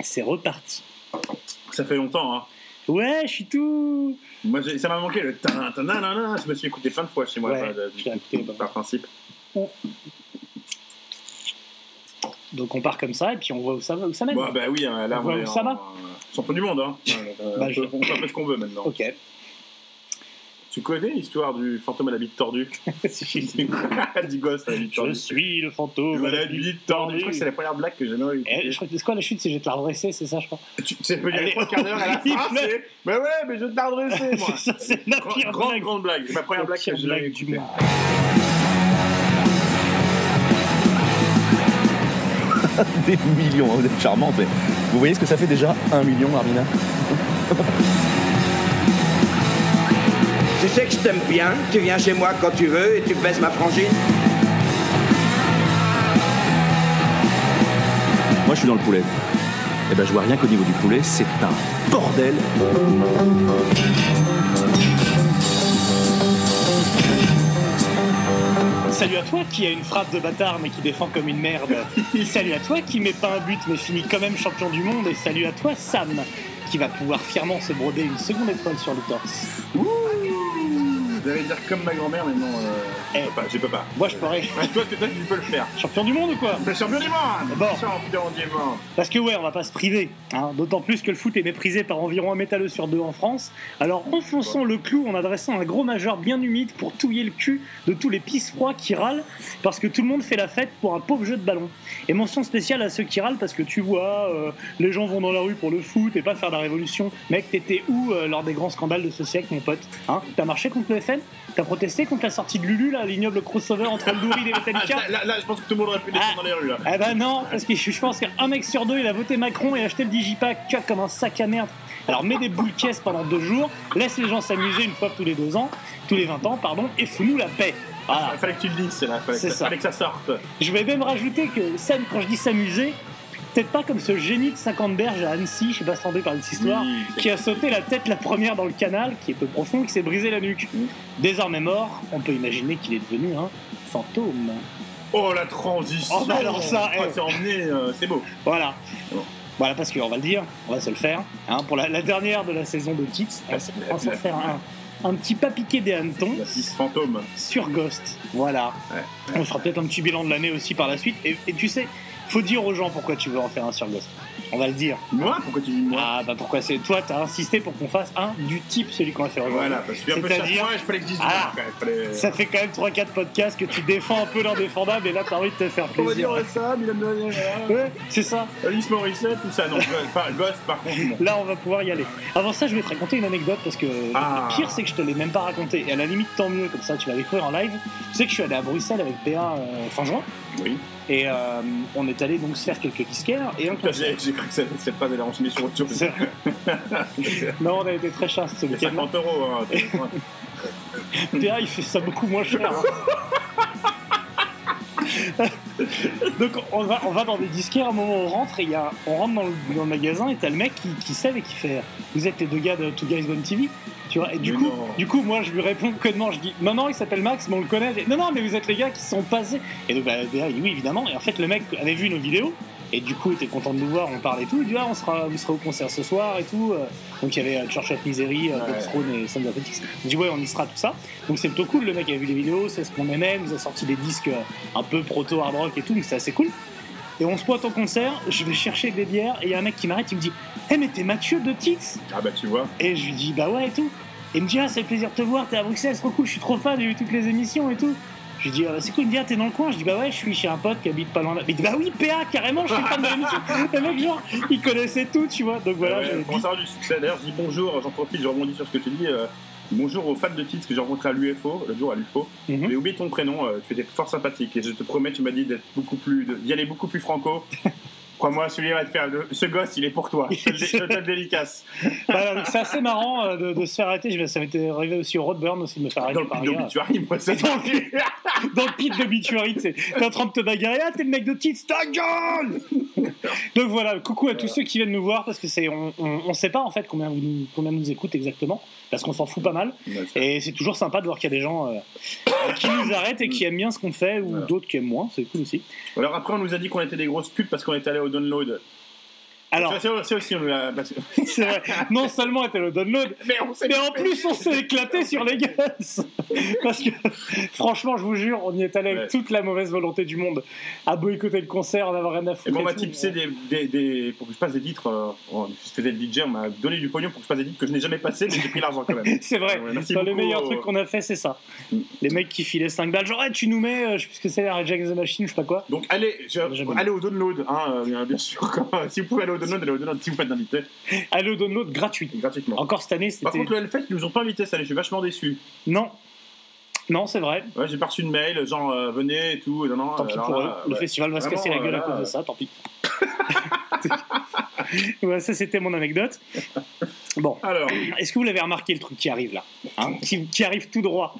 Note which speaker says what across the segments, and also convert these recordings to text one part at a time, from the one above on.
Speaker 1: C'est reparti.
Speaker 2: Ça fait longtemps, hein.
Speaker 1: Ouais, je suis tout.
Speaker 2: Moi, j'ai- ça m'a manqué le tin, tin, nan, nan, nan. Je me suis écouté plein de fois chez moi,
Speaker 1: Ouais,
Speaker 2: par-
Speaker 1: je l'ai écouté, bah.
Speaker 2: par principe.
Speaker 1: Donc on part comme ça et puis on voit où ça va, où ça mène.
Speaker 2: Bon, bah oui, hein, là,
Speaker 1: On voit
Speaker 2: on est
Speaker 1: où ça
Speaker 2: en-
Speaker 1: va
Speaker 2: champion du monde, hein. Euh,
Speaker 1: Bah,
Speaker 2: on,
Speaker 1: je-
Speaker 2: peut, on fait un peu ce qu'on veut maintenant.
Speaker 1: Ok.
Speaker 2: Tu connais l'histoire du fantôme à la bite tordue Du gosse à la bite
Speaker 1: je
Speaker 2: tordue.
Speaker 1: suis le fantôme.
Speaker 2: à la bite tordue. Je crois que c'est la première blague que j'ai jamais eue.
Speaker 1: Eh, je crois que c'est quoi la chute C'est je vais te la redresser, c'est ça, je crois.
Speaker 2: Tu tu sais, il y a
Speaker 1: Allez.
Speaker 2: trois quarts d'heure à la fin, c'est. Mais ouais, mais je vais te la redresser, moi.
Speaker 1: C'est ça, c'est la
Speaker 2: Grand-
Speaker 1: pire
Speaker 2: grande,
Speaker 1: blague.
Speaker 2: grande blague. C'est ma première
Speaker 1: La
Speaker 2: blague que
Speaker 1: pire
Speaker 2: j'ai
Speaker 1: blague
Speaker 2: jamais
Speaker 1: du
Speaker 2: écoutée.
Speaker 1: monde.
Speaker 3: des millions, hein, vous êtes charmante, mais vous voyez ce que ça fait déjà Un million, Armina
Speaker 4: Tu sais que je t'aime bien, tu viens chez moi quand tu veux et tu baisses ma frangine.
Speaker 3: Moi, je suis dans le poulet.
Speaker 5: Eh
Speaker 3: Et ben, je vois rien qu'au niveau du poulet, c'est un bordel.
Speaker 1: Salut à toi qui a une frappe de bâtard mais qui défend comme une merde. Salut à toi qui met pas un but mais finit quand même champion du monde. Et salut à toi Sam qui va pouvoir fièrement se broder une seconde étoile sur le torse.
Speaker 2: Ouh J'allais dire comme ma grand-mère, mais non. euh, je
Speaker 1: Eh.
Speaker 2: peux pas, je peux pas.
Speaker 1: Moi je pourrais.
Speaker 2: Ouais, toi, tu- toi, tu peux le faire.
Speaker 1: Champion du monde ou quoi
Speaker 2: Le champion du monde
Speaker 1: Bon.
Speaker 2: Champion du monde
Speaker 1: Parce que ouais, on va pas se priver. hein. D'autant plus que le foot est méprisé par environ un métalleux sur deux en France. Alors enfonçons le clou en adressant un gros major bien humide pour touiller le cul de tous les pisse froids qui râlent parce que tout le monde fait la fête pour un pauvre jeu de ballon. Et mention spéciale à ceux qui râlent parce que tu vois, euh, les gens vont dans la rue pour le foot et pas faire la révolution. Mec, t'étais où euh, lors des grands scandales de ce siècle, mon pote hein T'as marché contre le FN T'as protesté contre la sortie de Lulu, là, l'ignoble crossover entre Douri et
Speaker 2: Ah,
Speaker 1: Metallica
Speaker 2: là, là, là, je pense que tout le monde aurait pu
Speaker 1: Ah.
Speaker 2: descendre dans les rues, là.
Speaker 1: eh ben non, parce que je pense qu'un mec sur deux, il a voté Macron et a acheté le Digipack tu vois, comme un sac à merde. Alors mets des boules caisses pendant deux jours, laisse les gens s'amuser une fois tous les deux ans, tous les 20 ans, pardon, et fous-nous la paix. Voilà.
Speaker 2: Il fallait que tu le dises, c'est là. Fallait,
Speaker 1: Ah. C'est
Speaker 2: que,
Speaker 1: ça.
Speaker 2: fallait que ça sorte.
Speaker 1: Je vais même rajouter que Sam, quand je dis s'amuser, peut-être pas comme ce génie de 50 berges à Annecy, je sais pas si t'en par cette histoire,
Speaker 2: Oui, c'est-
Speaker 1: qui a sauté la tête la première dans le canal, qui est peu profond, qui s'est brisé la nuque. Désormais mort, on peut imaginer qu'il est devenu un fantôme.
Speaker 2: Oh la transition
Speaker 1: Oh, bah alors ça,
Speaker 2: Oh,
Speaker 1: eh.
Speaker 2: C'est emmené, euh, c'est beau.
Speaker 1: Voilà.
Speaker 2: Bon.
Speaker 1: Voilà, parce qu'on va le dire, on va se le faire. hein, pour la, la dernière de la saison de Tits,
Speaker 2: Ah, c'est
Speaker 1: on va s'en
Speaker 2: la-
Speaker 1: faire un, un petit pas piqué des hannetons
Speaker 2: La piste fantôme.
Speaker 1: sur Ghost. Voilà.
Speaker 2: Ouais,
Speaker 1: On fera peut-être un petit bilan de l'année aussi par la suite. Et, et tu sais, faut dire aux gens pourquoi tu veux en faire un sur Ghost. On va le dire.
Speaker 2: Moi Pourquoi tu dis moi
Speaker 1: Ah, bah pourquoi c'est. Toi, t'as insisté pour qu'on fasse un du type celui qu'on va faire aujourd'hui.
Speaker 2: Voilà, parce que je suis un peu chaque
Speaker 1: Ah, C'est-à-dire-
Speaker 2: fois, il fallait que je dise
Speaker 1: Ah.
Speaker 2: moi, quand même, fallait-
Speaker 1: Ça fait quand même 3-4 podcasts que tu défends un peu l'indéfendable et là t'as envie de te faire
Speaker 2: On va dire
Speaker 1: plaisir.
Speaker 2: ça, Milan Daniel,
Speaker 1: Ouais, c'est ça.
Speaker 2: Alice Morissette, tout ça. Non, Ghost, par- Ghost, par contre, non.
Speaker 1: Là, on va pouvoir y aller. Avant ça, je vais te raconter une anecdote parce que
Speaker 2: Ah.
Speaker 1: le pire, c'est que je te l'ai même pas raconté. Et à la limite, tant mieux, comme ça, tu vas découvrir en live. Tu sais que je suis allé à Bruxelles avec PA euh, fin juin
Speaker 2: Oui.
Speaker 1: et euh, on est allé donc se faire quelques disquaires et un
Speaker 2: Putain,
Speaker 1: concert.
Speaker 2: J'ai j'ai cru que ça- cette phrase allait enchaîner sur autre chose.
Speaker 1: C'est vrai. non, on a été très chaste ce
Speaker 2: C'est
Speaker 1: week-end.
Speaker 2: 50 euros. hein.
Speaker 1: PA, il fait ça beaucoup moins cher. Donc on va, on va dans des disquaires, à un moment on rentre et il y a, on rentre dans le, dans le magasin et t'as le mec qui, qui sait et qui fait Vous êtes les deux gars de Two Guys One TV tu vois, et du
Speaker 2: Mais
Speaker 1: coup,
Speaker 2: non.
Speaker 1: du coup, moi je lui réponds que non, je dis non, non, il s'appelle Max, mais on le connaît. Et, non, non, mais vous êtes les gars qui sont passés. Et donc, bah, Béa, il dit oui, évidemment. Et en fait, le mec avait vu nos vidéos et du coup, était content de nous voir, on parlait et tout. Il dit ah, on sera, vous serez au concert ce soir et tout. Euh, Donc, il y avait euh, Church of Misery, euh, Bob
Speaker 2: Ouais.
Speaker 1: Throne et Sons of Ethics. Il dit ouais, on y sera, tout ça. Donc, c'est plutôt cool. Le mec a vu les vidéos, c'est ce qu'on aimait, il nous a sorti des disques euh, un peu proto hard rock et tout, donc c'est assez cool. Et on se pointe au concert, je vais chercher des bières, et il y a un mec qui m'arrête, il me dit Eh, mais t'es Mathieu de Tits
Speaker 2: Ah bah tu vois.
Speaker 1: et je lui dis bah ouais et tout. Et il me dit ah c'est plaisir de te voir, t'es à Bruxelles, c'est trop cool, je suis trop fan, j'ai vu toutes les émissions et tout. Je lui dis ah, bah, c'est cool, il me dit ah t'es dans le coin, je dis bah ouais je suis chez un pote qui habite pas loin là. Il dit bah oui PA carrément, je suis fan de l'émission. Le mec genre il connaissait tout tu vois. Donc voilà,
Speaker 2: Ouais,
Speaker 1: j'ai
Speaker 2: pour savoir du succès. D'ailleurs, je dis bonjour, j'en profite, je rebondis sur ce que tu dis. euh, bonjour aux fans de titres que j'ai rencontrés à l'UFO, le jour à l'UFO.
Speaker 1: dit, Mhm.
Speaker 2: J'ai oublié ton prénom, euh, tu étais fort sympathique et je te promets, tu m'as dit d'être beaucoup plus, de- d'y aller beaucoup plus franco. Crois-moi, celui-là va te faire. le- ce gosse, il est pour toi. Je te le dé- je te le dédicace.
Speaker 1: Voilà, Bah, donc c'est assez marrant euh, de, de se faire arrêter. Je- Ça m'était arrivé aussi au Roadburn aussi de me faire
Speaker 2: Dans
Speaker 1: arrêter
Speaker 2: le
Speaker 1: par un
Speaker 2: pit
Speaker 1: gars.
Speaker 2: d'obituary, moi, c'est
Speaker 1: Dans le pit- dans le pit d'obituary, tu sais. T'es en train de te bagarrer, ah, t'es le mec de Tits, ta gueule Donc voilà, coucou à tous ceux qui viennent nous voir, parce que c'est, on, on, on sait pas en fait combien, vous nous, combien nous écoutent exactement, parce qu'on s'en fout pas mal, et c'est toujours sympa de voir qu'il y a des gens euh, qui nous arrêtent et qui aiment bien ce qu'on fait, ou
Speaker 2: Voilà.
Speaker 1: d'autres qui aiment moins, c'est cool aussi.
Speaker 2: Alors après, on nous a dit qu'on était des grosses putes parce qu'on était allé au download.
Speaker 1: Alors,
Speaker 2: Ça, ça aussi, on nous l'a. parce que-
Speaker 1: c'est vrai, non seulement était le download,
Speaker 2: Mais on s'est
Speaker 1: mais en plus on s'est éclaté sur les gueules. Parce que franchement, je vous jure, on y est allé avec
Speaker 2: Ouais.
Speaker 1: toute la mauvaise volonté du monde à boycotter le concert, en avoir rien à foutre.
Speaker 2: Et bah, moi, on m'a
Speaker 1: tout.
Speaker 2: tipsé des, des, des- pour que je passe des titres. euh, on- je faisais le DJ, on m'a donné du pognon pour que je passe des titres que je n'ai jamais passé, mais j'ai pris l'argent quand même.
Speaker 1: C'est vrai.
Speaker 2: Ouais, merci
Speaker 1: Dans les
Speaker 2: beaucoup,
Speaker 1: meilleurs
Speaker 2: euh,
Speaker 1: trucs qu'on a fait, c'est ça.
Speaker 2: Mm.
Speaker 1: Les mecs qui filaient 5 balles, genre, hey, tu nous mets, euh, je sais plus ce que c'est, la Red Jack the Machine, je sais pas quoi.
Speaker 2: Donc allez, je-
Speaker 1: Jamais.
Speaker 2: allez au download, hein, euh, bien sûr. quand- si vous pouvez aller au download, allez au download. Si vous faites d'invité,
Speaker 1: Allez au download gratuit.
Speaker 2: gratuitement.
Speaker 1: Encore cette année,
Speaker 2: Par
Speaker 1: Ah, c'était.
Speaker 2: contre, le Hellfest, ils nous ont pas invités ça, je suis vachement déçu.
Speaker 1: Non. Non, c'est vrai.
Speaker 2: Ouais, j'ai pas reçu de mail, genre euh, venez et tout. Non, non,
Speaker 1: Tant pis
Speaker 2: alors
Speaker 1: pour eux.
Speaker 2: là,
Speaker 1: Le
Speaker 2: ouais.
Speaker 1: festival va se
Speaker 2: Vraiment,
Speaker 1: casser la gueule à
Speaker 2: euh,
Speaker 1: cause de
Speaker 2: là,
Speaker 1: ça, tant pis. Ouais, ça, c'était mon anecdote. Bon,
Speaker 2: Alors,
Speaker 1: est-ce que vous l'avez remarqué le truc qui arrive là Hein qui, qui arrive tout droit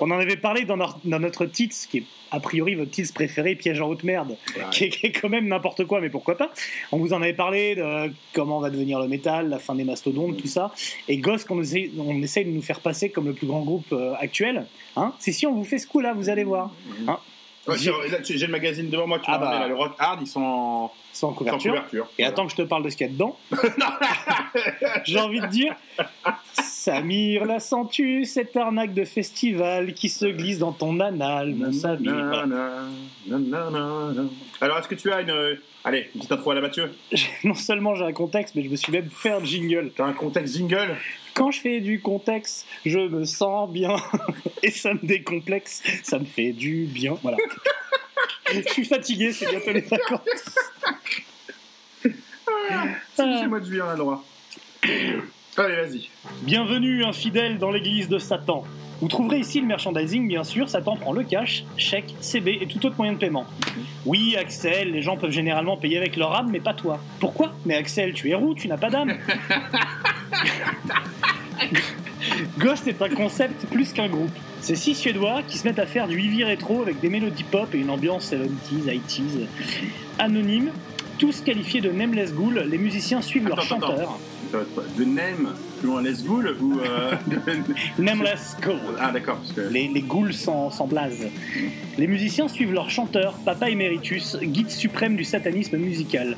Speaker 1: On en avait parlé dans, notre- dans notre titre, qui est a priori votre titre préféré, Piège en haute merde,
Speaker 2: Ouais.
Speaker 1: qui, est, qui est quand même n'importe quoi, mais pourquoi pas On vous en avait parlé de comment va devenir le métal, la fin des mastodontes, tout ça. Et Ghost, qu'on essaye, on essaye de nous faire passer comme le plus grand groupe euh, actuel. Hein si, si, on vous fait ce coup là, vous allez voir. Hein
Speaker 2: ouais, j'ai là, j'ai le magazine devant moi, tu
Speaker 1: Ah
Speaker 2: vois,
Speaker 1: bah.
Speaker 2: là, le Rock Hard, ils sont en,
Speaker 1: Sans
Speaker 2: ils sont en
Speaker 1: couverture.
Speaker 2: couverture.
Speaker 1: Et attends que je te parle de ce qu'il y a dedans. J'ai envie de dire, Samir la sens-tu, cette arnaque de festival qui se glisse dans ton anal, mon Samir Voilà.
Speaker 2: Nanana, nanana. Alors, est-ce que tu as une. euh, Allez, une petite intro à la Mathieu
Speaker 1: Non seulement j'ai un contexte, mais je me suis même fait un jingle.
Speaker 2: T'as un contexte jingle
Speaker 1: Quand je fais du contexte, je me sens bien et ça me décomplexe, ça me fait du bien. Voilà. je suis fatigué, c'est bientôt les vacances. Ah.
Speaker 2: C'est moi de bien, on a le droit. Allez, vas-y.
Speaker 1: Bienvenue, infidèle, dans l'église de Satan. Vous trouverez ici le merchandising, bien sûr. Satan prend le cash, chèque, CB et tout autre moyen de paiement. Oui, Axel, les gens peuvent généralement payer avec leur âme, mais pas toi. Pourquoi Mais Axel, tu es roux, tu n'as pas d'âme. Ghost est un concept plus qu'un groupe. C'est six Suédois qui se mettent à faire du heavy rétro avec des mélodies pop et une ambiance 70s, 80s. Anonyme, tous qualifiés de nameless ghoul, les musiciens suivent leur
Speaker 2: Attends, attends,
Speaker 1: chanteur.
Speaker 2: Euh, The Name, plus loin, Les Ghouls ou. euh,
Speaker 1: Nameless ghoul.
Speaker 2: Ah, d'accord, parce que.
Speaker 1: Les, les ghouls sans, sans blase. Les musiciens suivent leur chanteur, Papa Emeritus, guide suprême du satanisme musical.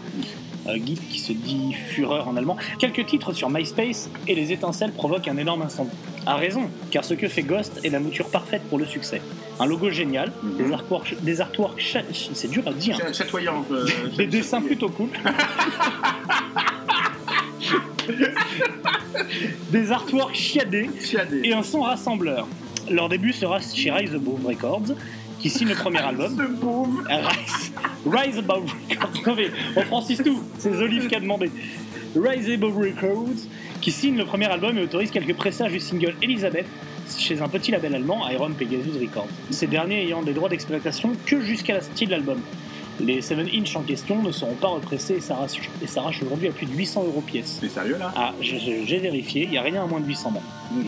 Speaker 1: Un guide qui se dit Führer en allemand. Quelques titres sur MySpace et les étincelles provoquent un énorme incendie. A raison, car ce que fait Ghost est la mouture parfaite pour le succès. Un logo génial,
Speaker 2: Mhm.
Speaker 1: des artworks, des artworks cha- c'est dur à dire, hein.
Speaker 2: Ch- Chatoyant. euh, ch-
Speaker 1: des dessins
Speaker 2: chatoyant.
Speaker 1: plutôt cool. des artworks chiadés
Speaker 2: Chiadé.
Speaker 1: et un son rassembleur. Leur début sera chez Rise Above Records, qui signe le premier album.
Speaker 2: Ce pauvre.
Speaker 1: Rise, Rise Above Records. Non mais, on francise tout, c'est Olive qui a demandé. Rise Above Records, qui signe le premier album et autorise quelques pressages du single Elizabeth chez un petit label allemand, Iron Pegasus Records. Ces derniers ayant des droits d'exploitation que jusqu'à la sortie de l'album. Les 7 inch en question ne seront pas repressés et s'arrachent et s'arrachent aujourd'hui à plus de 800 euros pièce.
Speaker 2: T'es sérieux là
Speaker 1: Ah, j'ai- j'ai j'ai vérifié, il n'y a rien à moins de 800 balles.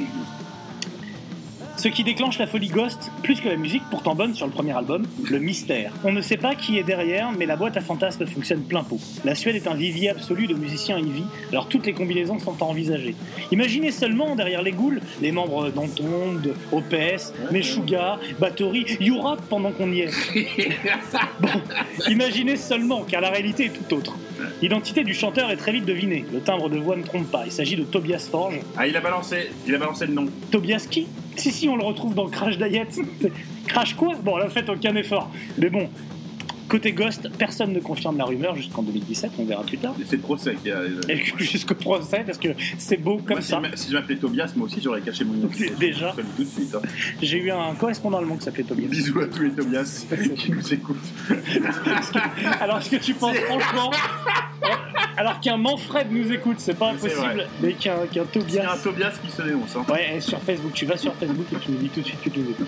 Speaker 1: Ce qui déclenche la folie Ghost, plus que la musique pourtant bonne sur le premier album, le mystère. On ne sait pas qui est derrière, mais la boîte à fantasmes fonctionne plein pot. La Suède est un vivier absolu de musiciens heavy, alors toutes les combinaisons sont à envisager. Imaginez seulement derrière les ghouls, les membres d'Antonde, OPS, Meshuga, Bathory, Yurap pendant qu'on y est. Bon, imaginez seulement, car la réalité est tout autre. L'identité du chanteur est très vite devinée, le timbre de voix ne trompe pas, il s'agit de Tobias Forge,
Speaker 2: Ah, il a balancé, il a balancé le nom.
Speaker 1: Tobias qui Si, si, on le retrouve dans Crash Diet. Crash quoi Bon, là, faites aucun effort. Mais bon, côté Ghost, personne ne confirme la rumeur jusqu'en 2017, on verra plus tard.
Speaker 2: C'est le procès qui a. euh,
Speaker 1: Et jusqu'au procès, parce que c'est beau comme
Speaker 2: Moi, si
Speaker 1: ça.
Speaker 2: je m'a- Si je m'appelais Tobias, moi aussi j'aurais caché mon nom.
Speaker 1: Déjà.
Speaker 2: Je le dis Tout de suite. hein.
Speaker 1: J'ai eu un correspondant allemand qui s'appelait Tobias.
Speaker 2: Bisous à tous les Tobias qui nous écoutent.
Speaker 1: Alors, ce que tu penses, franchement Alors qu'un Manfred nous écoute, c'est pas
Speaker 2: C'est
Speaker 1: impossible, mais qu'un qu'un
Speaker 2: Il y a un
Speaker 1: Tobias.
Speaker 2: Tobias qui se dénonce. hein.
Speaker 1: Ouais, et sur Facebook, tu vas sur Facebook et tu me dis tout de suite que tu nous écoutes.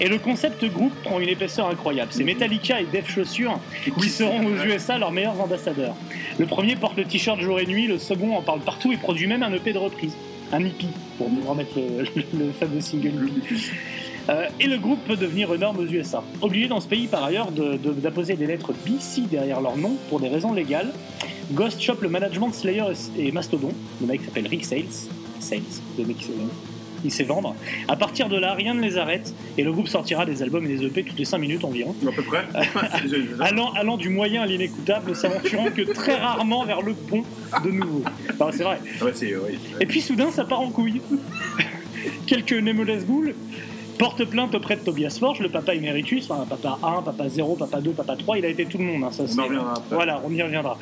Speaker 1: Et le concept groupe prend une épaisseur incroyable. C'est Metallica et Def Chaussure qui seront aux USA leurs meilleurs ambassadeurs. Le premier porte le t-shirt jour et nuit, le second en parle partout et produit même un EP de reprise. Un hippie, pour nous remettre le, le fameux single hippie. Euh, et le groupe peut devenir énorme aux USA. Obligé dans ce pays par ailleurs de- de- d'apposer des lettres BC derrière leur nom pour des raisons légales, Ghost chope le management de Slayer et, et Mastodon, le mec qui s'appelle Rick Sales, Sales, le mec qui s'appelle- il sait vendre. À partir de là, rien ne les arrête et le groupe sortira des albums et des EP toutes les 5 minutes environ.
Speaker 2: à peu près. C'est joli.
Speaker 1: Allant, allant du moyen à l'inécoutable, s'aventurant que très rarement vers le pont de nouveau. Enfin, c'est vrai.
Speaker 2: Ouais, c'est- ouais.
Speaker 1: Et puis soudain, ça part en couille. Quelques Nemolas Ghoul portent plainte auprès de Tobias Forge, le papa éméritus, enfin papa 1, papa 0, papa 2, papa 3, il a été tout le monde. hein, ça,
Speaker 2: On
Speaker 1: c'est-
Speaker 2: en reviendra après.
Speaker 1: Voilà, on y reviendra.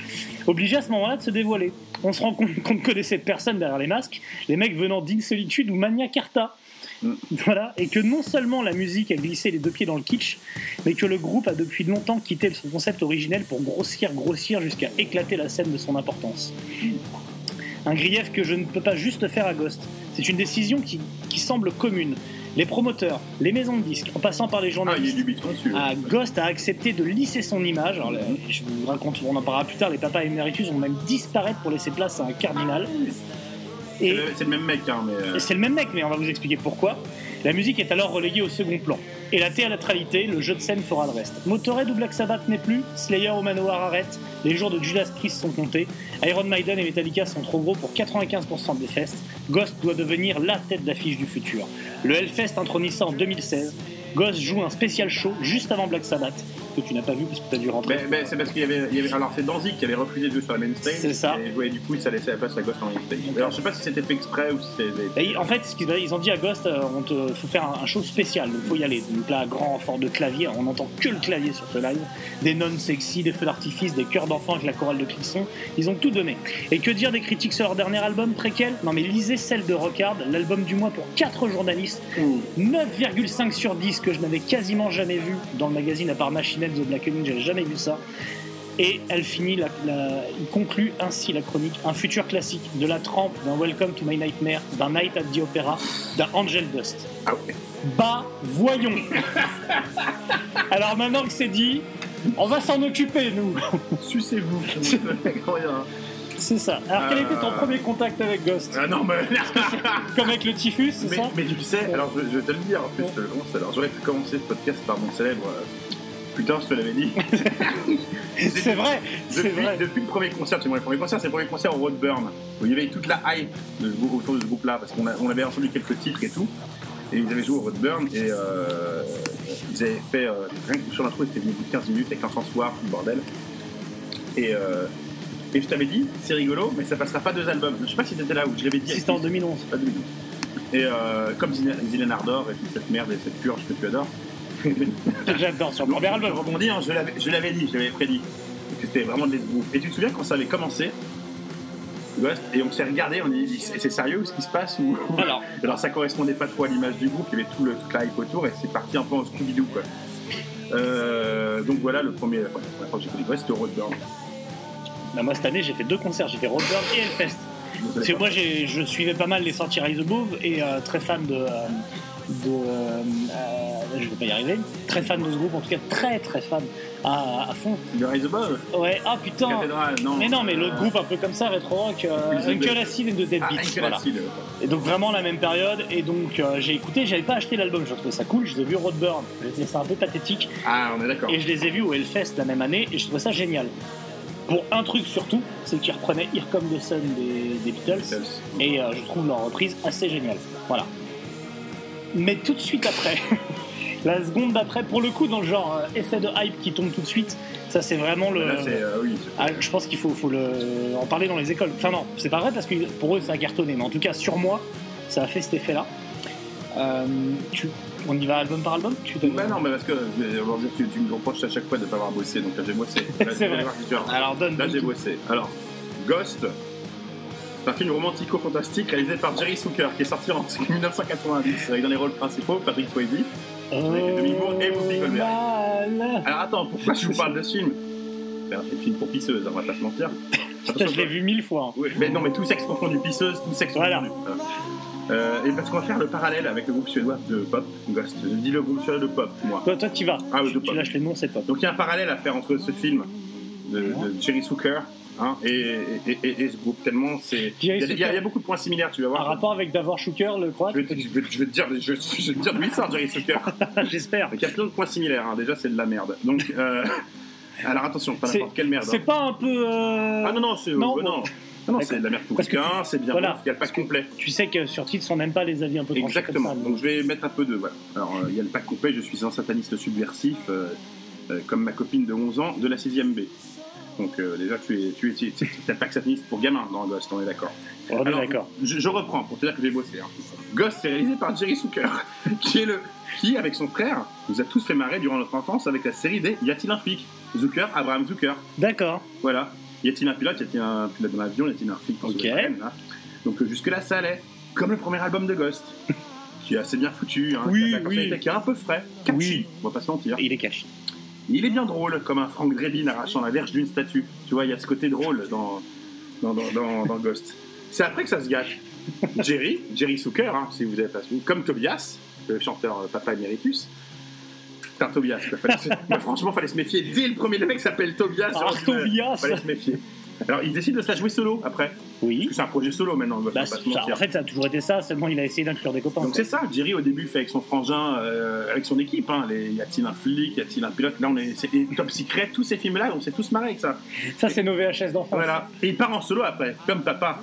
Speaker 1: Obligé à ce moment-là de se dévoiler. On se rend compte qu'on ne connaissait personne derrière les masques, les mecs venant d'Insolitude ou Magna Carta.
Speaker 2: Mm.
Speaker 1: Voilà, et que non seulement la musique a glissé les deux pieds dans le kitsch, mais que le groupe a depuis longtemps quitté son concept originel pour grossir, grossir jusqu'à éclater la scène de son importance. Un grief que je ne peux pas juste faire à Ghost. C'est une décision qui, qui semble commune. Les promoteurs, les maisons de disques, en passant par les
Speaker 2: Ah, il y a
Speaker 1: journalistes,
Speaker 2: du bifton dessus.
Speaker 1: ah, Ghost a accepté de lisser son image. Alors, là, je vous raconte, on en parlera plus tard. Les papas éméritus vont même disparaître pour laisser place à un cardinal.
Speaker 2: C'est
Speaker 1: Et
Speaker 2: le- C'est le même mec, hein, mais. euh,
Speaker 1: et c'est le même mec, mais on va vous expliquer pourquoi. La musique est alors reléguée au second plan. Et la théâtralité, le jeu de scène fera le reste. Motorhead ou Black Sabbath n'est plus, Slayer au manoir arrête, les jours de Judas Priest sont comptés, Iron Maiden et Metallica sont trop gros pour 95% des festes, Ghost doit devenir la tête d'affiche du futur. Le Hellfest intronisé en 2016, Ghost joue un spécial show juste avant Black Sabbath, que tu n'as pas vu parce que tu as dû rentrer.
Speaker 2: mais- mais c'est parce qu'il y avait, il y avait- Alors, c'est Danzig qui avait refusé de jouer sur la main stage.
Speaker 1: C'est ça. euh,
Speaker 2: Et ouais, du coup, ça laissait la place à Ghost en main stage. Alors, je sais pas si c'était fait exprès ou si
Speaker 1: Bah,
Speaker 2: c'était.
Speaker 1: ils- en fait, ce qu'ils- ils ont dit à Ghost, euh, on te faut faire un, un show spécial, donc faut y aller. Donc là, grand fort de clavier, on n'entend que le clavier sur ce live, des nonnes sexy, des feux d'artifice, des chœurs d'enfants avec la chorale de Clisson, ils ont tout donné. Et que dire des critiques sur leur dernier album préquel Non mais lisez celle de Rockard, l'album du mois pour 4 journalistes,
Speaker 2: Ouh.
Speaker 1: 9,5 sur 10 que je n'avais quasiment jamais vu dans le magazine à part Machine Head, The Blackening, j'avais jamais vu ça. Et elle finit, la, la- il conclut ainsi la chronique, un futur classique de la trempe d'un Welcome to My Nightmare, d'un Night at the Opera, d'un Angel Dust.
Speaker 2: Ah ouais.
Speaker 1: Bah, voyons Alors maintenant que c'est dit, on va s'en occuper, nous
Speaker 2: Sucez-vous. hein.
Speaker 1: C'est ça. Alors quel était ton
Speaker 2: Euh.
Speaker 1: premier contact avec Ghost
Speaker 2: ah non, mais.
Speaker 1: Comme avec le typhus, c'est
Speaker 2: Mais,
Speaker 1: ça
Speaker 2: mais tu sais, alors je, je vais te le dire, en plus,
Speaker 1: Ouais.
Speaker 2: je te le commence. Alors j'aurais pu commencer ce podcast par mon célèbre. euh, Putain, je te l'avais dit.
Speaker 1: C'est vrai, c'est
Speaker 2: Depuis,
Speaker 1: vrai.
Speaker 2: depuis le premier concert, tu vois, le premier concert, c'est le premier concert au Roadburn, où il y avait toute la hype de ce groupe- autour de ce groupe-là, parce qu'on a- on avait entendu quelques titres et tout, et ils avaient joué au Roadburn, et euh, ils avaient fait, euh, rien que sur l'intro, ils étaient venus au bout de 15 minutes avec un François, tout le bordel. Et, euh, et je t'avais dit, c'est rigolo, mais ça passera pas deux albums. Je sais pas si t'étais là, ou je l'avais dit. à
Speaker 1: Si, C'était en
Speaker 2: qui,
Speaker 1: 2011.
Speaker 2: pas 2012. Et euh, comme Zylène Ardor et toute cette merde et cette purge que tu adores,
Speaker 1: J'adore sur le
Speaker 2: donc,
Speaker 1: premier album.
Speaker 2: Je rebondis, hein, je l'avais- je l'avais dit, je l'avais prédit. que C'était vraiment de l'esbrouf. Et tu te souviens quand ça avait commencé Ghost, et on s'est regardé, on a dit c'est c'est sérieux ce qui se passe ou...
Speaker 1: Alors,
Speaker 2: Alors ça correspondait pas trop à l'image du groupe, il y avait tout le toute la hype autour et c'est parti un peu en Scooby-Doo quoi. Euh, donc voilà le premier, la première fois que j'ai connu Ghost, c'était au Roadburn.
Speaker 1: bah, moi cette année j'ai fait deux concerts, j'ai fait Roadburn et Hellfest. Parce que moi j'ai- je suivais pas mal les sorties Rise Above et euh, très fan de. euh, de euh, euh, je vais pas y arriver. Très fan de ce groupe, en tout cas très très fan à, à fond.
Speaker 2: Le Rise Above
Speaker 1: Ouais, ah putain
Speaker 2: Cathédrale, non.
Speaker 1: mais non, mais l'autre
Speaker 2: Euh,
Speaker 1: groupe un peu comme ça, rétro rock, euh,
Speaker 2: Ils ont
Speaker 1: Uncle
Speaker 2: des-
Speaker 1: Acid et de
Speaker 2: Ah,
Speaker 1: Deadbeat.
Speaker 2: Uncle
Speaker 1: voilà.
Speaker 2: Acid, euh,
Speaker 1: Et donc vraiment la même période. Et donc euh, j'ai écouté, j'avais pas acheté l'album, je trouvais ça cool. Je les ai vus au Roadburn, je trouvais ça un peu pathétique.
Speaker 2: Ah, on est d'accord.
Speaker 1: Et je les ai vus au Hellfest la même année et je trouvais ça génial. Pour un truc surtout, c'est qu'ils reprenaient Here Come the Sun des, des Beatles et euh, je trouve leur reprise assez géniale. Voilà. Mais tout de suite après, la seconde d'après, pour le coup, dans le genre euh, effet de hype qui tombe tout de suite, ça c'est vraiment le.
Speaker 2: Là, c'est. euh, oui, c'est-
Speaker 1: Ah, je pense qu'il faut, faut le... en parler dans les écoles. Enfin non, c'est pas vrai parce que pour eux ça a cartonné, mais en tout cas sur moi, ça a fait cet effet-là. Euh, tu... On y va album par album tu te-
Speaker 2: Bah non, mais parce que euh, on va dire que tu me reproches à chaque fois de ne pas avoir bossé, donc là j'ai bossé. Là,
Speaker 1: C'est
Speaker 2: je vais
Speaker 1: vrai.
Speaker 2: voir si tu as-
Speaker 1: Alors donne.
Speaker 2: Là
Speaker 1: donne
Speaker 2: j'ai
Speaker 1: tout.
Speaker 2: bossé. Alors, Ghost, c'est un film romantico-fantastique réalisé par Jerry Zucker qui est sorti en 1990 avec dans les rôles principaux Patrick Swayze. Avec Demi Moore et
Speaker 1: Oh
Speaker 2: Whoopi Goldberg.
Speaker 1: mal.
Speaker 2: Alors attends, pourquoi je vous parle de ce film C'est un film pour pisseuse, hein, on va pas se mentir.
Speaker 1: Putain, je l'ai vu mille fois. hein.
Speaker 2: Ouais, mais non, mais tout sexe confondu, pisseuse, tout sexe
Speaker 1: Voilà.
Speaker 2: confondu. Voilà. Euh, et parce qu'on va faire le parallèle avec le groupe suédois de pop, Ghost. Je dis le groupe suédois de pop, moi.
Speaker 1: Toi, toi, tu vas.
Speaker 2: Ah, oui,
Speaker 1: tu,
Speaker 2: de
Speaker 1: tu
Speaker 2: pop.
Speaker 1: lâches les noms, c'est top.
Speaker 2: Donc il y a un parallèle à faire entre ce film de, de Jerry Zucker hein, et, et- et- et ce groupe, tellement c'est. Il y,
Speaker 1: Jerry
Speaker 2: a- il y a- il y a- il y a
Speaker 1: Zucker.
Speaker 2: beaucoup de points similaires, tu vas
Speaker 1: Un
Speaker 2: voir.
Speaker 1: rapport avec Davor Shuker, le croate
Speaker 2: Je vais, te- je vais- je vais te dire, je, je vais te dire d'où il sort, Jerry Zucker.
Speaker 1: J'espère.
Speaker 2: Donc, Il y a plein de points similaires, hein. déjà c'est de la merde. Donc, euh, alors attention, pas
Speaker 1: C'est-
Speaker 2: n'importe quelle merde.
Speaker 1: C'est
Speaker 2: hein.
Speaker 1: pas un peu. euh,
Speaker 2: Ah non, non, c'est.
Speaker 1: Non,
Speaker 2: bah, non. Non, non,
Speaker 1: D'accord.
Speaker 2: c'est de la merde pour
Speaker 1: Parce que
Speaker 2: quelqu'un, c'est bien.
Speaker 1: voilà.
Speaker 2: Il y a le pack complet.
Speaker 1: Tu sais que sur Titre, on n'aime pas les avis un peu tranchés comme
Speaker 2: Exactement.
Speaker 1: ça, mais-
Speaker 2: Donc je vais mettre un peu de. Voilà. Alors euh, il y a le pack complet, je suis un sataniste subversif, euh, euh, comme ma copine de 11 ans, de la 6ème B. Donc euh, déjà, tu es, tu es, tu es- tu es- t'as le pack sataniste pour gamin dans Ghost, on est d'accord.
Speaker 1: On est
Speaker 2: Alors,
Speaker 1: d'accord.
Speaker 2: Je, je reprends pour te dire que j'ai bossé. hein. Ghost, c'est réalisé par Jerry Zucker, qui, est le, qui, avec son frère, nous a tous fait marrer durant notre enfance avec la série des Y a-t-il un flic Zucker, Abraham Zucker.
Speaker 1: D'accord.
Speaker 2: Voilà. Y a-t-il un pilote Y a-t-il un pilote dans l'avion Y a-t-il un flic dans
Speaker 1: Ok.
Speaker 2: une arène, là Donc euh, jusque-là, ça allait. Comme le premier album de Ghost, qui est assez bien foutu, hein,
Speaker 1: Oui,
Speaker 2: qui a de la
Speaker 1: oui.
Speaker 2: personnalité, qui est un peu frais, catchy, on va pas se mentir.
Speaker 1: Il est caché.
Speaker 2: Il est bien drôle, comme un Frank Drebin arrachant la verge d'une statue. Tu vois, il y a ce côté drôle dans, dans, dans, dans- dans Ghost. C'est après que ça se gâte. Jerry, Jerry Zucker, hein, si vous n'avez pas suivi, comme Tobias, le chanteur euh, Papa Emeritus. Putain, Tobias, quoi, fallait se- bah, franchement, fallait se méfier. Dès le premier, le mec s'appelle Tobias.
Speaker 1: Ah,
Speaker 2: alors, euh,
Speaker 1: Tobias
Speaker 2: Fallait se méfier. Alors, il décide de se la jouer solo après. Parce
Speaker 1: Oui.
Speaker 2: que c'est un projet solo maintenant, Ghost, on
Speaker 1: Bah,
Speaker 2: va pas se
Speaker 1: ça-
Speaker 2: mentir.
Speaker 1: en fait, ça a toujours été ça, seulement il a essayé d'inclure des copains.
Speaker 2: Donc
Speaker 1: quoi.
Speaker 2: c'est ça, Jerry au début fait avec son frangin, euh, avec son équipe. Hein, les, y a-t-il un flic, y a-t-il un pilote Là on est, c'est des Top Secret, tous ces films-là, on s'est tous marrés avec ça.
Speaker 1: Ça, c'est nos VHS d'enfance.
Speaker 2: Voilà. Et il part en solo après, comme papa.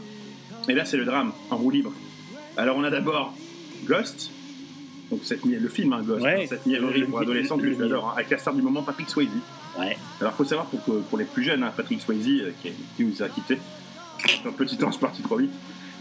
Speaker 2: Et là c'est le drame, en roue libre. Alors on a d'abord Ghost, donc cette mi- le film hein, Ghost,
Speaker 1: Ouais.
Speaker 2: hein, cette mièvrerie
Speaker 1: Le-
Speaker 2: pour
Speaker 1: le-
Speaker 2: adolescents
Speaker 1: le-
Speaker 2: que
Speaker 1: le-
Speaker 2: j'adore, hein, avec la star du moment Patrick Swayze.
Speaker 1: Ouais.
Speaker 2: Alors faut savoir pour, que- pour les plus jeunes, hein, Patrick Swayze, euh, qui, est- qui nous a quittés, un petit ange parti trop vite,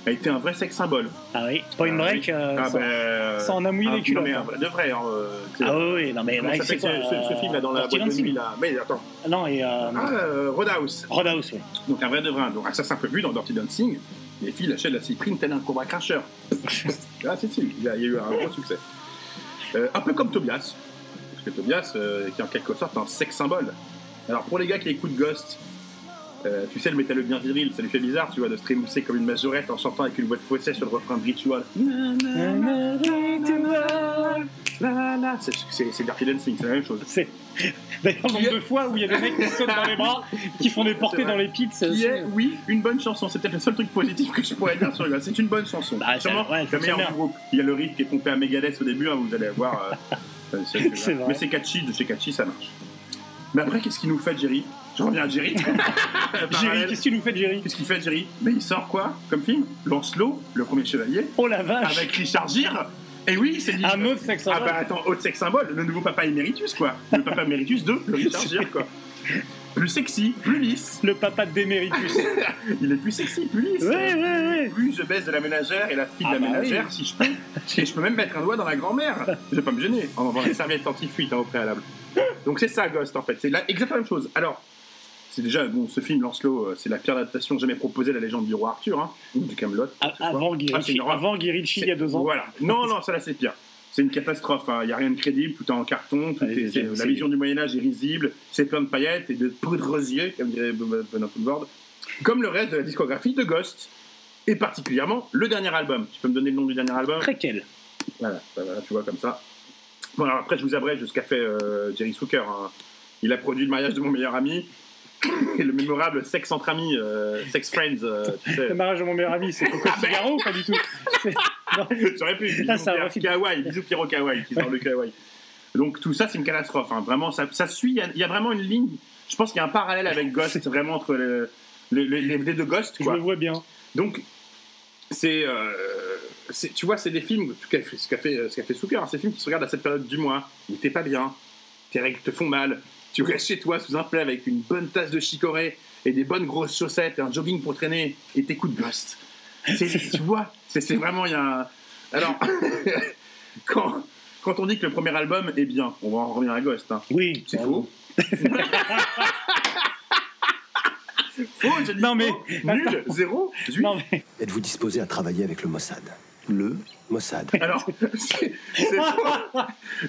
Speaker 2: a été un vrai sex symbole.
Speaker 1: Ah oui, pas une
Speaker 2: Ah
Speaker 1: break, euh,
Speaker 2: Ah
Speaker 1: ça,
Speaker 2: ben,
Speaker 1: ça en a mouillé
Speaker 2: ah,
Speaker 1: les
Speaker 2: non,
Speaker 1: culottes.
Speaker 2: mais
Speaker 1: hein.
Speaker 2: un vrai- de vrai. Hein, euh, tu sais.
Speaker 1: Ah oui, oui, non mais
Speaker 2: Comment
Speaker 1: là,
Speaker 2: ça
Speaker 1: c'est
Speaker 2: s'appelle,
Speaker 1: quoi
Speaker 2: ce, ce- ce film là dans la
Speaker 1: Dirty
Speaker 2: boîte de
Speaker 1: Dancing.
Speaker 2: nuit là Mais attends.
Speaker 1: Non, et euh,
Speaker 2: Ah, euh, Roadhouse.
Speaker 1: Roadhouse, oui.
Speaker 2: Donc un vrai de vrai. Donc ah, ça c'est un peu vu dans Dirty Dancing. Les filles achètent la cyprine tel un cobra crasher. ah c'est si, il y a il y a eu un gros succès. Euh, un peu comme Tobias. Parce que Tobias, euh, qui est en quelque sorte un sex symbole. Alors pour les gars qui écoutent Ghost, euh, tu sais le métal bien viril, ça lui fait bizarre, tu vois, de se trémousser comme une majorette en chantant avec une voix de fausset sur le refrain de Ritual. La, la. C'est- C'est c'est Dirty Dancing, c'est la même chose.
Speaker 1: C'est d'ailleurs le nombre de fois où il y a des mecs qui sautent dans les bras, qui font des portées
Speaker 2: C'est vrai.
Speaker 1: dans les pits.
Speaker 2: qui
Speaker 1: c'est-
Speaker 2: est, oui, une bonne chanson. C'est peut-être le seul truc positif que je pourrais dire sur le gars. C'est une bonne chanson.
Speaker 1: Bah, ça-
Speaker 2: Sûrement
Speaker 1: ouais, elle
Speaker 2: la
Speaker 1: fonctionne
Speaker 2: meilleure
Speaker 1: bien.
Speaker 2: du groupe. Il y a le rythme qui est pompé à Megadeth au début, hein, vous allez voir. euh, euh, c'est-
Speaker 1: C'est vrai.
Speaker 2: Mais c'est catchy, de chez catchy, ça marche. Mais après, qu'est-ce qu'il nous fait, Jerry Je reviens à Jerry.
Speaker 1: Jerry,
Speaker 2: Parallèle.
Speaker 1: qu'est-ce que tu nous fais, Jerry
Speaker 2: Qu'est-ce qu'il fait, Jerry Mais il sort quoi comme film Lancelot, le premier chevalier,
Speaker 1: Oh la vache
Speaker 2: avec Richard Gere. Et oui, c'est dit.
Speaker 1: Un autre sexe
Speaker 2: Ah bah attends, haute sex symbole, le nouveau papa éméritus quoi. Le papa éméritus de le Richard Gere quoi. Plus sexy, plus lisse.
Speaker 1: Le papa de Déméritus.
Speaker 2: Il est plus sexy, plus lisse.
Speaker 1: ouais, ouais, ouais.
Speaker 2: plus je baisse de la ménagère et la fille
Speaker 1: Ah
Speaker 2: de la
Speaker 1: bah
Speaker 2: ménagère si je peux. Et je peux même mettre un doigt dans la grand-mère. Je vais pas me gêner en envoyant la serviette anti-fuite hein, au préalable. Donc c'est ça, Ghost, en fait. C'est la, exactement la même chose. Alors, c'est déjà, bon, ce film, Lancelot, euh, c'est la pire adaptation jamais proposée de la légende du roi Arthur, hein, ou du Camelot.
Speaker 1: A- Avant Guy
Speaker 2: Ah, c'est
Speaker 1: Ritchie,
Speaker 2: une horreur.
Speaker 1: avant Guy Ritchie, il y a deux ans.
Speaker 2: Voilà. Non, non, ça là, c'est pire. C'est une catastrophe. hein. Il n'y a rien de crédible, tout est en carton, tout
Speaker 1: Ouais,
Speaker 2: est-
Speaker 1: c'est-
Speaker 2: c'est- la
Speaker 1: c'est-
Speaker 2: vision du Moyen-Âge est risible, c'est plein de paillettes et de poudre rosier, comme dirait Bob- euh, Bob Board. Comme le reste de la discographie de Ghost, et particulièrement le dernier album. Tu peux me donner le nom du dernier album
Speaker 1: Préquel.
Speaker 2: voilà, bah voilà, tu vois comme ça. Bon, alors après, je vous abrège de ce qu'a fait euh, Jerry Zucker. hein. Il a produit le mariage de mon meilleur ami et le mémorable Sex entre amis, euh, Sex Friends, euh, tu sais.
Speaker 1: Le mariage de mon meilleur ami, c'est
Speaker 2: Ah,
Speaker 1: Coco
Speaker 2: ben.
Speaker 1: Figaro ou pas du tout C'est-
Speaker 2: J'aurais pu.
Speaker 1: Ah,
Speaker 2: Bisous,
Speaker 1: ça
Speaker 2: Pierre
Speaker 1: aurait fait-
Speaker 2: Kawaii. Bisous, Pierrot Kawaii, qui sort le Kawaii. Donc, tout ça, c'est une catastrophe. hein. Vraiment, ça, ça suit. Il y a- il y, a vraiment une ligne. Je pense qu'il y a un parallèle avec Ghost, vraiment, entre le- le- le- les, les deux Ghosts.
Speaker 1: Je
Speaker 2: quoi.
Speaker 1: le vois bien.
Speaker 2: Donc, c'est. euh, c'est- tu vois, c'est des films, ce qu'a fait, ce qu'a fait, ce qu'a fait Zucker, hein, c'est des films qui se regardent à cette période du mois, où t'es pas bien, tes règles te font mal, tu restes chez toi sous un plaid avec une bonne tasse de chicorée et des bonnes grosses chaussettes et un jogging pour traîner, et t'écoutes Ghost. C'est- tu vois, c'est c'est vraiment. il Y a un- Alors, quand, quand on dit que le premier album est bien, on va en revenir à Ghost, hein,
Speaker 1: Oui.
Speaker 2: c'est faux. faux, j'ai dit
Speaker 1: Non, mais-
Speaker 2: faux, nul, zéro, zut.
Speaker 1: Non, mais
Speaker 6: Êtes-vous disposé à travailler avec le Mossad Le Mossad.
Speaker 2: Alors, c'est c'est faux.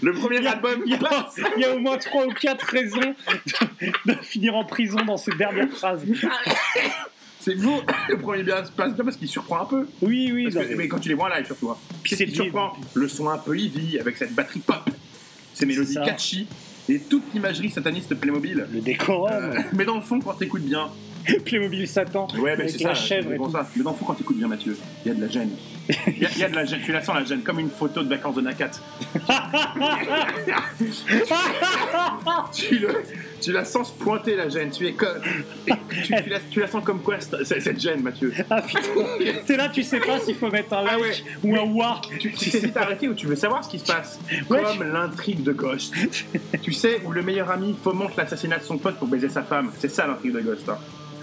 Speaker 2: Le premier album
Speaker 1: il y,
Speaker 2: qui
Speaker 1: a,
Speaker 2: passe.
Speaker 1: il y a au moins trois ou quatre raisons de, de finir en prison dans cette dernière phrase.
Speaker 2: C'est faux. Le premier bien se passe bien parce qu'il surprend un peu.
Speaker 1: Oui, oui.
Speaker 2: Parce
Speaker 1: non,
Speaker 2: que-
Speaker 1: mais-
Speaker 2: mais quand tu les vois en live, surtout. hein.
Speaker 1: Puis
Speaker 2: Qu'est-ce
Speaker 1: c'est
Speaker 2: qui
Speaker 1: le
Speaker 2: surprend Le son un peu heavy avec cette batterie pop, ces mélodies
Speaker 1: ça.
Speaker 2: catchy et toute l'imagerie sataniste Playmobil.
Speaker 1: Le décorum,
Speaker 2: Euh, mais dans le fond, quand t'écoutes bien,
Speaker 1: Playmobil Satan,
Speaker 2: ouais, mais
Speaker 1: avec
Speaker 2: c'est
Speaker 1: la
Speaker 2: ça,
Speaker 1: chèvre
Speaker 2: c'est
Speaker 1: et
Speaker 2: pour
Speaker 1: tout.
Speaker 2: ça. Mais dans le fond, quand t'écoutes bien, Mathieu, il y a de la gêne. Il y a, il y a de la gêne, tu la sens la gêne, comme une photo de vacances de Nakat. tu, le- tu la sens pointer la gêne, tu es comme. Tu, tu la, tu la sens comme quoi cette, cette gêne, Mathieu
Speaker 1: Ah putain, c'est là, tu sais pas s'il faut mettre un
Speaker 2: Ah
Speaker 1: like ou un warp.
Speaker 2: Tu tu sais t'es arrêté ou tu veux savoir ce qui se passe
Speaker 1: Ouais,
Speaker 2: Comme l'intrigue de Ghost. tu sais où le meilleur ami fomente l'assassinat de son pote pour baiser sa femme. C'est ça l'intrigue de Ghost. hein.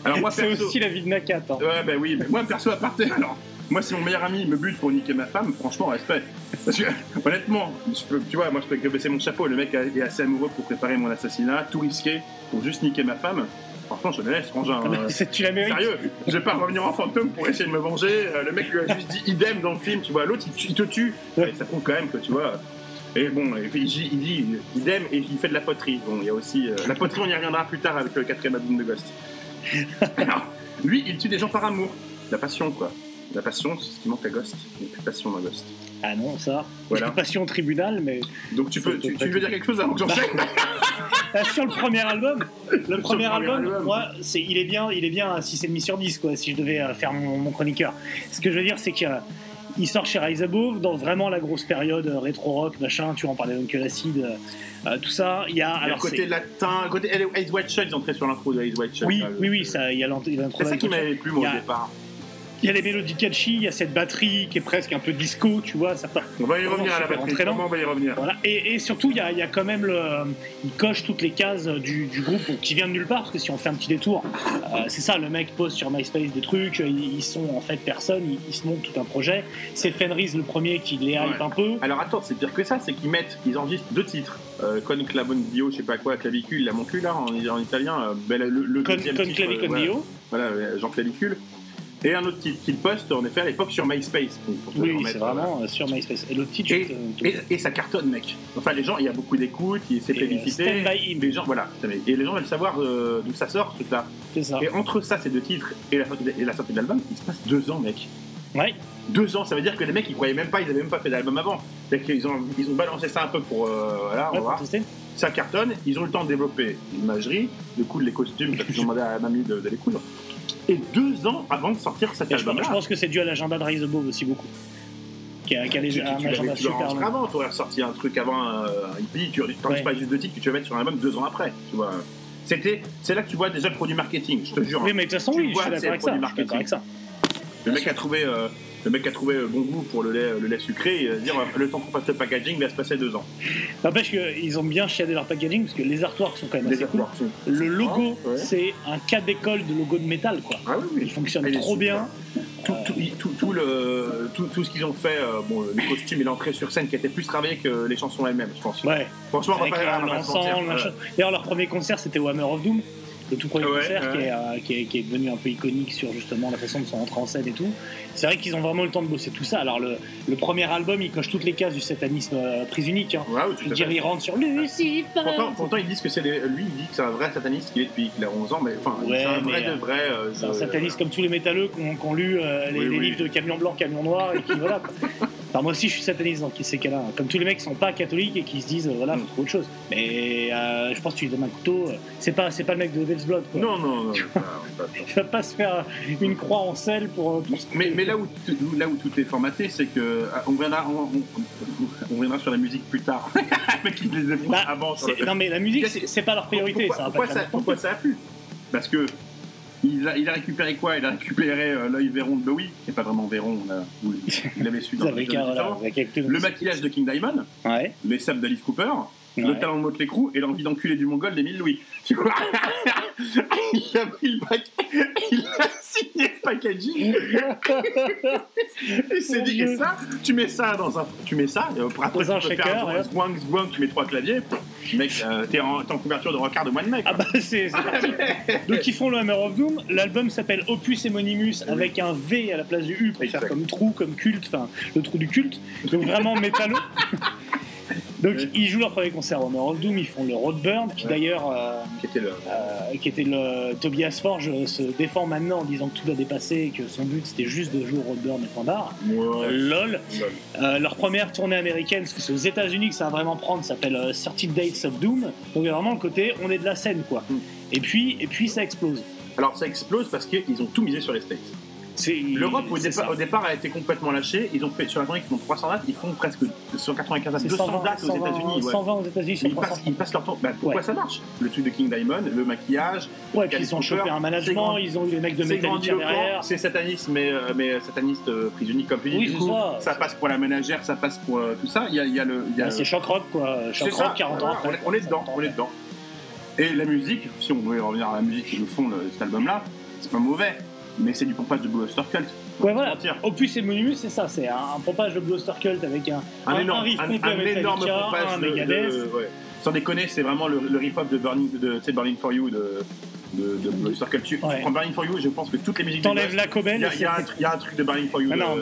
Speaker 2: Alors moi
Speaker 1: C'est
Speaker 2: perso.
Speaker 1: aussi la vie de Nakat. hein.
Speaker 2: Ouais, bah oui, mais moi perso à part. Alors, moi si mon meilleur ami me bute pour niquer ma femme, franchement, respect. Parce que, honnêtement, je peux- tu vois, moi je peux que baisser mon chapeau, le mec est assez amoureux pour préparer mon assassinat, tout risqué pour juste niquer ma femme. Franchement, je le laisse, frangin.
Speaker 1: Ah bah,
Speaker 2: hein.
Speaker 1: c'est- tu la mérites.
Speaker 2: Sérieux, je vais pas revenir en fantôme pour essayer de me venger. Euh, le mec lui a juste dit idem dans le film, tu vois. L'autre, il, il te tue.
Speaker 1: Ouais.
Speaker 2: Et ça prouve quand même que tu vois. Et bon, et puis, il, dit- il dit idem et il fait de la poterie. Bon, il y a aussi. euh, la poterie, on y reviendra plus tard avec le quatrième album de Ghost. Alors, lui, il tue des gens par amour. La passion, quoi. La passion, c'est ce qui manque à Ghost. Il n'y a plus de passion dans Ghost.
Speaker 1: Ah non, ça.
Speaker 2: Voilà.
Speaker 1: J'ai passion au tribunal, mais
Speaker 2: Donc, tu, peux, tu, tu veux dire quelque chose avant que j'enchaîne
Speaker 1: Ah, sur le premier album,
Speaker 2: Sur
Speaker 1: le premier album, moi, c'est, il est bien, il est bien hein, à 6,5 sur 10, quoi, si je devais euh, faire mon, mon chroniqueur. Ce que je veux dire, c'est qu'il y a- il sort chez Rise Above dans vraiment la grosse période euh, rétro rock, machin, tu en parlais donc l'acide, euh, tout ça. Il y a,
Speaker 2: Alors,
Speaker 1: alors
Speaker 2: côté latin, côté Ace White Shot, ils entraient sur l'intro de Ace White
Speaker 1: c'est-
Speaker 2: Shot.
Speaker 1: oui,
Speaker 2: là, le-
Speaker 1: oui, oui, euh, ça, il y a l'int- l'intro.
Speaker 2: C'est ça qui
Speaker 1: il y a-
Speaker 2: m'avait plu, moi,
Speaker 1: Il y
Speaker 2: au
Speaker 1: a-
Speaker 2: départ.
Speaker 1: Il y a les mélodies catchy, il y a cette batterie qui est presque un peu disco, tu vois, ça part-
Speaker 2: On va y
Speaker 1: Vraiment,
Speaker 2: revenir à la
Speaker 1: super
Speaker 2: batterie.
Speaker 1: entraînant.
Speaker 2: Comment on va y revenir
Speaker 1: Voilà. Et, et surtout, il y a, il y a quand même le, il coche toutes les cases du, du groupe qui vient de nulle part, parce que si on fait un petit détour, euh, c'est ça, le mec poste sur MySpace des trucs, ils, ils sont en fait personne, ils, ils se montent tout un projet. C'est Fenris le premier qui les hype
Speaker 2: Ouais.
Speaker 1: un peu.
Speaker 2: Alors attends, c'est pire que ça, c'est qu'ils mettent, ils enregistrent deux titres. Euh, con Clavon Dio, je sais pas quoi, Clavicule, la mon cul là, en, en italien. euh, ben, le, le
Speaker 1: Con,
Speaker 2: deuxième
Speaker 1: con
Speaker 2: titre,
Speaker 1: Clavi,
Speaker 2: euh,
Speaker 1: con
Speaker 2: voilà,
Speaker 1: Dio.
Speaker 2: Voilà, euh, Jean Clavicule. Et un autre titre qu'ils postent en effet à l'époque sur MySpace. pour- pour te le
Speaker 1: Oui, oui,
Speaker 2: remettre,
Speaker 1: c'est
Speaker 2: voilà.
Speaker 1: vraiment euh, sur MySpace. Et l'autre titre, euh,
Speaker 2: Et, et ça cartonne, mec. Enfin, les gens, il y a beaucoup d'écoute, il- c'est
Speaker 1: Et, euh,
Speaker 2: plébiscité.
Speaker 1: Stand by Him.
Speaker 2: Les gens, voilà. Et les gens veulent savoir euh, d'où ça sort, ce truc-là.
Speaker 1: c'est ça.
Speaker 2: Et entre ça, ces deux titres, et la sortie de, et la sortie de l'album, il se passe deux ans, mec.
Speaker 1: Ouais.
Speaker 2: Deux ans, ça veut dire que les mecs, ils croyaient même pas, ils avaient même pas fait d'album avant. C'est-à-dire qu'ils ont, ils ont balancé ça un peu pour. euh, voilà, on
Speaker 1: Ouais,
Speaker 2: va
Speaker 1: faut
Speaker 2: voir.
Speaker 1: tester.
Speaker 2: Ça cartonne, ils ont eu le temps de développer l'imagerie, le coudre les costumes, parce qu'ils ont demandé à la mamie de, de les coudre. Et deux ans avant de sortir cet
Speaker 1: Et je,
Speaker 2: album-là.
Speaker 1: je pense que c'est dû à l'agenda de Rise Above aussi beaucoup. Qui a, qui a
Speaker 2: Tu-
Speaker 1: les-
Speaker 2: tu- tu
Speaker 1: un
Speaker 2: l'avais-
Speaker 1: agenda
Speaker 2: tu l'as
Speaker 1: super
Speaker 2: enregistré
Speaker 1: long.
Speaker 2: avant, tu aurais sorti un truc avant euh, un hippie, tu t'enregistres
Speaker 1: Ouais.
Speaker 2: pas juste deux titres que tu vas mettre sur un album deux ans après, tu vois. C'était, c'est là que tu vois déjà le produit marketing, je te jure.
Speaker 1: Oui, mais de toute façon,
Speaker 2: Tu
Speaker 1: oui, je
Speaker 2: vois,
Speaker 1: suis
Speaker 2: c'est
Speaker 1: d'accord avec
Speaker 2: le
Speaker 1: ça.
Speaker 2: produit
Speaker 1: Je suis d'accord avec ça.
Speaker 2: Le mec a trouvé, euh, le mec a trouvé euh, bon goût pour le lait, le lait sucré. Et, euh, dire euh, le temps qu'on fasse le packaging, il va se passer deux ans.
Speaker 1: Bah, N'empêche qu'ils ont bien chiadé leur packaging parce que les artworks sont quand même
Speaker 2: Des
Speaker 1: assez cool.
Speaker 2: accords.
Speaker 1: Le logo,
Speaker 2: Ah, Ouais.
Speaker 1: c'est un cas d'école de logo de métal, quoi.
Speaker 2: Ah oui, oui.
Speaker 1: Il fonctionne
Speaker 2: Il est
Speaker 1: trop
Speaker 2: super.
Speaker 1: bien.
Speaker 2: Tout, tout, il- euh, tout, tout le, tout, tout ce qu'ils ont fait, euh, bon, les costumes et l'entrée sur scène qui était plus travaillé que les chansons elles-mêmes, je pense.
Speaker 1: Ouais,
Speaker 2: Franchement, on va
Speaker 1: avec
Speaker 2: pas, on
Speaker 1: euh,
Speaker 2: va pas se mentir.
Speaker 1: l'ensemble, machin. D'ailleurs, leur premier concert, c'était au Hammer of Doom. Le tout premier
Speaker 2: Ah Ouais,
Speaker 1: concert
Speaker 2: ouais.
Speaker 1: Qui, est, euh, qui, est, qui est devenu un peu iconique sur justement la façon de s'en rentrer en scène et tout. C'est vrai qu'ils ont vraiment eu le temps de bosser tout ça. Alors, le, le premier album, il coche toutes les cases du satanisme euh, prise unique. Hein.
Speaker 2: Ouais, ouais, tout
Speaker 1: Je
Speaker 2: à
Speaker 1: veux
Speaker 2: fait.
Speaker 1: dire, ils rentrent sur Lucifer.
Speaker 2: Pourtant, pourtant, ils disent que c'est des- lui, il dit que c'est un vrai sataniste qu'il est depuis qu'il a 11 ans, mais enfin,
Speaker 1: Ouais,
Speaker 2: c'est un
Speaker 1: mais,
Speaker 2: vrai
Speaker 1: euh,
Speaker 2: de vrai. euh,
Speaker 1: C'est un
Speaker 2: de-
Speaker 1: sataniste comme tous les métalleux qui ont, qui ont lu euh, les,
Speaker 2: Oui,
Speaker 1: les
Speaker 2: oui.
Speaker 1: livres de camion blanc, camion noir, et qui voilà. quoi. Enfin, moi aussi, je suis sataniste dans ces cas-là. hein. Comme tous les mecs qui sont pas catholiques et qui se disent, euh, voilà, faut trouver autre chose. Mais euh, je pense que tu lui donnes un couteau. euh, C'est pas, c'est pas le mec de Devil's Blood. Quoi.
Speaker 2: euh, Non, non, non. non, non, non.
Speaker 1: Tu vas pas se faire une croix en sel pour. euh, pour se-
Speaker 2: Mais, mais là, où, tout- où- là où tout est formaté, c'est que ah, on reviendra, on, on- on reviendra sur la musique plus tard. Le mec, il les écoute
Speaker 1: Bah,
Speaker 2: avant. sur
Speaker 1: c'est-
Speaker 2: le-
Speaker 1: non, mais la musique, c'est c'est pas leur priorité.
Speaker 2: pourquoi,
Speaker 1: ça va pas
Speaker 2: pourquoi
Speaker 1: être
Speaker 2: ça,
Speaker 1: la-
Speaker 2: pourquoi ça a plu Parce que il a, il a récupéré quoi Il a récupéré euh, l'œil Véron de Bowie, qui n'est pas vraiment Véron, on a- vous, vous l'avez su dans
Speaker 1: Vous
Speaker 2: le
Speaker 1: avez qu'à, voilà, vous avez qu'à écouter
Speaker 2: Le maquillage de King Diamond,
Speaker 1: Ouais.
Speaker 2: les sables d'Alice Cooper, le
Speaker 1: Ouais.
Speaker 2: talent de Motley Crue et l'envie d'enculer du Mongol d'Emile Louis. Tu vois Il a pris le pack- il a signé le packaging. Il s'est
Speaker 1: Mon
Speaker 2: dit,
Speaker 1: Dieu.
Speaker 2: et ça, tu mets ça dans un. Tu mets ça, et après,
Speaker 1: Dans un
Speaker 2: tu peux
Speaker 1: shaker,
Speaker 2: faire
Speaker 1: ouais.
Speaker 2: un zgouang, zgouang, tu mets trois claviers. Mec, euh, t'es en, t'es en couverture de rencard de mois de mec.
Speaker 1: Ah bah c'est c'est parti. Donc ils font le Hammer of Doom. L'album s'appelle Opus Hemonimus avec un V à la place du U pour
Speaker 2: Exact.
Speaker 1: faire comme trou, comme culte, enfin le trou du culte. Donc vraiment métallo. Donc
Speaker 2: Ouais.
Speaker 1: ils jouent leur premier concert au Hammer of Doom. Ils font le Roadburn qui
Speaker 2: Ouais.
Speaker 1: d'ailleurs, euh,
Speaker 2: Qui était le-
Speaker 1: euh, qui était le Tobias Forge, euh, se défend maintenant en disant que tout l'a dépassé et que son but c'était juste de jouer au Roadburn et point barre.
Speaker 2: Moi,
Speaker 1: Euh, LOL.
Speaker 2: lol.
Speaker 1: Euh, leur première tournée américaine, parce que c'est aux États-Unis que ça va vraiment prendre, s'appelle euh, 30 Dates of Doom. Donc il y a vraiment le côté, on est de la scène quoi.
Speaker 2: Mm.
Speaker 1: Et puis, et puis ça explose.
Speaker 2: Alors ça explose parce qu'ils ont tout misé sur les States.
Speaker 1: C'est-
Speaker 2: L'Europe, au,
Speaker 1: c'est
Speaker 2: départ-
Speaker 1: ça.
Speaker 2: au départ, a été complètement lâchée. Ils ont fait, sur la journée, ils font 300 dates, ils font presque 195 dates,
Speaker 1: C'est
Speaker 2: 200
Speaker 1: 120,
Speaker 2: dates aux
Speaker 1: 120,
Speaker 2: États-Unis. ouais.
Speaker 1: 120 aux États-Unis
Speaker 2: Mais
Speaker 1: sur
Speaker 2: Ils
Speaker 1: 300.
Speaker 2: passent, ils passent leur temps. Bah, pourquoi
Speaker 1: Ouais.
Speaker 2: ça marche Le truc de King Diamond, le maquillage,
Speaker 1: Ouais, puis ils
Speaker 2: Alice
Speaker 1: ont
Speaker 2: Cooper,
Speaker 1: chopé un
Speaker 2: c'est grand-
Speaker 1: management, ils ont eu les mecs de
Speaker 2: c'est
Speaker 1: Metallica
Speaker 2: grandiloquent,
Speaker 1: derrière.
Speaker 2: c'est sataniste, mais, euh, mais sataniste euh, prisonnier comme
Speaker 1: Oui,
Speaker 2: du
Speaker 1: c'est
Speaker 2: coup,
Speaker 1: ça.
Speaker 2: passe pour la ménagère, ça passe pour euh, tout ça. Il y a, il y a le. il y a
Speaker 1: Ouais,
Speaker 2: le-
Speaker 1: C'est choc rock quoi,
Speaker 2: c'est
Speaker 1: choc
Speaker 2: ça,
Speaker 1: rock 40 ans
Speaker 2: voilà, on
Speaker 1: après.
Speaker 2: est- on est dedans,
Speaker 1: 40 ans
Speaker 2: on est
Speaker 1: après.
Speaker 2: dedans. Et la musique, si on veut revenir à la musique qu'ils le font, le- cet album-là, c'est pas mauvais, mais c'est du pompage de Buster Cult.
Speaker 1: Ouais, voilà.
Speaker 2: Mentir.
Speaker 1: Opus et Monumus, c'est ça, c'est un, un pompage de Bluster Cult avec un,
Speaker 2: un, énorme,
Speaker 1: riff
Speaker 2: un,
Speaker 1: complet
Speaker 2: un
Speaker 1: avec
Speaker 2: énorme
Speaker 1: Metallica,
Speaker 2: pompage
Speaker 1: un
Speaker 2: de,
Speaker 1: Megadeth.
Speaker 2: de- ouais. Sans déconner, c'est vraiment le, le rip-hop de Burning, de, tu sais, Burning for You de, de, de Buster Cult. Tu
Speaker 1: Ouais.
Speaker 2: prends Burning for You, je pense que toutes les musiques.
Speaker 1: T'enlèves la
Speaker 2: Il y,
Speaker 1: Cobel
Speaker 2: a- il y a un truc- il y a un truc de Burning for You.
Speaker 1: Ah non,
Speaker 2: de-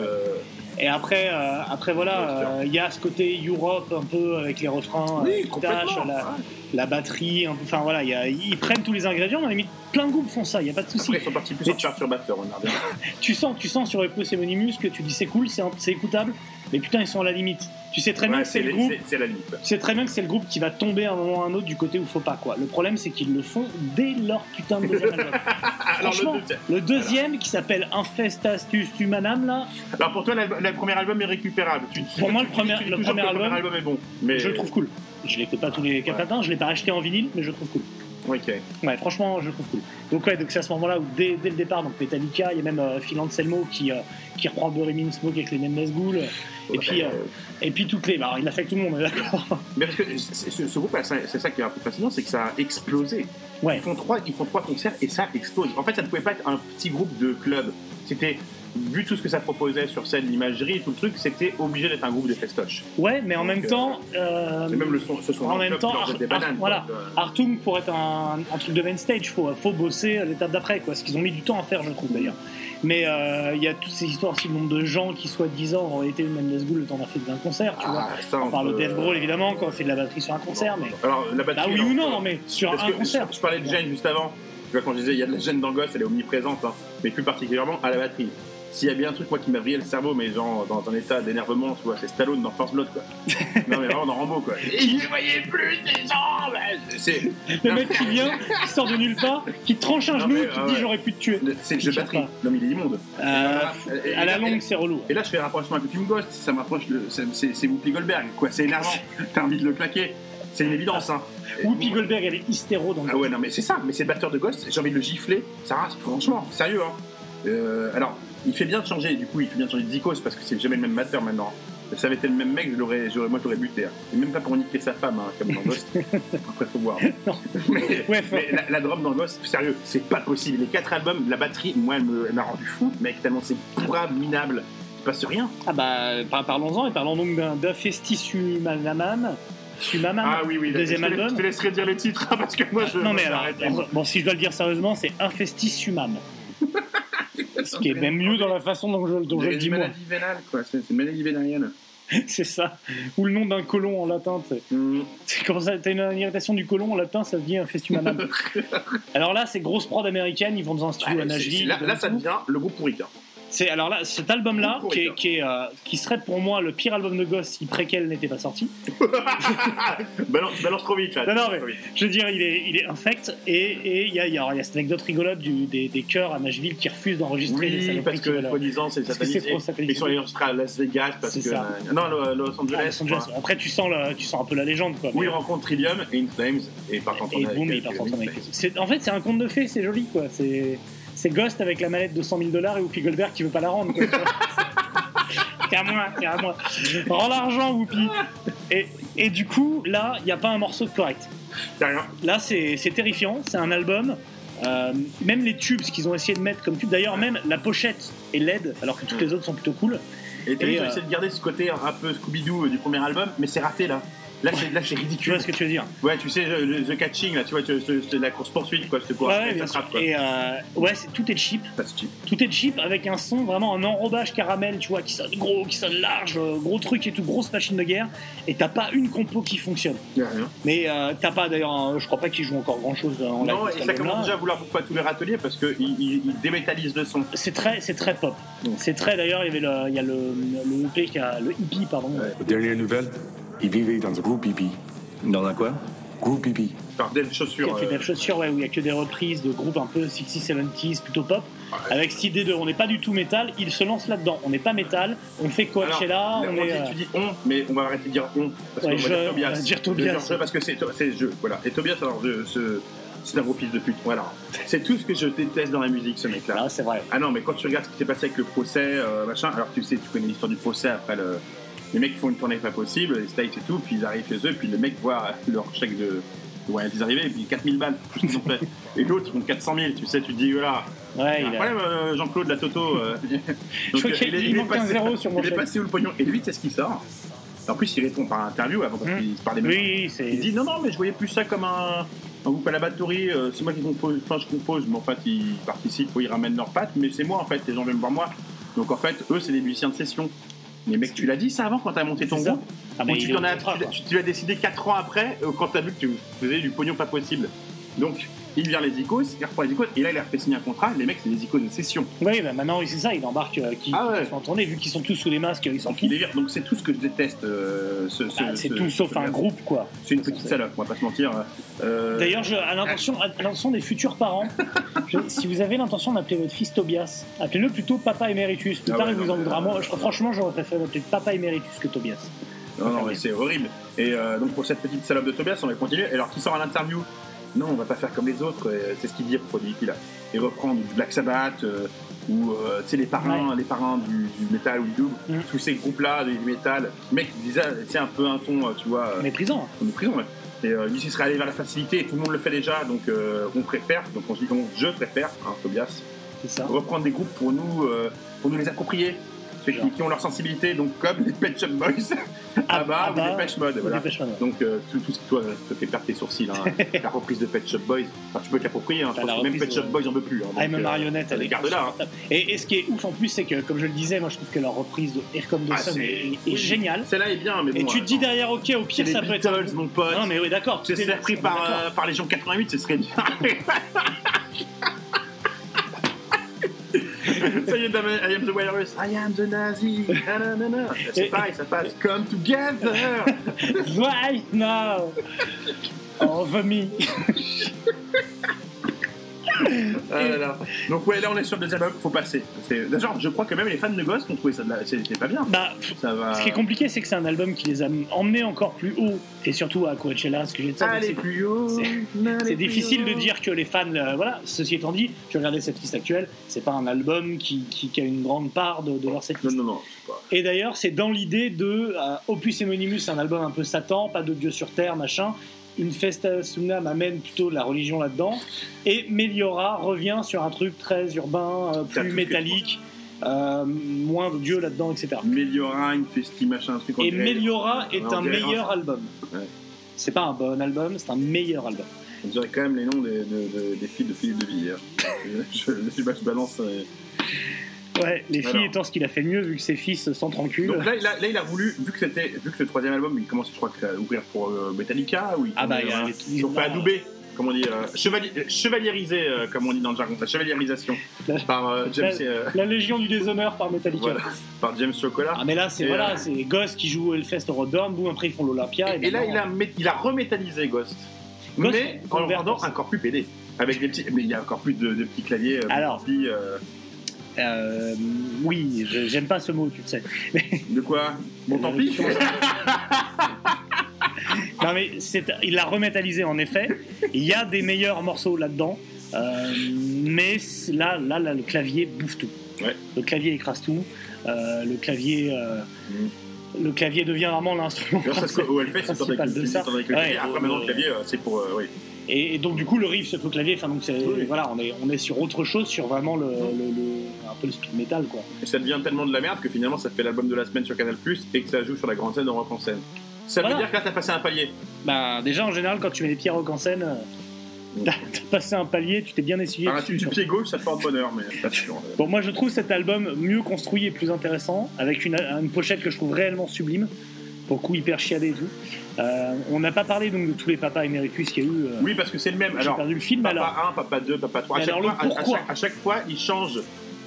Speaker 1: mais- et après, euh, après voilà,
Speaker 2: Bluster.
Speaker 1: euh, il y a ce côté Europe un peu avec les refrains, euh,
Speaker 2: oui,
Speaker 1: qui tâchent,
Speaker 2: complètement.
Speaker 1: la, la batterie, un peu- enfin voilà, il y a- ils prennent tous les ingrédients, mais à la limite, plein de groupes font ça, il n'y a pas de souci.
Speaker 2: Après, ils sont partis plus sur Perturbator, on a bien.
Speaker 1: tu sens, tu sens sur Opus et Monimus que tu dis c'est cool, c'est c'est écoutable, mais putain ils sont à la limite. Tu sais très bien
Speaker 2: Ouais,
Speaker 1: que c'est
Speaker 2: C'est
Speaker 1: le groupe,
Speaker 2: c'est- c'est la limite.
Speaker 1: tu sais très bien que c'est le groupe qui va tomber à un moment ou à un autre du côté où faut pas quoi. Le problème c'est qu'ils le font dès leur putain de deuxième album.
Speaker 2: Alors,
Speaker 1: Franchement,
Speaker 2: le deuxième-
Speaker 1: le deuxième qui s'appelle Infestastus Humanam là,
Speaker 2: Alors, pour toi, la- le premier album est récupérable. Tu- tu-
Speaker 1: Pour moi,
Speaker 2: tu-
Speaker 1: le
Speaker 2: tu dis
Speaker 1: premier-
Speaker 2: toujours
Speaker 1: le
Speaker 2: que
Speaker 1: premier album,
Speaker 2: est bon. Mais...
Speaker 1: je le trouve cool. Je l'écoute pas tous les quatre
Speaker 2: Ouais.
Speaker 1: matins, je l'ai pas acheté en vinyle, mais je le trouve cool.
Speaker 2: Ok.
Speaker 1: Ouais, franchement, je le trouve cool. Donc ouais, donc c'est à ce moment-là où dès, dès le départ, donc Metallica, il y a même euh, Phil Anselmo qui euh, qui reprend Bury Mean Smoke avec les Mendes Ghoul, et puis euh, et puis toutes les, bah, il affecte tout le monde, on est d'accord.
Speaker 2: Mais parce que c'est- ce, ce groupe, c'est c'est ça qui est un peu fascinant, c'est que ça a explosé.
Speaker 1: Ouais.
Speaker 2: Ils font trois, ils font trois concerts et ça explose. En fait, ça ne pouvait pas être un petit groupe de club. C'était vu tout ce que ça proposait sur scène, l'imagerie et tout le truc, c'était obligé d'être un groupe de festoches.
Speaker 1: Ouais, mais en
Speaker 2: Donc,
Speaker 1: même
Speaker 2: euh,
Speaker 1: temps, euh,
Speaker 2: Et même le son, ce son
Speaker 1: en
Speaker 2: dans le
Speaker 1: même
Speaker 2: club,
Speaker 1: temps,
Speaker 2: leur jette des
Speaker 1: Ar- Ar-
Speaker 2: bananes,
Speaker 1: voilà.
Speaker 2: quoi. Euh,
Speaker 1: Artung pour être un, un truc de main stage, faut, faut bosser à l'étape d'après, quoi. Ce qu'ils ont mis du temps à faire, je trouve d'ailleurs. Mais euh, il y a toutes ces histoires aussi, le nombre de gens qui, soi-disant, auraient été une Mendes Ghoul le temps d'un fait d'un concert, tu vois.
Speaker 2: ah, ça,
Speaker 1: On
Speaker 2: on
Speaker 1: parle de
Speaker 2: peut-
Speaker 1: Dave Grohl évidemment quand on fait de la batterie sur un concert, mais
Speaker 2: Alors, la
Speaker 1: bah
Speaker 2: batterie.
Speaker 1: oui
Speaker 2: alors,
Speaker 1: ou non,
Speaker 2: euh,
Speaker 1: mais sur
Speaker 2: Parce
Speaker 1: un
Speaker 2: que
Speaker 1: concert.
Speaker 2: je, je parlais de gêne juste avant. Tu vois, quand je disais, il y a de la gêne dans le gosse, elle est omniprésente, hein, mais plus particulièrement à la batterie. S'il y a bien un truc, moi, qui m'a brillé le cerveau, mais genre dans un état d'énervement, tu vois, c'est Stallone dans Force Blood, quoi. non, mais vraiment dans Rambo, quoi. Il ne voyait plus ses jambes C'est.
Speaker 1: Le mec qui vient, qui sort de nulle part, qui te tranche un
Speaker 2: Non,
Speaker 1: genou,
Speaker 2: mais,
Speaker 1: et qui
Speaker 2: ah
Speaker 1: te dit
Speaker 2: ouais.
Speaker 1: j'aurais pu te tuer.
Speaker 2: C'est le jeu de
Speaker 1: Je
Speaker 2: batterie.
Speaker 1: sais pas.
Speaker 2: Non, mais il est immonde.
Speaker 1: Euh,
Speaker 2: Et- et-
Speaker 1: à la
Speaker 2: et-
Speaker 1: longue, c'est relou.
Speaker 2: Et là, je fais un rapprochement avec Tim Ghost, ça m'approche, le- c'est- c'est c'est Whoopi Goldberg, quoi. C'est énervant. T'as envie de le claquer. C'est une évidence, hein.
Speaker 1: Whoopi Goldberg, elle est hystéro dans le
Speaker 2: Ah ouais, non, mais c'est ça, mais c'est le batteur de Ghost, j'ai envie de le gifler, ça rase, franchement, sérieux, hein. Euh, alors, il fait bien de changer, du coup, il fait bien de changer de Zikos parce que c'est jamais le même batteur maintenant. Ça avait été le même mec, je l'aurais, j'aurais- moi je l'aurais buté. hein. Et même pas pour niquer sa femme, hein, comme dans Ghost. Après, faut voir.
Speaker 1: Non.
Speaker 2: Mais,
Speaker 1: Ouais, faut-
Speaker 2: mais la, la drum dans Ghost, sérieux, c'est pas possible. Les quatre albums, la batterie, moi, elle me- elle m'a rendu fou, mec, tellement c'est bras minable. Il se passe rien.
Speaker 1: Ah bah par- parlons-en et parlons donc d'un d'un Festis Humanamam. Humanamam.
Speaker 2: Ah oui, oui,
Speaker 1: deuxième
Speaker 2: je te, la-
Speaker 1: album. Ah,
Speaker 2: Je te laisserai dire le titre parce que moi je.
Speaker 1: non mais
Speaker 2: je
Speaker 1: alors,
Speaker 2: vais arrêter.
Speaker 1: bon si je dois le dire sérieusement, c'est Infestis Humam. Ce qui est même mieux dans la façon dont je, dont je
Speaker 2: C'est
Speaker 1: le dis
Speaker 2: une
Speaker 1: moi.
Speaker 2: maladie vénale, quoi. C'est c'est une maladie vénérienne.
Speaker 1: C'est ça. Ou le nom d'un colon en latin. t'sais.
Speaker 2: Hmm.
Speaker 1: C'est Quand ça- t'as une, une irritation du colon en latin, ça se dit Infestis Humanam. alors là, c'est grosse prod américaine. Ils vont dans un
Speaker 2: Ah,
Speaker 1: studio à
Speaker 2: c'est-
Speaker 1: Nashville.
Speaker 2: c'est- là,
Speaker 1: ils
Speaker 2: là,
Speaker 1: donnent
Speaker 2: ça
Speaker 1: tout.
Speaker 2: devient le groupe pourri. hein.
Speaker 1: C'est alors là, cet album-là, qui, est- qui, est, euh, qui serait pour moi le pire album de Ghost si Préquel n'était pas sorti.
Speaker 2: balance, balance trop vite là.
Speaker 1: Non, non,
Speaker 2: Balance
Speaker 1: mais-
Speaker 2: trop vite.
Speaker 1: Je veux dire, il est, il est infect et et il y a, il y a- alors, il y a cette anecdote rigolote du, des, des chœurs à Nashville qui refusent d'enregistrer les
Speaker 2: Oui,
Speaker 1: saloperies
Speaker 2: parce
Speaker 1: qu'ils
Speaker 2: que
Speaker 1: veulent.
Speaker 2: soi-disant c'est
Speaker 1: Parce que c'est
Speaker 2: satanisé.
Speaker 1: trop satanisé.
Speaker 2: Ils sont allés enregistrer à Las Vegas parce
Speaker 1: C'est
Speaker 2: que.
Speaker 1: ça.
Speaker 2: Non, le- le Los
Speaker 1: Ah,
Speaker 2: Angeles.
Speaker 1: Los Angeles.
Speaker 2: quoi.
Speaker 1: Après, tu sens, la- tu sens un peu la légende. Quoi,
Speaker 2: Où
Speaker 1: Mais-
Speaker 2: ils rencontrent Trillium et In Flames. Et par contre,
Speaker 1: et boum, il part en train de- C'est- En fait, c'est un conte de fées, c'est joli. quoi. C'est c'est Ghost avec la mallette de 100 000 dollars et Whoopi Goldberg qui veut pas la rendre. quoi. Tiens à moi, tiens à moi. Rends l'argent, Whoopi. Et, et du coup, là, il n'y a pas un morceau de correct. Là, c'est c'est terrifiant. C'est un album. Euh, même les tubes, ce qu'ils ont essayé de mettre comme tube. D'ailleurs, même la pochette est laide, alors que toutes les autres sont plutôt cool.
Speaker 2: Et t'as vu,
Speaker 1: Et,
Speaker 2: ils ont
Speaker 1: euh,
Speaker 2: essayé de garder ce côté un peu Scooby-Doo euh, du premier album, mais c'est raté là. Là, c'est là, c'est
Speaker 1: Tu
Speaker 2: ridicule.
Speaker 1: vois ce que tu veux dire
Speaker 2: Ouais, tu sais, le, le- the catching, là, tu vois, tu- tu- tu- la course-poursuite, quoi, ce cours.
Speaker 1: Ouais, ouais, bien sûr. Et euh, ouais, c'est- tout est cheap. Tout est cheap avec un son vraiment un enrobage caramel, tu vois, qui sonne gros, qui sonne large, euh, gros truc et tout, grosse machine de guerre. Et t'as pas une compo qui fonctionne. Mais euh, t'as pas d'ailleurs, un- je crois pas qu'ils jouent encore grand chose en live.
Speaker 2: Non,
Speaker 1: de
Speaker 2: et
Speaker 1: cet
Speaker 2: ça
Speaker 1: album-là.
Speaker 2: commence déjà à vouloir pourquoi tous les râteliers parce qu'ils ils, ils démétallisent le son.
Speaker 1: C'est très, c'est très pop. C'est très d'ailleurs, il y avait le, il y a le, le EP qui a, le hippie, pardon,
Speaker 7: Aux dernières nouvelles, il vivait dans un groupe hippie.
Speaker 3: Dans un quoi
Speaker 7: Groupe hippie.
Speaker 2: Par Dave
Speaker 1: qui
Speaker 2: Chaussure.
Speaker 1: a fait
Speaker 2: euh,
Speaker 1: Dave Chaussure, ouais, où il y a que des reprises de groupes un peu 60s, 70s, plutôt pop. avec cette idée de on n'est pas du tout métal, il se lance là-dedans. On n'est pas métal, on fait Coachella,
Speaker 2: Alors,
Speaker 1: on
Speaker 2: on
Speaker 1: est.
Speaker 2: dit-
Speaker 1: euh,
Speaker 2: tu dis on, mais on va arrêter de dire on. Parce
Speaker 1: Ouais,
Speaker 2: qu'on va
Speaker 1: je-
Speaker 2: dire
Speaker 1: on
Speaker 2: Tobias.
Speaker 1: va dire Tobias.
Speaker 2: Genre, Parce que c'est c'est je. Voilà. Et Tobias, alors, je- ce- c'est un gros fils de pute. Voilà. C'est tout ce que je déteste dans la musique, ce mec-là.
Speaker 1: Ah, c'est vrai.
Speaker 2: Ah non, mais quand tu regardes ce qui s'est passé avec le procès, euh, machin, alors tu sais, tu connais l'histoire du procès après le. Les mecs font une tournée pas possible, les States et tout, puis ils arrivent chez eux, puis le mec voit leur chèque de. Ouais, ils arrivaient, et puis 4000 balles, tout ce qu'ils ont fait. Et l'autre, ils ont 400 000, tu sais, tu te dis, voilà.
Speaker 1: Ouais,
Speaker 2: Il y a un
Speaker 1: il a-
Speaker 2: problème, euh, Jean-Claude, la Toto. euh. Donc,
Speaker 1: crois
Speaker 2: euh,
Speaker 1: qu'il-
Speaker 2: il est-
Speaker 1: il
Speaker 2: il est
Speaker 1: manque un
Speaker 2: passé-
Speaker 1: zéro sur mon
Speaker 2: Il est
Speaker 1: chèque.
Speaker 2: passé où le pognon Et lui, c'est ce qu'il sort. En plus, il répond par interview avant
Speaker 1: Mm.
Speaker 2: qu'il se parlait même.
Speaker 1: Oui, c'est.
Speaker 2: Il dit non, non, mais je voyais plus ça comme un, un groupe à la batterie. euh, c'est moi qui compose, enfin je compose, mais en fait ils participent, ou ils ramènent leurs pattes, mais c'est moi en fait, les gens viennent voir moi. Donc en fait, eux, c'est des musiciens de session. Mais mec, tu l'as dit ça avant quand t'as monté ton
Speaker 1: C'est ça.
Speaker 2: groupe
Speaker 1: Ah, mais
Speaker 2: Ou
Speaker 1: il
Speaker 2: tu
Speaker 1: est
Speaker 2: t'en
Speaker 1: au
Speaker 2: as-
Speaker 1: contrat,
Speaker 2: tu-
Speaker 1: quoi.
Speaker 2: tu- tu l'as décidé 4 ans après euh, quand t'as vu que tu faisais du pognon pas possible. Donc il vient les Icos, il reprend les Icos, et là il a fait signer un contrat. Les mecs, c'est des Icos de session.
Speaker 1: Oui, bah maintenant, oui, c'est ça, il embarque euh, qui
Speaker 2: Ah ouais.
Speaker 1: qui sont en tournée, vu qu'ils sont tous sous les masques, ils s'en
Speaker 2: Donc, il
Speaker 1: foutent.
Speaker 2: est- donc c'est tout ce que je déteste. euh, ce- ce-
Speaker 1: Ah, C'est
Speaker 2: ce-
Speaker 1: tout sauf
Speaker 2: ce
Speaker 1: un
Speaker 2: gars.
Speaker 1: groupe, quoi.
Speaker 2: C'est une petite salope, on va pas se mentir. Euh,
Speaker 1: D'ailleurs, je- à l'intention, à l'intention des futurs parents, je- si vous avez l'intention d'appeler votre fils Tobias, appelez-le plutôt Papa Emeritus. Plus
Speaker 2: Ah
Speaker 1: tard,
Speaker 2: ouais,
Speaker 1: il vous
Speaker 2: non,
Speaker 1: en
Speaker 2: mais,
Speaker 1: voudra.
Speaker 2: euh,
Speaker 1: Moi, je- franchement, j'aurais préféré l'appeler Papa Emeritus que Tobias.
Speaker 2: Non, non, mais c'est horrible. Et euh, donc pour cette petite salope de Tobias, on va continuer. Et Alors qui sort à l'interview Non, on va pas faire comme les autres. Et, euh, C'est ce qu'il dit au produit qu'il a. Et reprendre du Black Sabbath euh, ou euh, tu sais les parrains, les parrains du, du métal ou du double,
Speaker 1: Mhm.
Speaker 2: tous ces groupes-là du métal. Le mec il disait c'est un peu un ton, euh, tu vois, euh,
Speaker 1: Méprisant. hein,
Speaker 2: comme prison. ouais. Et euh, lui, il serait allé vers la facilité. Et tout le monde le fait déjà, donc euh, on préfère. Donc on se dit bon, je préfère, hein, Tobias,
Speaker 1: C'est ça.
Speaker 2: reprendre des groupes pour nous, euh, pour nous les approprier. Ceux qui, qui ont leur sensibilité, donc comme les Pet Shop Boys,
Speaker 1: Ah
Speaker 2: Abba,
Speaker 1: Abba,
Speaker 2: ou les Pêche Mode.
Speaker 1: Ou
Speaker 2: Voilà.
Speaker 1: Dépêche bah, Mode.
Speaker 2: Donc euh, tout, tout ce qui toi te fait perdre tes sourcils, hein. la reprise de Pet Shop Boys, Enfin, tu peux te l'approprier, hein. Je
Speaker 1: Bah,
Speaker 2: pense
Speaker 1: la
Speaker 2: que même
Speaker 1: reprise,
Speaker 2: Pet Shop
Speaker 1: euh,
Speaker 2: Boys en veut plus. Hein. Donc,
Speaker 1: I'm a
Speaker 2: euh,
Speaker 1: marionnette, elle est
Speaker 2: garde là. hein.
Speaker 1: Et, et ce qui est ouf en plus, c'est que, comme je le disais, moi je trouve que leur reprise de Here Comes the
Speaker 2: Ah,
Speaker 1: Sun
Speaker 2: c'est-
Speaker 1: est, est
Speaker 2: oui.
Speaker 1: géniale.
Speaker 2: Celle-là est bien, mais bon.
Speaker 1: Et tu te dis
Speaker 2: attends.
Speaker 1: derrière, ok, au
Speaker 2: C'est
Speaker 1: pire
Speaker 2: les
Speaker 1: ça peut être. un
Speaker 2: Beatles,
Speaker 1: groupe.
Speaker 2: mon pote.
Speaker 1: Non, mais oui, d'accord.
Speaker 2: C'est
Speaker 1: tout est-
Speaker 2: repris
Speaker 1: on est
Speaker 2: par,
Speaker 1: d'accord.
Speaker 2: euh, par les gens 88, ce serait bien. ça y est, dans I am the virus, I am the Nazi. Ah, non, non, non. C'est pareil, ça passe. Come together.
Speaker 1: Right now! Oh, Over me!
Speaker 2: Ah là là. Donc ouais, là on est sur le deuxième album, faut passer. C'est- Genre, je crois que même les fans de Ghost ont trouvé ça de la- c'était pas bien.
Speaker 1: Bah, pff,
Speaker 2: Ça va.
Speaker 1: ce qui est compliqué, c'est que c'est un album qui les a emmenés encore plus haut, et surtout à Coachella, ce que j'ai dit. ça, donc
Speaker 2: Allez
Speaker 1: c'est-
Speaker 2: plus haut.
Speaker 1: C'est difficile de dire que les fans. euh, voilà, ceci étant dit, je regardais cette liste actuelle, c'est pas un album qui, qui- qui a une grande part de, de leur setlist.
Speaker 2: Non, non, non, je sais pas.
Speaker 1: Et d'ailleurs, c'est dans l'idée de euh, Opus Hemonimus, un album un peu Satan, pas de Dieu sur Terre, machin. Une festa Sunam amène plutôt de la religion là-dedans. Et Meliora revient sur un truc très urbain, euh,
Speaker 2: T'as tout
Speaker 1: plus
Speaker 2: fait,
Speaker 1: métallique, euh, moins de Dieu là-dedans, etc.
Speaker 2: Meliora, une festi, machin, un truc. on
Speaker 1: Et
Speaker 2: dirait-
Speaker 1: Meliora
Speaker 2: on
Speaker 1: est
Speaker 2: dirait-
Speaker 1: un meilleur album.
Speaker 2: Ouais.
Speaker 1: C'est pas un bon album, c'est un meilleur album.
Speaker 2: On dirait quand même les noms des, de- de- des filles de Philippe de Villiers. hein. je, je, je balance. euh.
Speaker 1: Ouais, les filles
Speaker 2: Alors.
Speaker 1: étant ce qu'il a fait de mieux, vu que ses fils sont tranquilles.
Speaker 2: Donc là, il a, là, il a voulu, vu que c'était, vu que le troisième album, il commence, je crois, que, à ouvrir pour euh, Metallica, ou il
Speaker 1: Ah bah, il y a
Speaker 2: euh,
Speaker 1: les-
Speaker 2: ils ont fait adouber, comme on dit, euh, chevali- euh, chevaliérisé, euh, comme on dit dans le jargon, la chevaliérisation par euh, James, euh,
Speaker 1: La Légion du déshonneur par Metallica.
Speaker 2: Voilà. par James Chocolat.
Speaker 1: Ah mais là c'est
Speaker 2: Et,
Speaker 1: voilà,
Speaker 2: euh,
Speaker 1: c'est les gosses qui jouent au Hellfest au Rotterdam, boum après ils font l'Olympia.
Speaker 2: Et, et là,
Speaker 1: maintenant,
Speaker 2: il a, mé- il a remétallisé Ghost.
Speaker 1: Ah, Ghost,
Speaker 2: mais
Speaker 1: on
Speaker 2: en le
Speaker 1: verra
Speaker 2: rendant
Speaker 1: ça.
Speaker 2: encore plus pédé. Avec des petits, mais il y a encore plus de, de petits claviers. euh,
Speaker 1: Alors.
Speaker 2: petits, euh,
Speaker 1: euh, oui, je- j'aime pas ce mot, tu le sais.
Speaker 2: de quoi Bon, tant pis.
Speaker 1: Non mais c'est, il l'a remétallisé en effet. Il y a des meilleurs morceaux là-dedans, Euh, mais c'est- là, là, là, le clavier bouffe tout.
Speaker 2: Ouais.
Speaker 1: Le clavier écrase tout. Euh, le clavier, euh, le clavier devient vraiment l'instrument.
Speaker 2: Mm. Grâce à ce qu'au Hellfest, c'est
Speaker 1: principal
Speaker 2: avec le
Speaker 1: de ça.
Speaker 2: c'est avec le
Speaker 1: Ouais,
Speaker 2: clavier. Après,
Speaker 1: euh,
Speaker 2: maintenant, le clavier, euh, c'est pour. euh, oui.
Speaker 1: Et, et donc du coup le riff se fait au clavier. Enfin donc c'est,
Speaker 2: Oui.
Speaker 1: voilà, on est on est sur autre chose, sur vraiment le, le- le- un peu le speed metal quoi.
Speaker 2: Et ça devient tellement de la merde que finalement, ça fait l'album de la semaine sur Canal Plus et que ça joue sur la grande scène de Rock en scène. Ça
Speaker 1: Voilà.
Speaker 2: veut dire que là, t'as passé un palier.
Speaker 1: Bah déjà en général quand tu mets les pieds rock en scène, euh, t'as t'as passé un palier, tu t'es bien essuyé.
Speaker 2: Par un
Speaker 1: dessus,
Speaker 2: du
Speaker 1: quoi.
Speaker 2: pied gauche, ça te porte bonheur, mais pas sûr. euh.
Speaker 1: Bon moi je trouve cet album mieux construit et plus intéressant, avec une, une pochette que je trouve réellement sublime, pour le coup hyper chiadée et tout. Euh, on n'a pas parlé donc de tous les papas éméritus qu'il y a eu. euh,
Speaker 2: Oui, parce que c'est le même.
Speaker 1: J'ai
Speaker 2: Alors,
Speaker 1: perdu le film
Speaker 2: Papa
Speaker 1: alors.
Speaker 2: 1, papa 2, papa 3. À
Speaker 1: Mais
Speaker 2: chaque,
Speaker 1: alors, le
Speaker 2: fois, à- à
Speaker 1: pourquoi
Speaker 2: chaque- à chaque fois, il change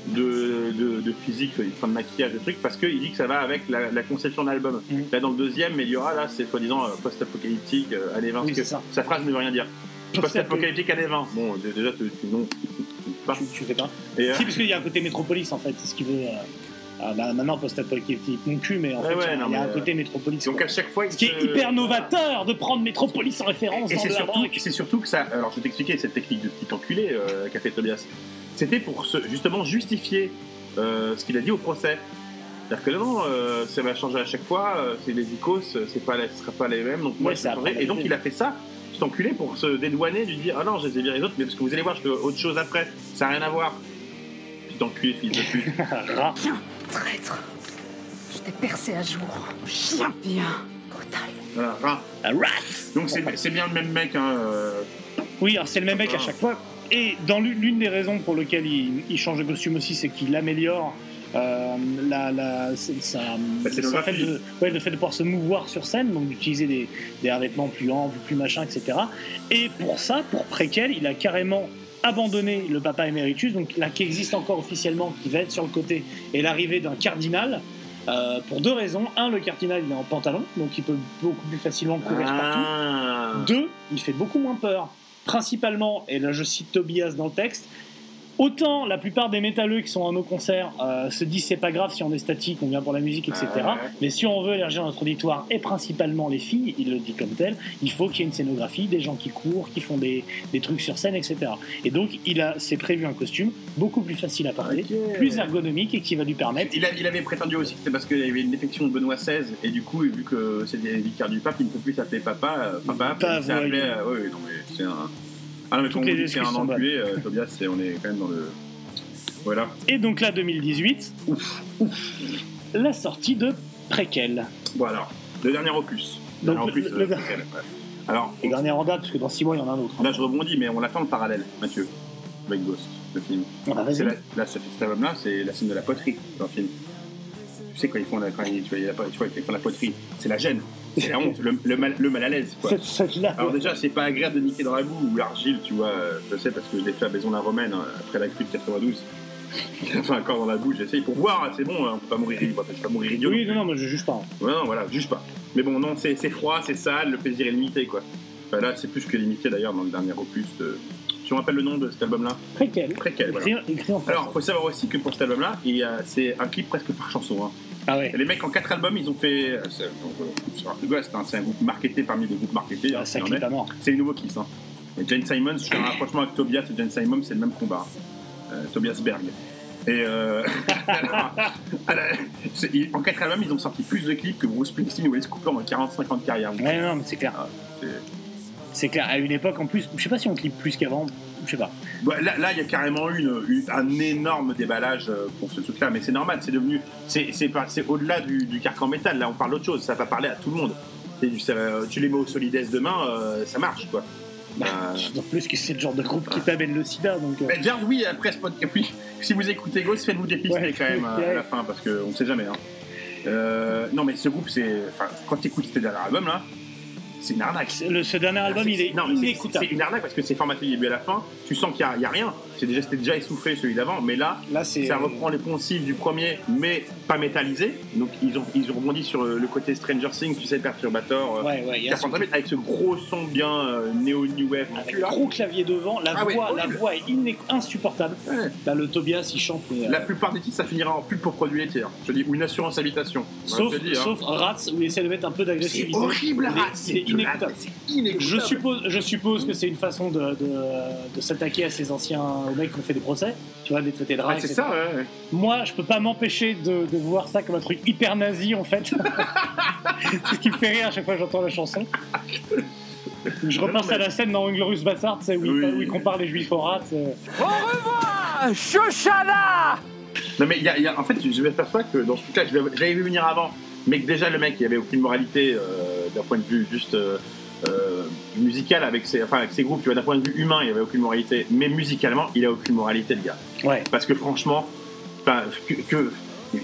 Speaker 2: de, de, de physique, enfin de maquillage, de truc, parce qu'il dit que ça va avec la, la conception de l'album.
Speaker 1: Mhm.
Speaker 2: Là, dans le deuxième, mais il y aura, là, c'est soi-disant euh, post-apocalyptique, euh, années 20.
Speaker 1: Oui,
Speaker 2: parce que
Speaker 1: c'est ça.
Speaker 2: Sa phrase ne veut rien dire. Post-apocalyptique, années 20. Bon, d- déjà, tu, tu- non. pas.
Speaker 1: Tu, tu fais pas
Speaker 2: Et, euh,
Speaker 1: Si, parce qu'il y a un côté métropolis en fait, c'est ce qui veut. euh, ah, bah, maintenant, post-apol qui qui mon cul, mais en
Speaker 2: Ouais,
Speaker 1: fait,
Speaker 2: ouais,
Speaker 1: il y a-
Speaker 2: non,
Speaker 1: il y a
Speaker 2: mais,
Speaker 1: un
Speaker 2: euh,
Speaker 1: côté métropolis.
Speaker 2: donc
Speaker 1: quoi.
Speaker 2: à chaque fois, il
Speaker 1: Ce qui
Speaker 2: se-
Speaker 1: est hyper novateur de prendre métropolis en référence
Speaker 2: Et
Speaker 1: dans
Speaker 2: c'est
Speaker 1: de la
Speaker 2: surtout,
Speaker 1: banque.
Speaker 2: c'est surtout que ça. Alors, je vais t'expliquer cette technique de petit enculé euh, qu'a fait Tobias. C'était pour se- justement justifier euh, ce qu'il a dit au procès. C'est-à-dire que non, euh, ça va changer à chaque fois. euh, c'est les icônes, c'est pas, la- ce sera pas les mêmes. Donc moi,
Speaker 1: Ouais,
Speaker 2: je
Speaker 1: ça
Speaker 2: vais
Speaker 1: a
Speaker 2: changer.
Speaker 1: pas
Speaker 2: Et donc,
Speaker 1: validé.
Speaker 2: il a fait ça, cet enculé, pour se dédouaner, lui dire ah non, je les ai virés les autres, mais parce que vous allez voir, je fais autre chose après. Ça n'a rien à voir. Petit enculé, fils de pute.
Speaker 1: Rat.
Speaker 8: Traître. Je t'ai percé à jour. Chien. Bien. Brutal.
Speaker 2: Voilà, rat.
Speaker 1: Ah, rat.
Speaker 2: Donc c'est c'est bien le même mec. Hein, euh,
Speaker 1: Oui, alors c'est le même mec à chaque fois. Et dans l'une l'une des raisons pour lesquelles il, il change de costume aussi, c'est qu'il améliore euh, la, la, sa- sa-
Speaker 2: c'est
Speaker 1: son
Speaker 2: le
Speaker 1: fait
Speaker 2: graphique.
Speaker 1: de, ouais, le fait de pouvoir se mouvoir sur scène, donc d'utiliser des, des revêtements plus amples, plus machin, etc. Et pour ça, pour préquel, il a carrément abandonné le papa emeritus, donc là qui existe encore officiellement, qui va être sur le côté, et l'arrivée d'un cardinal. euh, pour deux raisons. Un, le cardinal il est en pantalon, donc il peut beaucoup plus facilement courir partout.
Speaker 2: ah.
Speaker 1: Deux, il fait beaucoup moins peur. Principalement, et là je cite Tobias dans le texte, autant la plupart des métalleux qui sont à nos concerts euh, se disent c'est pas grave si on est statique, on vient pour la musique, etc.
Speaker 2: Ah ouais.
Speaker 1: Mais si on veut élargir notre auditoire, et principalement les filles, il le dit comme tel, il faut qu'il y ait une scénographie, des gens qui courent, qui font des, des trucs sur scène, etc. Et donc il a s'est prévu un costume beaucoup plus facile à porter,
Speaker 2: Ok.
Speaker 1: plus ergonomique et qui va lui permettre.
Speaker 2: Il, a- il avait prétendu aussi que c'était parce qu'il y avait une défection de Benoît XVI et du coup, vu que c'est des vicaires du pape, il ne peut plus s'appeler papa. euh, Enfin, papa,
Speaker 1: Pas
Speaker 2: il s'est appelé,
Speaker 1: vrai.
Speaker 2: euh, ouais, ouais, non, mais c'est un. Ah non, mais
Speaker 1: Toutes
Speaker 2: quand on
Speaker 1: les bah.
Speaker 2: dit que c'est
Speaker 1: excuses
Speaker 2: un
Speaker 1: sont
Speaker 2: enculé, euh, Tobias, c'est- on est quand même dans le. Voilà.
Speaker 1: Et donc là 2018, la sortie de Préquel.
Speaker 2: Bon, alors, le dernier opus. Le
Speaker 1: Donc,
Speaker 2: dernier opus,
Speaker 1: le- le-
Speaker 2: euh, lequel, ouais. Alors,
Speaker 1: Et dernière en date, parce que dans 6 mois il y en a un autre.
Speaker 2: là, je rebondis, mais on l'attend le parallèle, Mathieu, avec Ghost, le film.
Speaker 1: Ah bah, vas-y.
Speaker 2: C'est la, là, ce- cet album-là, c'est la scène de la poterie dans le film. Tu sais, quand ils font la, quand ils, tu vois, il y a pas- tu vois, ils font la poterie, c'est la gêne, c'est la honte, le, le mal, le mal à l'aise. quoi.
Speaker 1: Cette, là
Speaker 2: Alors déjà, c'est pas agréable de niquer dans la boue ou l'argile, tu vois. euh, Je sais parce que je l'ai fait à Maison la Romaine euh, après la crue de 92. J'avais encore dans la bouche, j'essaye pour voir, c'est bon, hein, on peut pas mourir, on peut pas mourir idiot.
Speaker 1: Oui, non, non, moi je juge pas. hein.
Speaker 2: Ouais, non, voilà, juge pas. Mais bon, non, c'est c'est froid, c'est sale, le plaisir est limité, quoi. Enfin, là, c'est plus que limité d'ailleurs dans le dernier opus. De... Tu me rappelles le nom de cet album-là
Speaker 1: Préquel.
Speaker 2: Préquel, voilà.
Speaker 1: Écrit, écrit en français.
Speaker 2: Alors, faut savoir aussi que pour cet album-là, il y a- c'est un clip presque par chanson. hein.
Speaker 1: ah ouais.
Speaker 2: Et Les mecs en quatre albums, ils ont fait. euh, C'est euh, c'est un groupe, hein, c'est un- c'est un groupe marketé parmi les groupes marketés. hein,
Speaker 1: Ah, ça
Speaker 2: il y en
Speaker 1: clip
Speaker 2: a.
Speaker 1: à mort.
Speaker 2: C'est les nouveaux Kiss. Hein. Et Jane Simons, je fais un rapprochement avec Tobias et Jane Simons, c'est le même combat. Euh, Tobias Berg. Et euh, alors, alors, c'est- ils- en 4 albums, ils ont sorti plus de clips que Bruce Springsteen ou Alice Cooper en 40-50 de carrière.
Speaker 1: Ouais, non, mais c'est clair.
Speaker 2: Ah, c'est-
Speaker 1: C'est clair. À une époque en plus, je sais pas si on clip plus qu'avant. Je sais pas.
Speaker 2: Ouais, Bah, là, là, il y a carrément une, une- un énorme déballage euh, pour ce truc-là, mais c'est normal, c'est devenu. C'est c'est pas- c'est au-delà du, du carcan métal, là, on parle d'autre chose, ça va parler à tout le monde. C'est du- ça va- tu les mets au Solides demain, euh, ça marche, quoi. Euh,
Speaker 1: D'autant Bah, plus que c'est le genre de groupe
Speaker 2: bah.
Speaker 1: qui t'amène le sida. Donc, euh,
Speaker 2: Mais déjà, Eh, oui, après ce podcast, oui, si vous écoutez Ghost, faites-vous dépister
Speaker 1: Ouais,
Speaker 2: quand même euh, à la fin, parce qu'on ne sait jamais. hein. Euh, non, mais ce groupe, c'est. Enfin, quand tu écoutes ce dernier album, là, c'est une arnaque.
Speaker 1: c'est- le, ce dernier album,
Speaker 2: C'est-
Speaker 1: il est
Speaker 2: non, mais c'est-
Speaker 1: inécoutable.
Speaker 2: C'est une arnaque parce que c'est formaté du début à la fin. Tu sens qu'il n'y a, rien. C'est déjà, c'était déjà essoufflé celui d'avant, mais là,
Speaker 1: Là, c'est. euh,
Speaker 2: ça reprend les poncifs du premier, mais pas métallisé. Donc ils ont, ils ont rebondi sur euh, le côté Stranger Things, tu sais, Perturbator. euh,
Speaker 1: Ouais, ouais. Il y a ce-
Speaker 2: Carpenter Brut, avec ce gros son bien euh, néo-new wave.
Speaker 1: avec
Speaker 2: Tu l'as
Speaker 1: gros clavier devant, la
Speaker 2: hein. Ah ouais,
Speaker 1: voix, la
Speaker 2: horrible.
Speaker 1: voix est iné- insupportable.
Speaker 2: Ouais.
Speaker 1: Là, le Tobias, il chante. mais, euh,
Speaker 2: La plupart des titres, ça finira en pub pour produits laitiers. hein. Je te dis, ou une assurance habitation.
Speaker 1: Sauf,
Speaker 2: Je te dis, hein.
Speaker 1: sauf Ratz, où il essaie de mettre un peu
Speaker 2: c'est
Speaker 1: d'agressivité.
Speaker 2: horrible,
Speaker 1: Il est-
Speaker 2: Rat.
Speaker 1: il est inécoutable.
Speaker 2: C'est inécoutable.
Speaker 1: Je suppose, je suppose que c'est une façon de, de- de s'attaquer à ces anciens aux mecs qui ont fait des procès, tu vois, de les traiter de rats.
Speaker 2: Ah, c'est
Speaker 1: etc.
Speaker 2: ça, ouais. ouais.
Speaker 1: Moi, je peux pas m'empêcher de, de voir ça comme un truc hyper nazi en fait. c'est ce qui me fait rire à chaque fois que j'entends la chanson. Je
Speaker 2: Non,
Speaker 1: repense
Speaker 2: mais-
Speaker 1: à la scène dans Inglorious Bastard, c'est où,
Speaker 2: Oui.
Speaker 1: il- où il compare les juifs aux rats. euh.
Speaker 2: Non, mais il y a- il y a- en fait, je m'aperçois que dans ce truc-là, je l'avais- j'avais vu venir avant, mais que déjà le mec, il avait aucune moralité euh, d'un point de vue juste euh, euh, musical avec ses, enfin, avec ses groupes, tu vois, d'un point de vue humain, il avait aucune moralité, mais musicalement, il a aucune moralité, le gars.
Speaker 1: Ouais.
Speaker 2: Parce que franchement, enfin, que, que-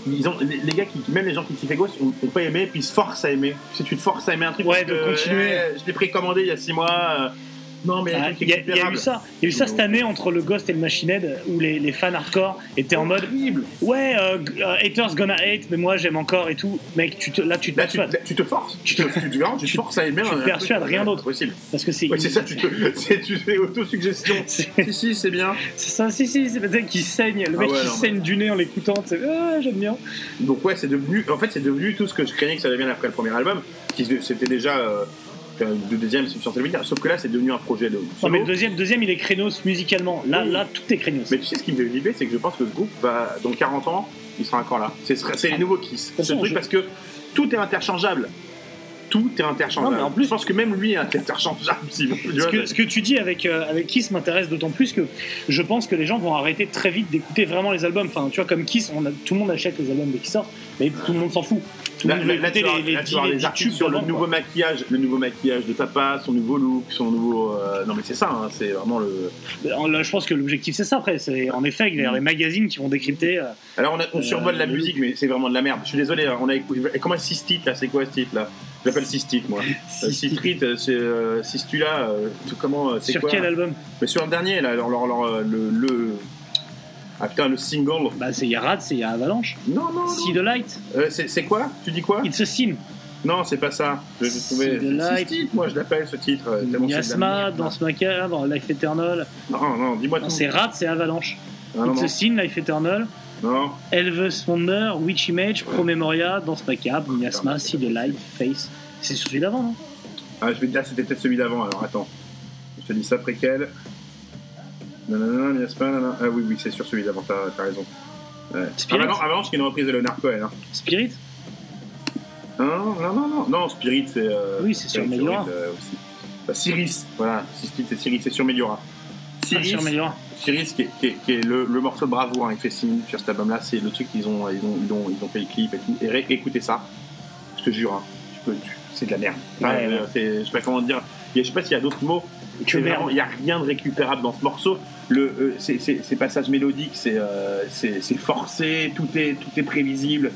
Speaker 2: ils ont, les, les gars, qui, même les gens qui kiffaient Ghost, ont, ont pas aimé, puis ils se forcent à aimer. Si tu te forces à aimer un truc,
Speaker 1: Ouais,
Speaker 2: parce
Speaker 1: de
Speaker 2: que,
Speaker 1: continuer.
Speaker 2: eh, je l'ai précommandé il y a 6 mois. euh, Non, mais
Speaker 1: Ah, Il y, a- il y a eu ça, il y a eu ça cette année entre le Ghost et le Machine Head où les, les fans hardcore étaient en mode
Speaker 2: Horrible.
Speaker 1: ouais euh, g- euh, haters gonna hate mais moi j'aime encore et tout mec tu te, là tu te
Speaker 2: Là, tu,
Speaker 1: persuades
Speaker 2: là, tu te forces. Tu te, tu, te- vraiment, tu te forces à aimer
Speaker 1: tu
Speaker 2: un-
Speaker 1: te
Speaker 2: un
Speaker 1: persuades,
Speaker 2: truc
Speaker 1: rien d'autre.
Speaker 2: Possible.
Speaker 1: parce que c'est
Speaker 2: Ouais, c'est ça, tu te c'est- tu fais autosuggestion.
Speaker 1: c'est
Speaker 2: si, si, c'est bien.
Speaker 1: c'est ça si si c'est le mec qui saigne le
Speaker 2: Ah
Speaker 1: mec
Speaker 2: ouais,
Speaker 1: qui
Speaker 2: non, mais-
Speaker 1: saigne du nez en l'écoutant c'est ah, j'aime bien
Speaker 2: Donc, ouais, c'est devenu. En fait, c'est devenu tout ce que je craignais que ça devienne après le premier album. qui se- C'était déjà. euh, le deuxième sur Sentimental. Sauf que là, c'est devenu un projet de.
Speaker 1: non
Speaker 2: solo.
Speaker 1: mais le deuxième deuxième il est crénos musicalement là
Speaker 2: Oui.
Speaker 1: là tout est crénos
Speaker 2: Mais tu sais ce qui me fait flipper, c'est que je pense que ce groupe va dans 40 ans, il sera encore là. C'est c'est les nouveaux Kiss.
Speaker 1: toute
Speaker 2: Ce
Speaker 1: façon,
Speaker 2: truc
Speaker 1: je-
Speaker 2: parce que tout est interchangeable. Tout est interchangeable.
Speaker 1: Non, mais en plus-
Speaker 2: je pense que même lui est interchangeable. Si tu
Speaker 1: ce
Speaker 2: vois,
Speaker 1: que, ce que tu dis avec, euh, avec Kiss m'intéresse d'autant plus que je pense que les gens vont arrêter très vite d'écouter vraiment les albums. Enfin, tu vois, comme Kiss, on a, tout le monde achète les albums dès qu'ils sortent, mais tout le monde s'en fout. Tout le
Speaker 2: Là,
Speaker 1: monde
Speaker 2: là,
Speaker 1: va
Speaker 2: là,
Speaker 1: écouter
Speaker 2: tu vois,
Speaker 1: les, les,
Speaker 2: là, tu
Speaker 1: dix-
Speaker 2: vois
Speaker 1: les
Speaker 2: les
Speaker 1: dix
Speaker 2: articles
Speaker 1: tubes
Speaker 2: sur le
Speaker 1: d'avant,
Speaker 2: nouveau
Speaker 1: quoi.
Speaker 2: maquillage, le nouveau maquillage de Papa, son nouveau look, son nouveau. euh, non mais c'est ça, hein, c'est vraiment le.
Speaker 1: En- là, je pense que l'objectif, c'est ça après. C'est en effet vers
Speaker 2: Mm.
Speaker 1: les magazines qui vont décrypter. euh,
Speaker 2: Alors on, a- on
Speaker 1: Euh,
Speaker 2: survole la
Speaker 1: le
Speaker 2: musique, mais c'est vraiment de la merde. Je suis désolé, hein, on a écouté. Comment Sistite là C'est quoi ce titre là J'appelle Sistite moi. Euh, Citrite, euh, c'est euh, Sistula. euh, tout- comment euh, C'est
Speaker 1: sur
Speaker 2: quoi
Speaker 1: quel album
Speaker 2: Mais sur le dernier, là, leur, leur- leur, euh, le, le. Ah putain, le single.
Speaker 1: Bah, c'est Yarad, c'est Y'a Avalanche.
Speaker 2: Non, non, non.
Speaker 1: See the Light,
Speaker 2: Euh, c'est c'est quoi Tu dis quoi
Speaker 1: It's a Sin,
Speaker 2: Non, c'est pas ça. Je vais
Speaker 1: See
Speaker 2: trouver.
Speaker 1: the
Speaker 2: C'est ce
Speaker 1: light.
Speaker 2: titre, moi, je l'appelle ce titre. euh, tellement c'est de la
Speaker 1: Miasma,
Speaker 2: merde.
Speaker 1: Danse Macabre, Life Eternal.
Speaker 2: Non, non, dis-moi
Speaker 1: Non,
Speaker 2: tout.
Speaker 1: C'est Rad, c'est Avalanche.
Speaker 2: Ah, non,
Speaker 1: It's
Speaker 2: non.
Speaker 1: a Sin, Life Eternal.
Speaker 2: non.
Speaker 1: Elvis Wonder, Witch Image, Promemoria, Danse Macabre, Miasma, See the Light, Face. C'est sur celui d'avant, non
Speaker 2: Ah, je vais te dire, c'était peut-être celui d'avant, alors attends. Je te dis ça après quel. Nanana, Miasma, nanana. Ah oui, oui, c'est sur celui d'avant, t'as t'as raison. Ouais.
Speaker 1: Spirit
Speaker 2: Ah, bah non, Avalanche qui est une reprise de Leonard Cohen. Hein.
Speaker 1: Spirit
Speaker 2: Non, non, non, non, non, Spirit, c'est. euh,
Speaker 1: Oui, c'est sur
Speaker 2: Spirit,
Speaker 1: Meliora.
Speaker 2: Spirit, euh, aussi. Bah, Cyrus, voilà, Spirit et Cyrus, c'est sur Meliora.
Speaker 1: Ah,
Speaker 2: Cyrus,
Speaker 1: sur Meliora.
Speaker 2: Cyrus qui est, qui est- qui est le, le morceau de bravoure, hein, il fait 6 minutes sur cet album-là, c'est le truc qu'ils ont, ils ont, ils ont, ils ont fait le clip et tout. Et ré- écoutez ça, je te jure, hein, tu peux- tu- c'est de la merde. Enfin,
Speaker 1: Ouais,
Speaker 2: euh, c'est- je sais pas comment dire, il y a- je sais pas s'il y a d'autres mots.
Speaker 1: Que
Speaker 2: C'est
Speaker 1: merde.
Speaker 2: vraiment- Il n'y a rien de récupérable dans ce morceau. Le, euh, ces- ces ces passages mélodiques, c'est euh, c'est- c'est forcé, tout est, tout est prévisible.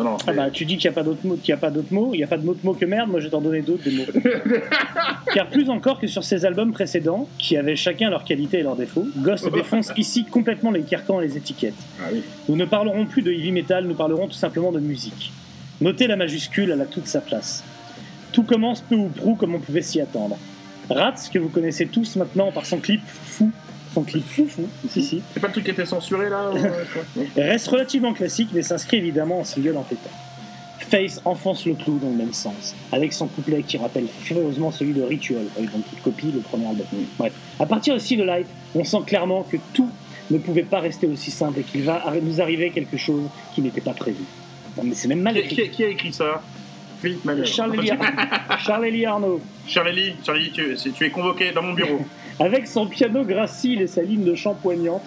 Speaker 2: Non, non,
Speaker 1: Ah
Speaker 2: c'est-
Speaker 1: bah, tu dis qu'il n'y a pas d'autres mots, qu'il n'y a pas d'autres mots, il n'y a pas de mots de mots que merde, moi je vais t'en donner d'autres, des mots. Car plus encore que sur ses albums précédents, qui avaient chacun leurs qualités et leurs défauts, Ghost défonce ici complètement les carcans et les étiquettes.
Speaker 2: Ah oui.
Speaker 1: Nous ne parlerons plus de heavy metal, nous parlerons tout simplement de musique. Notez la majuscule, elle a toute sa place. Tout commence peu ou prou comme on pouvait s'y attendre. Ratz, que vous connaissez tous maintenant par son clip fou, son clip fou fou, si si,
Speaker 2: C'est pas le truc qui était censuré là ou, euh, quoi
Speaker 1: reste relativement classique mais s'inscrit évidemment en single en pétant. Face enfonce le clou dans le même sens, avec son couplet qui rappelle furieusement celui de Ritual, avec une petite copie, le premier album. Bref, à partir de Sea the Light, on sent clairement que tout ne pouvait pas rester aussi simple et qu'il va arri- nous arriver quelque chose qui n'était pas prévu. Non, mais c'est même mal
Speaker 2: qui,
Speaker 1: écrit.
Speaker 2: qui- qui a écrit ça Philippe
Speaker 1: Ah,
Speaker 2: Malheur.
Speaker 1: Charles Eli Charles Eli Arnaud,
Speaker 2: Charlie, Charlie, tu, si tu es convoqué dans mon bureau.
Speaker 1: avec son piano gracile et sa ligne de chant poignante,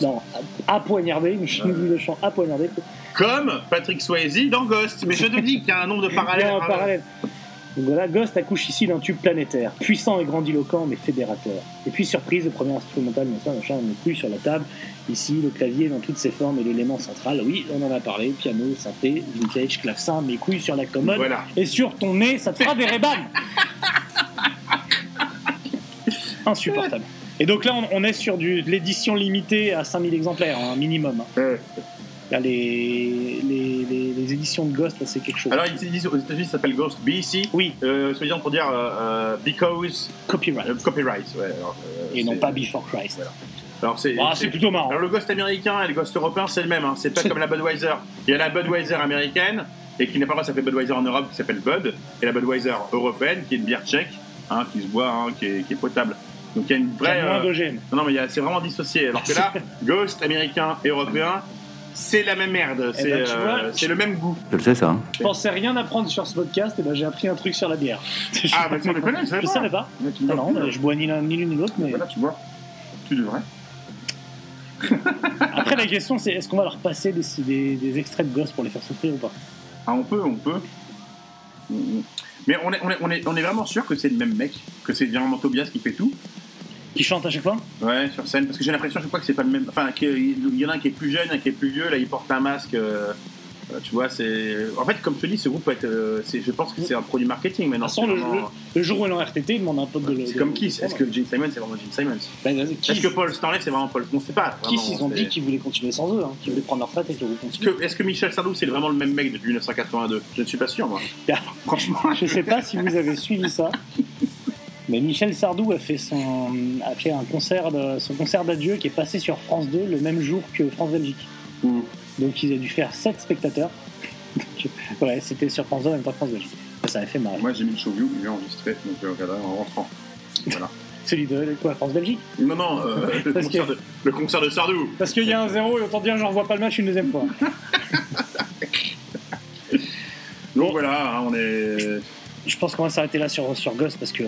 Speaker 1: non, à à poignarder, une ch- une ligne de chant à poignarder,
Speaker 2: Comme Patrick Swayze dans Ghost. Mais je te dis qu'il y a un nombre de
Speaker 1: Il y
Speaker 2: parallèles.
Speaker 1: a un parallèle. Donc voilà, Ghost accouche ici d'un tube planétaire, puissant et grandiloquent mais fédérateur. Et puis surprise, le premier instrumental, machin, machin, on n'est plus sur la table. Ici, le clavier dans toutes ses formes et l'élément central, oui, on en a parlé, piano, synthé, vintage, clavecin, mes couilles sur la commode.
Speaker 2: Voilà.
Speaker 1: Et sur ton nez, ça te fera des rébans Insupportable. Et donc là, on, on est sur du, de l'édition limitée à 5000 exemplaires, un minimum. hein.
Speaker 2: Ouais.
Speaker 1: Là, les, les, les- les éditions de Ghost, là, c'est quelque chose.
Speaker 2: Alors, ils disent aux États-Unis, ça s'appelle Ghost BC.
Speaker 1: oui,
Speaker 2: Euh, soi-disant pour dire euh, euh, because
Speaker 1: copyright.
Speaker 2: euh, copyright. Ouais, alors, euh,
Speaker 1: et non
Speaker 2: c'est-
Speaker 1: pas Before Christ.
Speaker 2: Voilà. Alors, c'est.
Speaker 1: Ah,
Speaker 2: c'est-
Speaker 1: c'est plutôt marrant.
Speaker 2: alors, le Ghost américain et le Ghost européen, c'est le même. hein. C'est pas comme la Budweiser. Il y a la Budweiser américaine et qui n'est pas le droit de s'appeler Budweiser en Europe, qui s'appelle Bud, et la Budweiser européenne, qui est une bière tchèque, hein, qui se boit, hein, qui, est, qui est potable. Donc, il y a une
Speaker 1: Il y
Speaker 2: vraie.
Speaker 1: a moins
Speaker 2: euh,
Speaker 1: d'OGM.
Speaker 2: Non, non, mais il y a- c'est vraiment dissocié. Alors que là, Ghost américain et européen, c'est la même merde. C'est
Speaker 1: ben, tu
Speaker 2: euh,
Speaker 1: vois,
Speaker 2: c'est le même goût.
Speaker 5: Je le sais, ça. hein.
Speaker 1: Je pensais rien apprendre sur ce podcast, et ben j'ai appris un truc sur la bière.
Speaker 2: Ah, bah, tu en connais, je savais
Speaker 1: Je
Speaker 2: pas.
Speaker 1: savais pas.
Speaker 2: Mais tu me
Speaker 1: Ah
Speaker 2: vois
Speaker 1: non,
Speaker 2: plus,
Speaker 1: mais je bois ni l'un ni l'une ni l'autre, mais
Speaker 2: Voilà, tu vois. Tu devrais.
Speaker 1: après la question c'est est-ce qu'on va leur passer des, des, des extraits de gosses pour les faire souffrir ou pas
Speaker 2: Ah, on peut, on peut. Mm, mm. Mais on est, on est, on est, on est vraiment sûr que c'est le même mec, que c'est vraiment Tobias qui fait tout.
Speaker 1: Qui chantent à chaque fois
Speaker 2: Ouais, sur scène, parce que j'ai l'impression, je crois que c'est pas le même. Enfin, qu'il y en a un qui est plus jeune, un qui est plus vieux, là il porte un masque. euh, Euh, tu vois, c'est. En fait, comme je te dis, ce groupe, peut être, euh, c'est- je pense que c'est un produit marketing
Speaker 1: De
Speaker 2: maintenant.
Speaker 1: toute façon,
Speaker 2: c'est
Speaker 1: le,
Speaker 2: vraiment-
Speaker 1: le- le jour où elle est en RTT, il demande à un pote de le.
Speaker 2: C'est
Speaker 1: de-
Speaker 2: comme
Speaker 1: de-
Speaker 2: Kiss. Est-ce que Gene Simon, c'est vraiment Gene Simon
Speaker 1: Ben, vas-y, Kiss,
Speaker 2: Est-ce que Paul Stanley, c'est vraiment Paul On ne sait pas. vraiment,
Speaker 1: Kiss, ils ont
Speaker 2: c'est-
Speaker 1: dit qu'ils voulaient continuer sans eux, hein, qu'ils voulaient prendre leur retraite et que le groupe
Speaker 2: Est-ce
Speaker 1: continue.
Speaker 2: que, est-ce que Michel Sardou, c'est vraiment le même mec depuis 1982 Je ne suis pas sûr, moi. Franchement,
Speaker 1: Je sais pas si vous avez suivi ça, mais Michel Sardou a fait son a fait un concert de- son concert d'adieu qui est passé sur France 2 le même jour que France Belgique.
Speaker 2: Mm.
Speaker 1: Donc il a dû faire 7 spectateurs. Donc, ouais, c'était sur France 2 en même temps que France Belgique. Ça avait fait marrer.
Speaker 2: Moi, j'ai mis le showview, j'ai enregistré, donc euh, regardez, en rentrant. Voilà.
Speaker 1: Celui de quoi France Belgique
Speaker 2: Non, non, euh, le,
Speaker 1: Parce
Speaker 2: concert
Speaker 1: que-
Speaker 2: de, le concert de Sardou.
Speaker 1: Parce qu'il y a un zéro et autant dire j'en revois pas le match une deuxième fois.
Speaker 2: Donc voilà, hein, on est.
Speaker 1: Je pense qu'on va s'arrêter là sur sur Ghost parce que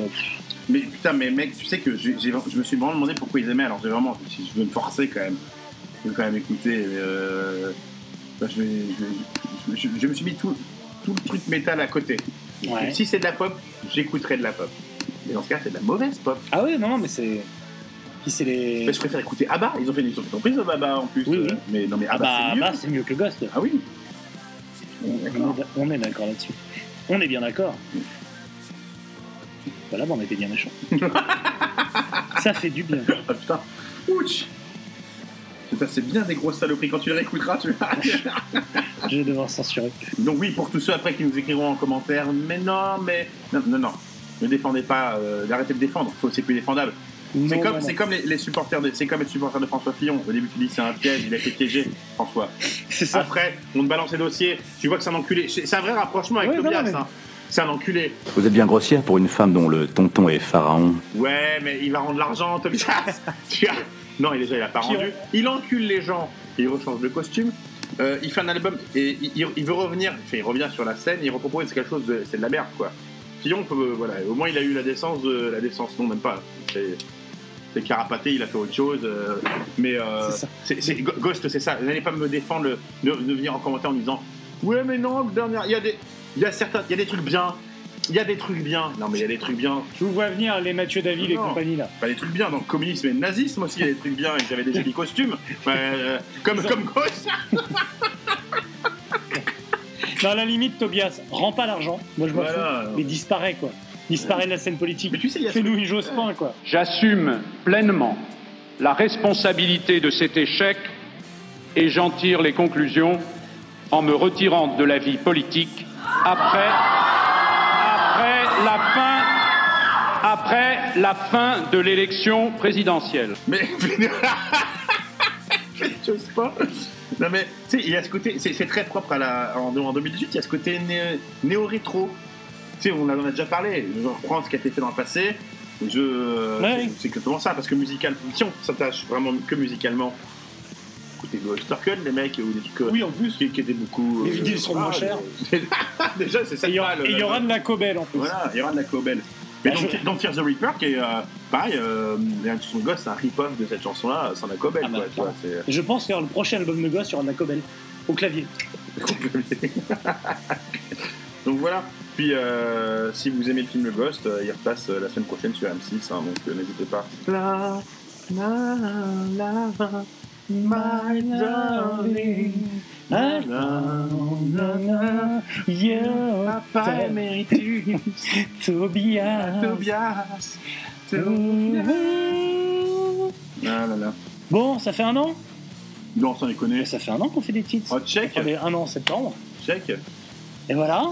Speaker 2: Mais putain, mais mec, tu sais que j'ai- j'ai- je me suis vraiment demandé pourquoi ils aimaient. Alors, j'ai vraiment, si je veux me forcer quand même, je vais quand même écouter. euh, bah, je, vais- je vais- je- je- je me suis mis tout, tout le truc métal à côté.
Speaker 1: ouais.
Speaker 2: Si c'est de la pop, j'écouterai de la pop. Mais dans ce cas, c'est de la mauvaise pop.
Speaker 1: Ah ouais, non non mais c'est qui c'est les
Speaker 2: Mais je préfère écouter ABBA. Ils ont fait une ils ont fait une reprise de ABBA en plus.
Speaker 1: Oui, oui.
Speaker 2: euh, Mais non, mais
Speaker 1: Ah
Speaker 2: ABBA,
Speaker 1: bah,
Speaker 2: c'est mieux.
Speaker 1: bah, c'est mieux que Ghost.
Speaker 2: Ah oui.
Speaker 1: On est
Speaker 2: D'accord.
Speaker 1: d'ac- On est d'accord là-dessus. On est bien d'accord. Voilà, bah, on était bien méchants. Ça fait du bien.
Speaker 2: Ah putain. Ouch. Putain, c'est bien des grosses saloperies. Quand tu les réécouteras, tu vas.
Speaker 1: Je vais devoir censurer.
Speaker 2: Donc oui, pour tous ceux après qui nous écriront en commentaire, mais non, mais non, non, non. Ne défendez pas, euh, arrêtez de défendre. Faut- C'est plus défendable. C'est
Speaker 1: Non,
Speaker 2: comme,
Speaker 1: voilà.
Speaker 2: c'est comme les, les supporters, de, c'est comme les supporters de François Fillon. Au début, tu dis c'est un piège, il a été piégé, François.
Speaker 1: C'est ça.
Speaker 2: Après, on te balance les dossiers. Tu vois que c'est un enculé. C'est c'est un vrai rapprochement avec
Speaker 1: Ouais, non,
Speaker 2: Tobias.
Speaker 1: mais-
Speaker 2: hein. C'est un enculé.
Speaker 5: Vous êtes bien grossière pour une femme dont le tonton est pharaon.
Speaker 2: Ouais, mais il va rendre l'argent, Tobias. Tu as- non, il, déjà, il a pas
Speaker 1: Puis
Speaker 2: rendu. Il encule les gens. Il rechange de costume. Euh, il fait un album et il, il- il veut revenir. Enfin, il revient sur la scène. Il repropose quelque chose. De, c'est de la merde, quoi. Fillon, peut, voilà. Au moins, il a eu la décence de la décence. Non, même pas. C'est, c'est carapaté. Il a fait autre chose. euh, mais euh,
Speaker 1: C'est ça.
Speaker 2: c'est- c'est- Go- Ghost, c'est ça. N'allez pas me défendre le- de, de venir en commentaire en me disant ouais, mais non, le dernier. Il y a des, il y a certains, il y a des trucs bien. Il y a des trucs bien. Non, mais il y a des trucs bien.
Speaker 1: Je vous vois venir les Mathieu David et
Speaker 2: Non.
Speaker 1: compagnie là.
Speaker 2: Bah, des trucs bien dans le communisme et le nazisme aussi, il y a des trucs bien, ils avaient des jolis costumes. Ouais, euh, comme, comme Gauss.
Speaker 1: Non, à la limite, Tobias, rends pas l'argent. Moi, je m'en
Speaker 2: Voilà.
Speaker 1: fous. Mais disparaît, quoi. Disparaît de la scène politique.
Speaker 2: Mais tu sais, il y a
Speaker 1: Fais-nous une Jospin, quoi.
Speaker 9: J'assume pleinement la responsabilité de cet échec et j'en tire les conclusions en me retirant de la vie politique après, après, la, fin, après la fin de l'élection présidentielle.
Speaker 2: Mais. Je sais pas. Non mais, tu sais, il y a ce côté, c'est c'est très propre à la, en, en 2018, il y a ce côté né- néo-rétro. Tu sais, on en a déjà parlé, je reprends ce qui a été fait dans le passé. Je,
Speaker 1: Ouais.
Speaker 2: c'est- C'est exactement ça, parce que musical, si on s'attache vraiment que musicalement, écoutez Ghost Circle, les mecs, ou des trucs. euh,
Speaker 1: Oui, en plus.
Speaker 2: qui, qui étaient beaucoup.
Speaker 1: Les
Speaker 2: euh,
Speaker 1: vinyles sont
Speaker 2: voilà,
Speaker 1: moins chers.
Speaker 2: Déjà, c'est ça
Speaker 1: Et il y aura- et il y aura de la Cobel, en plus.
Speaker 2: Voilà, il y aura de la cobelle. Mais
Speaker 1: Bah,
Speaker 2: donc,
Speaker 1: je-
Speaker 2: donc Fear the Reaper, qui est euh, pareil, euh, son gosse, c'est un rip-off de cette chanson-là, euh, sans la cobelle.
Speaker 1: Ah bah,
Speaker 2: quoi, tu vois, c'est-
Speaker 1: Je pense faire le prochain album de Ghost, il y aura de la Cobel. Au clavier.
Speaker 2: euh, donc voilà. Puis, euh, si vous aimez le film Le Ghost, euh, il repasse euh, la semaine prochaine sur M6, hein, donc euh, n'hésitez pas.
Speaker 1: My darling, I love you. Papa méritus, Tobias.
Speaker 2: Tobias Ah là là.
Speaker 1: Bon, ça fait un an
Speaker 2: Non, sans déconner.
Speaker 1: Mais Ça fait un an qu'on fait des titres.
Speaker 2: Oh, check,
Speaker 1: Ça fait un an en septembre.
Speaker 2: check.
Speaker 1: Et voilà.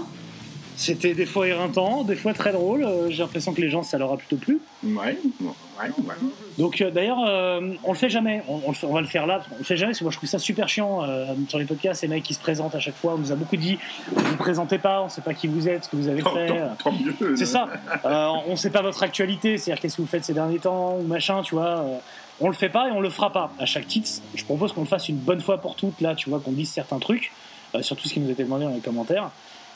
Speaker 1: C'était des fois éreintant, des fois très drôle. Euh, J'ai l'impression que les gens, ça leur a plutôt plu.
Speaker 2: Ouais, ouais, ouais.
Speaker 1: Donc euh, d'ailleurs, euh, on le fait jamais. On, on le fait- on va le faire là. parce qu'on le fait jamais parce que moi je trouve ça super chiant euh, sur les podcasts. Ces mecs qui se présentent à chaque fois. On nous a beaucoup dit vous vous présentez pas, on sait pas qui vous êtes, ce que vous avez
Speaker 2: Tant,
Speaker 1: fait.
Speaker 2: tant- tant mieux.
Speaker 1: C'est ça. Euh, on sait pas votre actualité, c'est-à-dire qu'est-ce que vous faites ces derniers temps ou machin, tu vois. euh, on le fait pas et on le fera pas. À chaque titre, je propose qu'on le fasse une bonne fois pour toutes, là, tu vois, qu'on dise certains trucs, euh, surtout ce qui nous a été demandé dans les commentaires.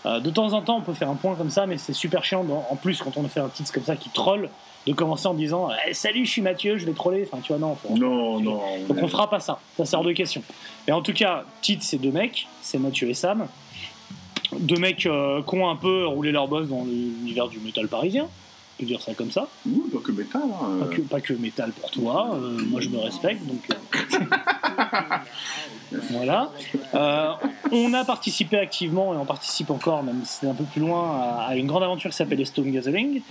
Speaker 1: Euh, de temps en temps, on peut faire un point comme ça, mais c'est super chiant. dans- en plus, quand on fait un titre comme ça qui troll, de commencer en disant Eh, Salut, je suis Mathieu, je vais troller. Enfin, tu vois, non, faut-
Speaker 2: Non, non.
Speaker 1: donc on fera pas ça, ça c'est hors de question. Mais en tout cas, titre c'est deux mecs, c'est Mathieu et Sam. Deux mecs euh, qui ont un peu roulé leur bosse dans l'univers du métal parisien. On peut dire ça comme ça.
Speaker 2: Ouh, pas que métal. Hein.
Speaker 1: Pas que, pas que métal pour toi, euh, moi je me respecte. Donc, euh. Voilà. Euh, on a participé activement et on participe encore, même si c'est un peu plus loin, à, à une grande aventure qui s'appelle les Stone Gathering.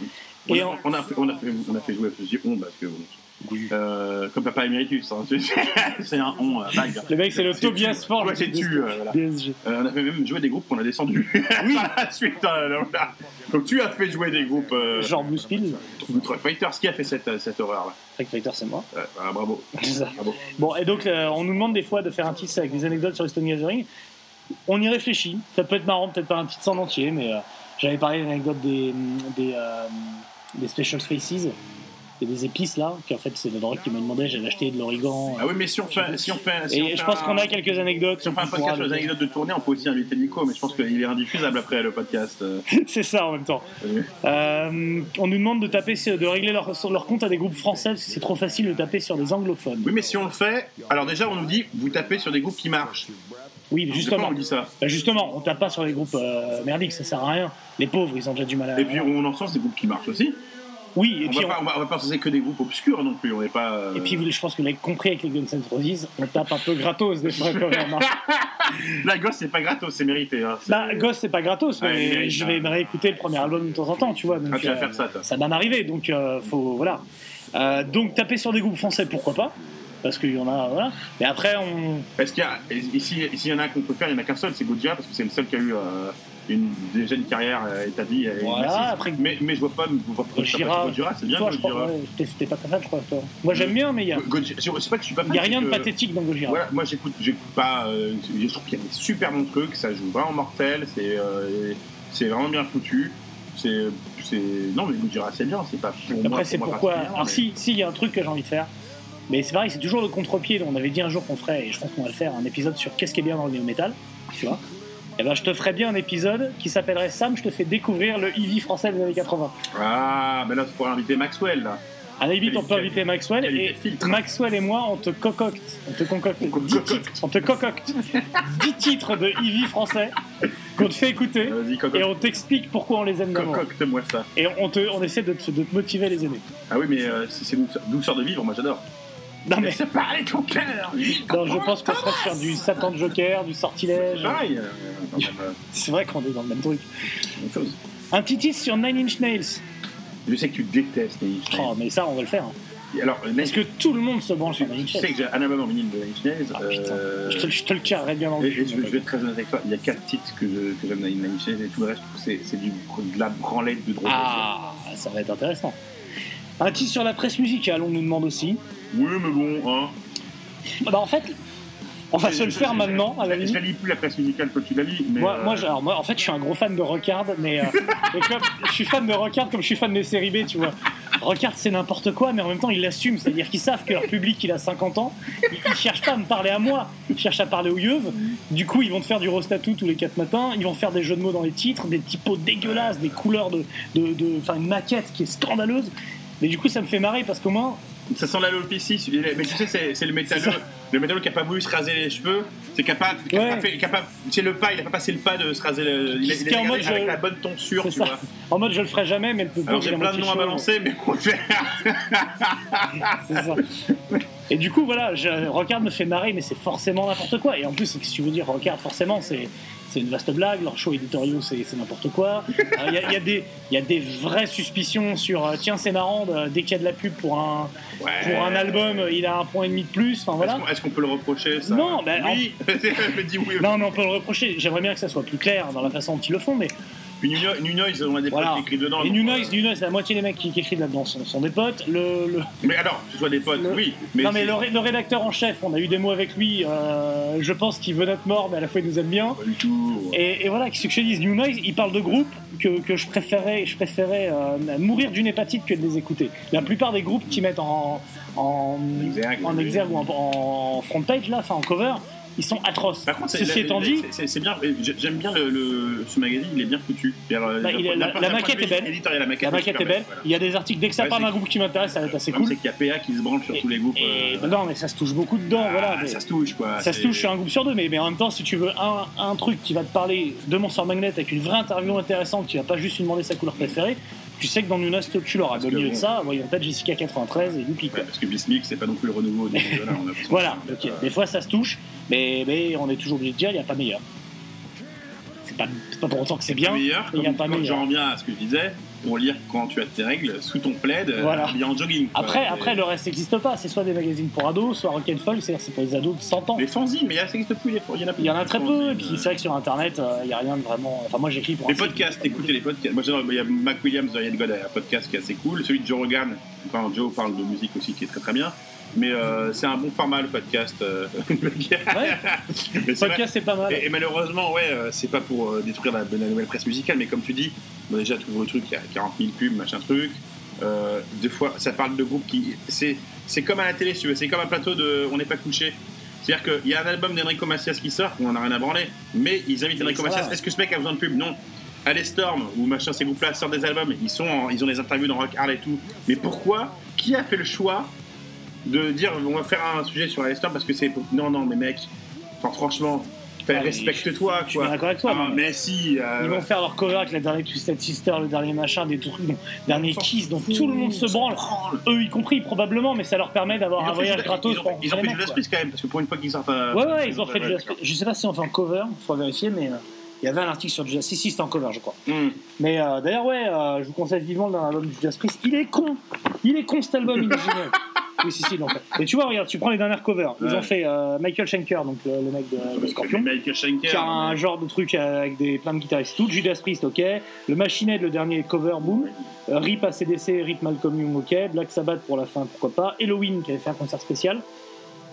Speaker 2: On
Speaker 1: Et
Speaker 2: a,
Speaker 1: en-
Speaker 2: on, a, on, a fait, on a fait jouer à plusieurs on parce que bon, euh, comme Papa Emeritus, hein, c'est- c'est un on. euh, vague.
Speaker 1: Le mec, c'est le
Speaker 2: tu,
Speaker 1: Tobias Ford.
Speaker 2: Ouais, c'est tu. euh, voilà.
Speaker 1: DSG.
Speaker 2: Euh, on a fait même jouer des groupes qu'on a descendus. Oui, la suite. hein, donc, là. Donc tu as fait jouer des groupes. Euh,
Speaker 1: Genre Blue Spills.
Speaker 2: Truck Fighters, qui a fait cette, cette horreur-là
Speaker 1: Street Fighter, c'est moi.
Speaker 2: Euh, ah, Bravo.
Speaker 1: C'est ça.
Speaker 2: bravo.
Speaker 1: Bon, et donc, euh, on nous demande des fois de faire un titre avec des anecdotes sur les Stone Gathering. On y réfléchit. Ça peut être marrant, peut-être pas un titre en entier, mais euh, j'avais parlé de l'anecdote des, des, euh, des Special Spaces et des épices, là, qui en fait, c'est le drogue qui me demandait, j'avais acheté de l'origan.
Speaker 2: Ah oui, mais si on fait. Si on fait si on
Speaker 1: et
Speaker 2: fait
Speaker 1: je pense
Speaker 2: un-
Speaker 1: qu'on a quelques anecdotes.
Speaker 2: Si on fait un
Speaker 1: qu'on pourra
Speaker 2: podcast sur les
Speaker 1: le-
Speaker 2: anecdotes de tournée, on peut aussi inviter Nico, mais je pense qu'il est indiffusable après le podcast. euh.
Speaker 1: C'est ça en même temps. Euh, on nous demande de taper, sur- de régler leur, sur leur compte à des groupes français parce que c'est trop facile de taper sur des anglophones.
Speaker 2: Oui, mais si on le fait, alors déjà on nous dit vous tapez sur des groupes qui marchent.
Speaker 1: Oui,
Speaker 2: Des fois,
Speaker 1: justement.
Speaker 2: on dit ça.
Speaker 1: Bah, justement, on tape pas sur les groupes euh, merdiques, ça sert à rien. Les pauvres, ils ont déjà du mal à.
Speaker 2: Et puis on en sort des groupes qui marchent aussi.
Speaker 1: oui, et
Speaker 2: on,
Speaker 1: puis,
Speaker 2: va pas, on, va, on va pas penser que des groupes obscurs non plus. On n'est pas. euh,
Speaker 1: on- et puis vous- je pense que vous l'avez compris avec les Guns N' Roses, on tape un peu gratos des fois quand même. hein.
Speaker 2: la gosse c'est pas gratos, c'est mérité. hein. C'est-
Speaker 1: Bah, Ghost, c'est pas gratos, mais
Speaker 2: Ouais, il mérite,
Speaker 1: je
Speaker 2: hein.
Speaker 1: vais me réécouter le premier album de temps en temps, tu vois. donc,
Speaker 2: Ah, tu vas
Speaker 1: euh,
Speaker 2: faire ça, toi.
Speaker 1: ça va m'arriver, donc euh, faut voilà. Euh, donc taper sur des groupes français, pourquoi pas Parce qu'il y en a, voilà. Mais après, on,
Speaker 2: Est-ce qu'il y a ici, ici il y en a un qu'on peut faire, il n'y en a qu'un seul, c'est Gojira parce que c'est le seul qui a eu euh, une déjà une carrière euh, établie. et
Speaker 1: Voilà,
Speaker 2: massive.
Speaker 1: après-
Speaker 2: Mais mais je vois pas. je vois pas-
Speaker 1: Gojira.
Speaker 2: Gojira, c'est bien
Speaker 1: toi, je crois,
Speaker 2: Gojira.
Speaker 1: ouais, t'es t'es pas très fan, je crois, toi. Moi, j'aime bien, mais il y a,
Speaker 2: Gojira- je sais pas que je suis pas.
Speaker 1: il
Speaker 2: fan,
Speaker 1: y a
Speaker 2: c'est
Speaker 1: rien de
Speaker 2: que-
Speaker 1: pathétique dans Gojira.
Speaker 2: Voilà, moi j'écoute, j'écoute pas. euh, je trouve qu'il y a des super bons trucs, ça joue vraiment mortel, c'est euh, c'est vraiment bien foutu. C'est c'est non mais Gojira c'est bien, c'est pas pour moi.
Speaker 1: Après, c'est
Speaker 2: pour moi
Speaker 1: pourquoi.
Speaker 2: particulièrement,
Speaker 1: Alors,
Speaker 2: mais-
Speaker 1: si, si, il y a un truc que j'ai envie de faire. Mais c'est pareil, c'est toujours le contre-pied. dont On avait dit un jour qu'on ferait, et je pense qu'on va le faire, un épisode sur qu'est-ce qui est bien dans le néo-métal. Tu vois Et ben, je te ferais bien un épisode qui s'appellerait Sam, je te fais découvrir le Eevee français des années 80.
Speaker 2: Ah, ben là tu pourrais inviter Maxwell là.
Speaker 1: À la limite, on peut
Speaker 2: Qualité-
Speaker 1: inviter Maxwell,
Speaker 2: qualité
Speaker 1: et
Speaker 2: filtre.
Speaker 1: Maxwell et moi, on te concocte. On te concocte.
Speaker 2: On
Speaker 1: dix
Speaker 2: concocte.
Speaker 1: titres- On te concocte 10 titres de Eevee français qu'on te fait écouter.
Speaker 2: Vas-y,
Speaker 1: Et
Speaker 2: cocotte-
Speaker 1: on t'explique pourquoi on les aime d'amour.
Speaker 2: cococte-moi ça.
Speaker 1: Et on, te, on essaie de te, de te motiver à les aimer.
Speaker 2: Ah oui, mais euh, c'est c'est douceur, douceur de vivre, moi j'adore.
Speaker 1: Non, mais
Speaker 2: Laisse parler ton cœur
Speaker 1: Non, je pense qu'on serait sur du Satan de Joker, du sortilège.
Speaker 2: Pareil, euh, quand même, euh,
Speaker 1: C'est vrai qu'on est dans le même truc.
Speaker 2: même chose.
Speaker 1: Un petit titre sur Nine Inch Nails.
Speaker 2: Je sais que tu détestes Nine Inch
Speaker 1: Oh,
Speaker 2: Nails.
Speaker 1: mais ça, on va le faire.
Speaker 2: Alors, Nine
Speaker 1: Oh. Est-ce que tout le monde se branche sur Nine
Speaker 2: tu
Speaker 1: Inch
Speaker 2: sais
Speaker 1: Nails
Speaker 2: que j'ai un album en vinyle de Nine Inch Nails.
Speaker 1: Ah, putain.
Speaker 2: euh,
Speaker 1: je te, je te le tirerai bien dans
Speaker 2: Et-
Speaker 1: le
Speaker 2: et je, vais- je vais
Speaker 1: cul.
Speaker 2: être très honnête avec toi, il y a quatre titres que je- que j'aime dans Nine Inch Nails et tout le reste, c'est c'est du de la branlette de drogue.
Speaker 1: Ah, ça va être intéressant. Un titre sur la presse musicale, on nous demande aussi.
Speaker 2: Oui, mais bon, hein.
Speaker 1: Bah, en fait, on va se le faire maintenant, à la
Speaker 2: Je la
Speaker 1: limite.
Speaker 2: lis plus la presse musicale que tu la lis, mais.
Speaker 1: Moi,
Speaker 2: euh,
Speaker 1: moi, je- alors, moi, en fait, je suis un gros fan de Rockard, mais euh, et comme- je suis fan de Rockard comme je suis fan des séries B, tu vois. Rockard, c'est n'importe quoi, mais en même temps, ils l'assument. C'est-à-dire qu'ils savent que leur public, il a 50 ans. Ils, ils cherchent pas à me parler à moi, ils cherchent à parler aux yeuves. Du coup, ils vont te faire du rostatou tous les 4 matins. Ils vont faire des jeux de mots dans les titres, des typos dégueulasses, des couleurs de. de- de- Enfin, une maquette qui est scandaleuse. Mais du coup, ça me fait marrer parce qu'au moins,
Speaker 2: Ça sent l'alopécie, celui-là. mais tu sais, c'est c'est le
Speaker 1: C'est
Speaker 2: métalleux.
Speaker 1: ça.
Speaker 2: Le métalleux qui a pas voulu se raser les cheveux, c'est capable. qui a
Speaker 1: Ouais.
Speaker 2: pas fait- qui a pas- C'est le pas, il a pas passé le pas de se raser le. Il a,
Speaker 1: Qui-
Speaker 2: il a
Speaker 1: qui est en
Speaker 2: regardé
Speaker 1: mode,
Speaker 2: avec
Speaker 1: je-
Speaker 2: la bonne tonsure,
Speaker 1: c'est
Speaker 2: tu
Speaker 1: ça.
Speaker 2: vois.
Speaker 1: En mode, je le ferai jamais, mais le pauvre,
Speaker 2: Alors
Speaker 1: il a
Speaker 2: j'ai plein de
Speaker 1: moitié
Speaker 2: noms à
Speaker 1: chaud.
Speaker 2: balancer, mais on le fait.
Speaker 1: C'est ça. Et du coup, voilà, je, Rockard me fait marrer, mais c'est forcément n'importe quoi. Et en plus, c'est que si tu veux dire Rockard, forcément, c'est c'est une vaste blague. Leurs shows éditoriaux, c'est c'est n'importe quoi. Euh, Il y, a- il y a des- il y a des vraies suspicions sur euh, tiens, c'est marrant, euh, dès qu'il y a de la pub pour un,
Speaker 2: Ouais.
Speaker 1: pour un album, euh, il a un point et demi de plus. Enfin voilà.
Speaker 2: Est-ce qu'on- Est-ce qu'on peut le reprocher ça
Speaker 1: Non, bah,
Speaker 2: oui. Je dis oui.
Speaker 1: Non, mais on peut le reprocher. J'aimerais bien que ça soit plus clair dans la façon dont ils le font, mais
Speaker 2: Puis New Noise- New Noise, on a des
Speaker 1: voilà.
Speaker 2: potes qui écrivent dedans.
Speaker 1: les
Speaker 2: donc,
Speaker 1: New
Speaker 2: euh,
Speaker 1: Noise, New Noise, la moitié des mecs qui, qui écrivent là-dedans sont, sont des potes. Le, le-
Speaker 2: Mais alors, que ce soit des potes,
Speaker 1: Le-
Speaker 2: oui.
Speaker 1: non, mais
Speaker 2: si-
Speaker 1: le, ré- le rédacteur en chef, on a eu des mots avec lui. euh, je pense qu'il veut notre mort, mais à la fois il nous aime bien.
Speaker 2: Pas du tout.
Speaker 1: Et, et voilà, qu'est-ce que je te dis New Noise, il parle de groupes que, que je préférais, je préférais euh, mourir d'une hépatite que de les écouter. La plupart des groupes qui mettent en, en,
Speaker 2: Exergue,
Speaker 1: en
Speaker 2: oui.
Speaker 1: exergue ou en, en front page, là, enfin en cover, ils sont atroces.
Speaker 2: Par contre, c'est-
Speaker 1: Ceci
Speaker 2: la-
Speaker 1: étant
Speaker 2: la-
Speaker 1: dit,
Speaker 2: c'est- c'est- c'est bien. j'ai- J'aime bien le, le- ce magazine. Il est bien foutu. C'est-à-dire, euh,
Speaker 1: Bah, il est-
Speaker 2: d'un
Speaker 1: la-
Speaker 2: point-
Speaker 1: la
Speaker 2: d'un
Speaker 1: maquette
Speaker 2: point de
Speaker 1: est
Speaker 2: vue
Speaker 1: belle.
Speaker 2: éditorial, La maquette,
Speaker 1: la maquette est
Speaker 2: super
Speaker 1: belle,
Speaker 2: voilà.
Speaker 1: il y a des articles, dès que ça
Speaker 2: Ouais,
Speaker 1: parle
Speaker 2: c'est-
Speaker 1: d'un groupe qui m'intéresse, ça va être assez
Speaker 2: Le
Speaker 1: cool.
Speaker 2: problème, C'est qu'il y a PA qui se branche sur
Speaker 1: Et-
Speaker 2: tous les groupes.
Speaker 1: Et
Speaker 2: euh,
Speaker 1: bah non, mais ça se touche beaucoup dedans, voilà.
Speaker 2: ah,
Speaker 1: mais-
Speaker 2: Ça se touche quoi.
Speaker 1: Ça se
Speaker 2: C'est-
Speaker 1: touche hein. sur un groupe sur deux, mais, mais en même temps, si tu veux un, un truc qui va te parler de Monster Magnet avec une vraie interview intéressante, qui va pas juste lui demander sa couleur préférée, Tu sais que dans Nunas tu l'auras.
Speaker 2: Parce
Speaker 1: Au
Speaker 2: que
Speaker 1: milieu de
Speaker 2: bon.
Speaker 1: ça, bon, il y a peut-être Jessica 93 et Yuki. quoi.
Speaker 2: Ouais, parce que Bismic, c'est pas non plus le renouveau du Nicolas, on a l'impression.
Speaker 1: Voilà,
Speaker 2: Euh,
Speaker 1: ok. Des fois ça se touche, mais, mais on est toujours obligé de dire il n'y a pas meilleur. C'est pas, c'est pas pour autant que c'est bien.
Speaker 2: meilleur,
Speaker 1: il y a
Speaker 2: comme,
Speaker 1: pas
Speaker 2: comme
Speaker 1: meilleur.
Speaker 2: j'en reviens à ce que je disais, pour lire quand tu as tes règles sous ton plaid, euh,
Speaker 1: Voilà.
Speaker 2: habillé en jogging. quoi.
Speaker 1: Après,
Speaker 2: Et-
Speaker 1: après le reste n'existe pas. C'est soit des magazines pour ados, soit Rock'n'Folk, c'est-à-dire c'est pour les ados de 100 ans.
Speaker 2: Les fanzines, mais ça n'existe plus, les- il y en a plus.
Speaker 1: Il y en a très
Speaker 2: les
Speaker 1: peu,
Speaker 2: fanzines,
Speaker 1: et puis c'est vrai que sur internet, euh, il n'y a rien de vraiment. Enfin, moi j'écris pour.
Speaker 2: Les
Speaker 1: un site.
Speaker 2: podcasts, écoutez les podcasts. Moi j'adore, il y a Mac Williams dans Yad God, un podcast qui est assez cool. Celui de Joe Rogan, enfin Joe parle de musique aussi qui est très très bien. Mais euh, c'est un bon format le podcast. euh,
Speaker 1: Ouais,
Speaker 2: mais c'est vrai.
Speaker 1: podcast c'est pas mal.
Speaker 2: et, et malheureusement, ouais, euh, c'est pas pour euh, détruire la, la nouvelle presse musicale, mais comme tu dis, bon, déjà tout le truc, il y a 40 000 pubs, machin truc. Euh, des fois, ça parle de groupes qui. C'est c'est comme à la télé, si tu veux, c'est comme un plateau de On n'est pas couché. C'est-à-dire qu'il y a un album d'Enrico Macias qui sort, on n'en a rien à branler, mais ils invitent
Speaker 1: Mais ils
Speaker 2: Enrico
Speaker 1: sont là,
Speaker 2: Macias.
Speaker 1: ouais.
Speaker 2: Est-ce que ce mec a besoin de pub Non. Allez Storm ou machin, ces groupes-là sortent des albums, ils, sont en- ils ont des interviews dans Rock Hard et tout. Mais pourquoi Qui a fait le choix de dire on va faire un sujet sur Allez Storm parce que c'est. Non, non, mais mec, enfin, franchement, fais-
Speaker 1: Ouais, Ah, mais
Speaker 2: respecte-toi
Speaker 1: Je suis bien
Speaker 2: quoi.
Speaker 1: d'accord avec toi.
Speaker 2: Ah,
Speaker 1: mais-
Speaker 2: mais si, euh,
Speaker 1: Ils vont faire leur cover avec la dernière Twisted Sister, le dernier machin, des trucs, le dernier Kiss, dont tout le monde se branle. Eux y compris, probablement, mais ça leur permet
Speaker 2: Ils ont
Speaker 1: d'avoir un
Speaker 2: fait
Speaker 1: voyage
Speaker 2: du-
Speaker 1: gratos.
Speaker 2: Ils
Speaker 1: pour
Speaker 2: ont, ils ont fait
Speaker 1: rencontrer
Speaker 2: du
Speaker 1: les
Speaker 2: Judas
Speaker 1: mecs,
Speaker 2: Priest quand même, parce que pour une fois qu'ils sortent. euh,
Speaker 1: quoi.
Speaker 2: un-
Speaker 1: Ouais, ouais, ils ont fait du Judas
Speaker 2: d'accord.
Speaker 1: Priest. Je sais pas si on fait en cover, faut vérifier, mais euh, il y avait un article sur Judas Si, si, c'était en cover, je crois.
Speaker 2: Hmm.
Speaker 1: Mais euh, d'ailleurs, ouais, euh, je vous conseille vivement le dernier album du Judas Priest. Il est con Il est con cet album, il est génial Oui, si, si, ils l'ont fait. Et tu vois, regarde, tu prends les dernières covers. Ils
Speaker 2: Ouais.
Speaker 1: ont fait euh, Michael Schenker, donc le, le mec de, de
Speaker 2: Parce que
Speaker 1: Scorpion.
Speaker 2: Michael Schenker. euh,
Speaker 1: qui a un genre de truc avec des, plein de guitaristes. Tout Judas Priest, ok. Le Machine Head, le dernier cover, boom. Euh, Rip ACDC, Rip Malcolm Young, ok. Black Sabbath pour la fin, pourquoi pas. Halloween qui avait fait un concert spécial.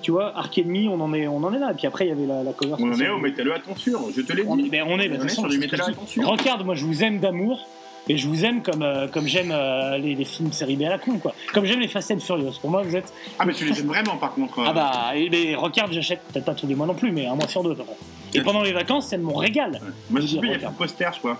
Speaker 1: Tu vois, Arc Enemy, on en est, on en est là. Et puis après, il y avait la, la cover.
Speaker 2: On en est
Speaker 1: spéciale.
Speaker 2: au métalleux à tonsure, je te l'ai
Speaker 1: On,
Speaker 2: dit.
Speaker 1: ben, on est, ben, de
Speaker 2: On
Speaker 1: toute
Speaker 2: est
Speaker 1: façon,
Speaker 2: sur du
Speaker 1: c'est ce
Speaker 2: métal
Speaker 1: que
Speaker 2: à
Speaker 1: je
Speaker 2: la
Speaker 1: dis.
Speaker 2: tension.
Speaker 1: Regarde, moi, je vous aime d'amour. Et je vous aime comme, euh, comme j'aime euh, les, les films série B à la con, quoi. Comme j'aime les Fast and Furious. Pour moi, vous êtes.
Speaker 2: Ah, mais tu les aimes vraiment par contre. hein.
Speaker 1: Ah bah, et, mais Rockard, j'achète peut-être pas tous les mois non plus, mais un mois sur deux, à peu près. Et pendant les vacances, c'est de mon régal.
Speaker 2: Moi je sais plus, il y a
Speaker 1: Regarde.
Speaker 2: plus de poster, je crois.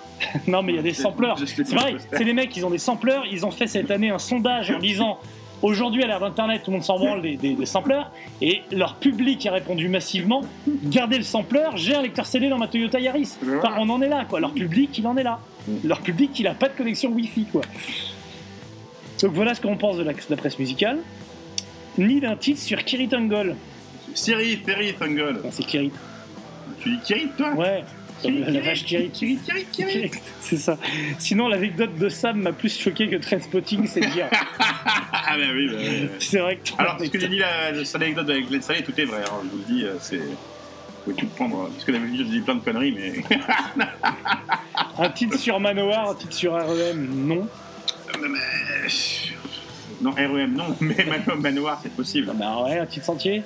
Speaker 1: Non, mais il y a des sampleurs.
Speaker 2: Je sais plus
Speaker 1: C'est pareil,
Speaker 2: le poster.
Speaker 1: c'est des mecs, ils ont des sampleurs. Ils ont fait cette année un sondage en disant aujourd'hui, à l'ère d'internet, tout le monde s'en branle des, des, des sampleurs. Et leur public a répondu massivement gardez le sampleur, j'ai un lecteur CD dans ma Toyota Yaris. Enfin, on en est là, quoi. Leur public, il en est là. Leur public, il a pas de connexion Wi-Fi, quoi. Donc voilà ce qu'on pense de la, de la presse musicale. Ni d'un titre sur Kiri Tungol.
Speaker 2: Siri, Ferry, Fungal.
Speaker 1: Enfin, c'est Kiri.
Speaker 2: Tu dis Kiri, toi
Speaker 1: Ouais, comme
Speaker 2: Kiri,
Speaker 1: la vache Kiri.
Speaker 2: Kiri, Kiri, Kiri.
Speaker 1: C'est ça. Sinon, l'anecdote de Sam m'a plus choqué que Trainspotting, c'est dire.
Speaker 2: Ah, bah oui, bah oui. oui.
Speaker 1: C'est vrai que.
Speaker 2: Alors, ce que j'ai dit, la, cette anecdote avec Glenn Salé, tout est vrai. hein, je vous le dis, euh, c'est. Vous pouvez tout prendre. hein. Parce que d'habitude, je dis plein de conneries, mais.
Speaker 1: Un titre sur Manoir, un titre sur REM, non.
Speaker 2: non, REM, non, mais Mano- Manoir, c'est possible.
Speaker 1: Ah Bah ouais, un titre sentier.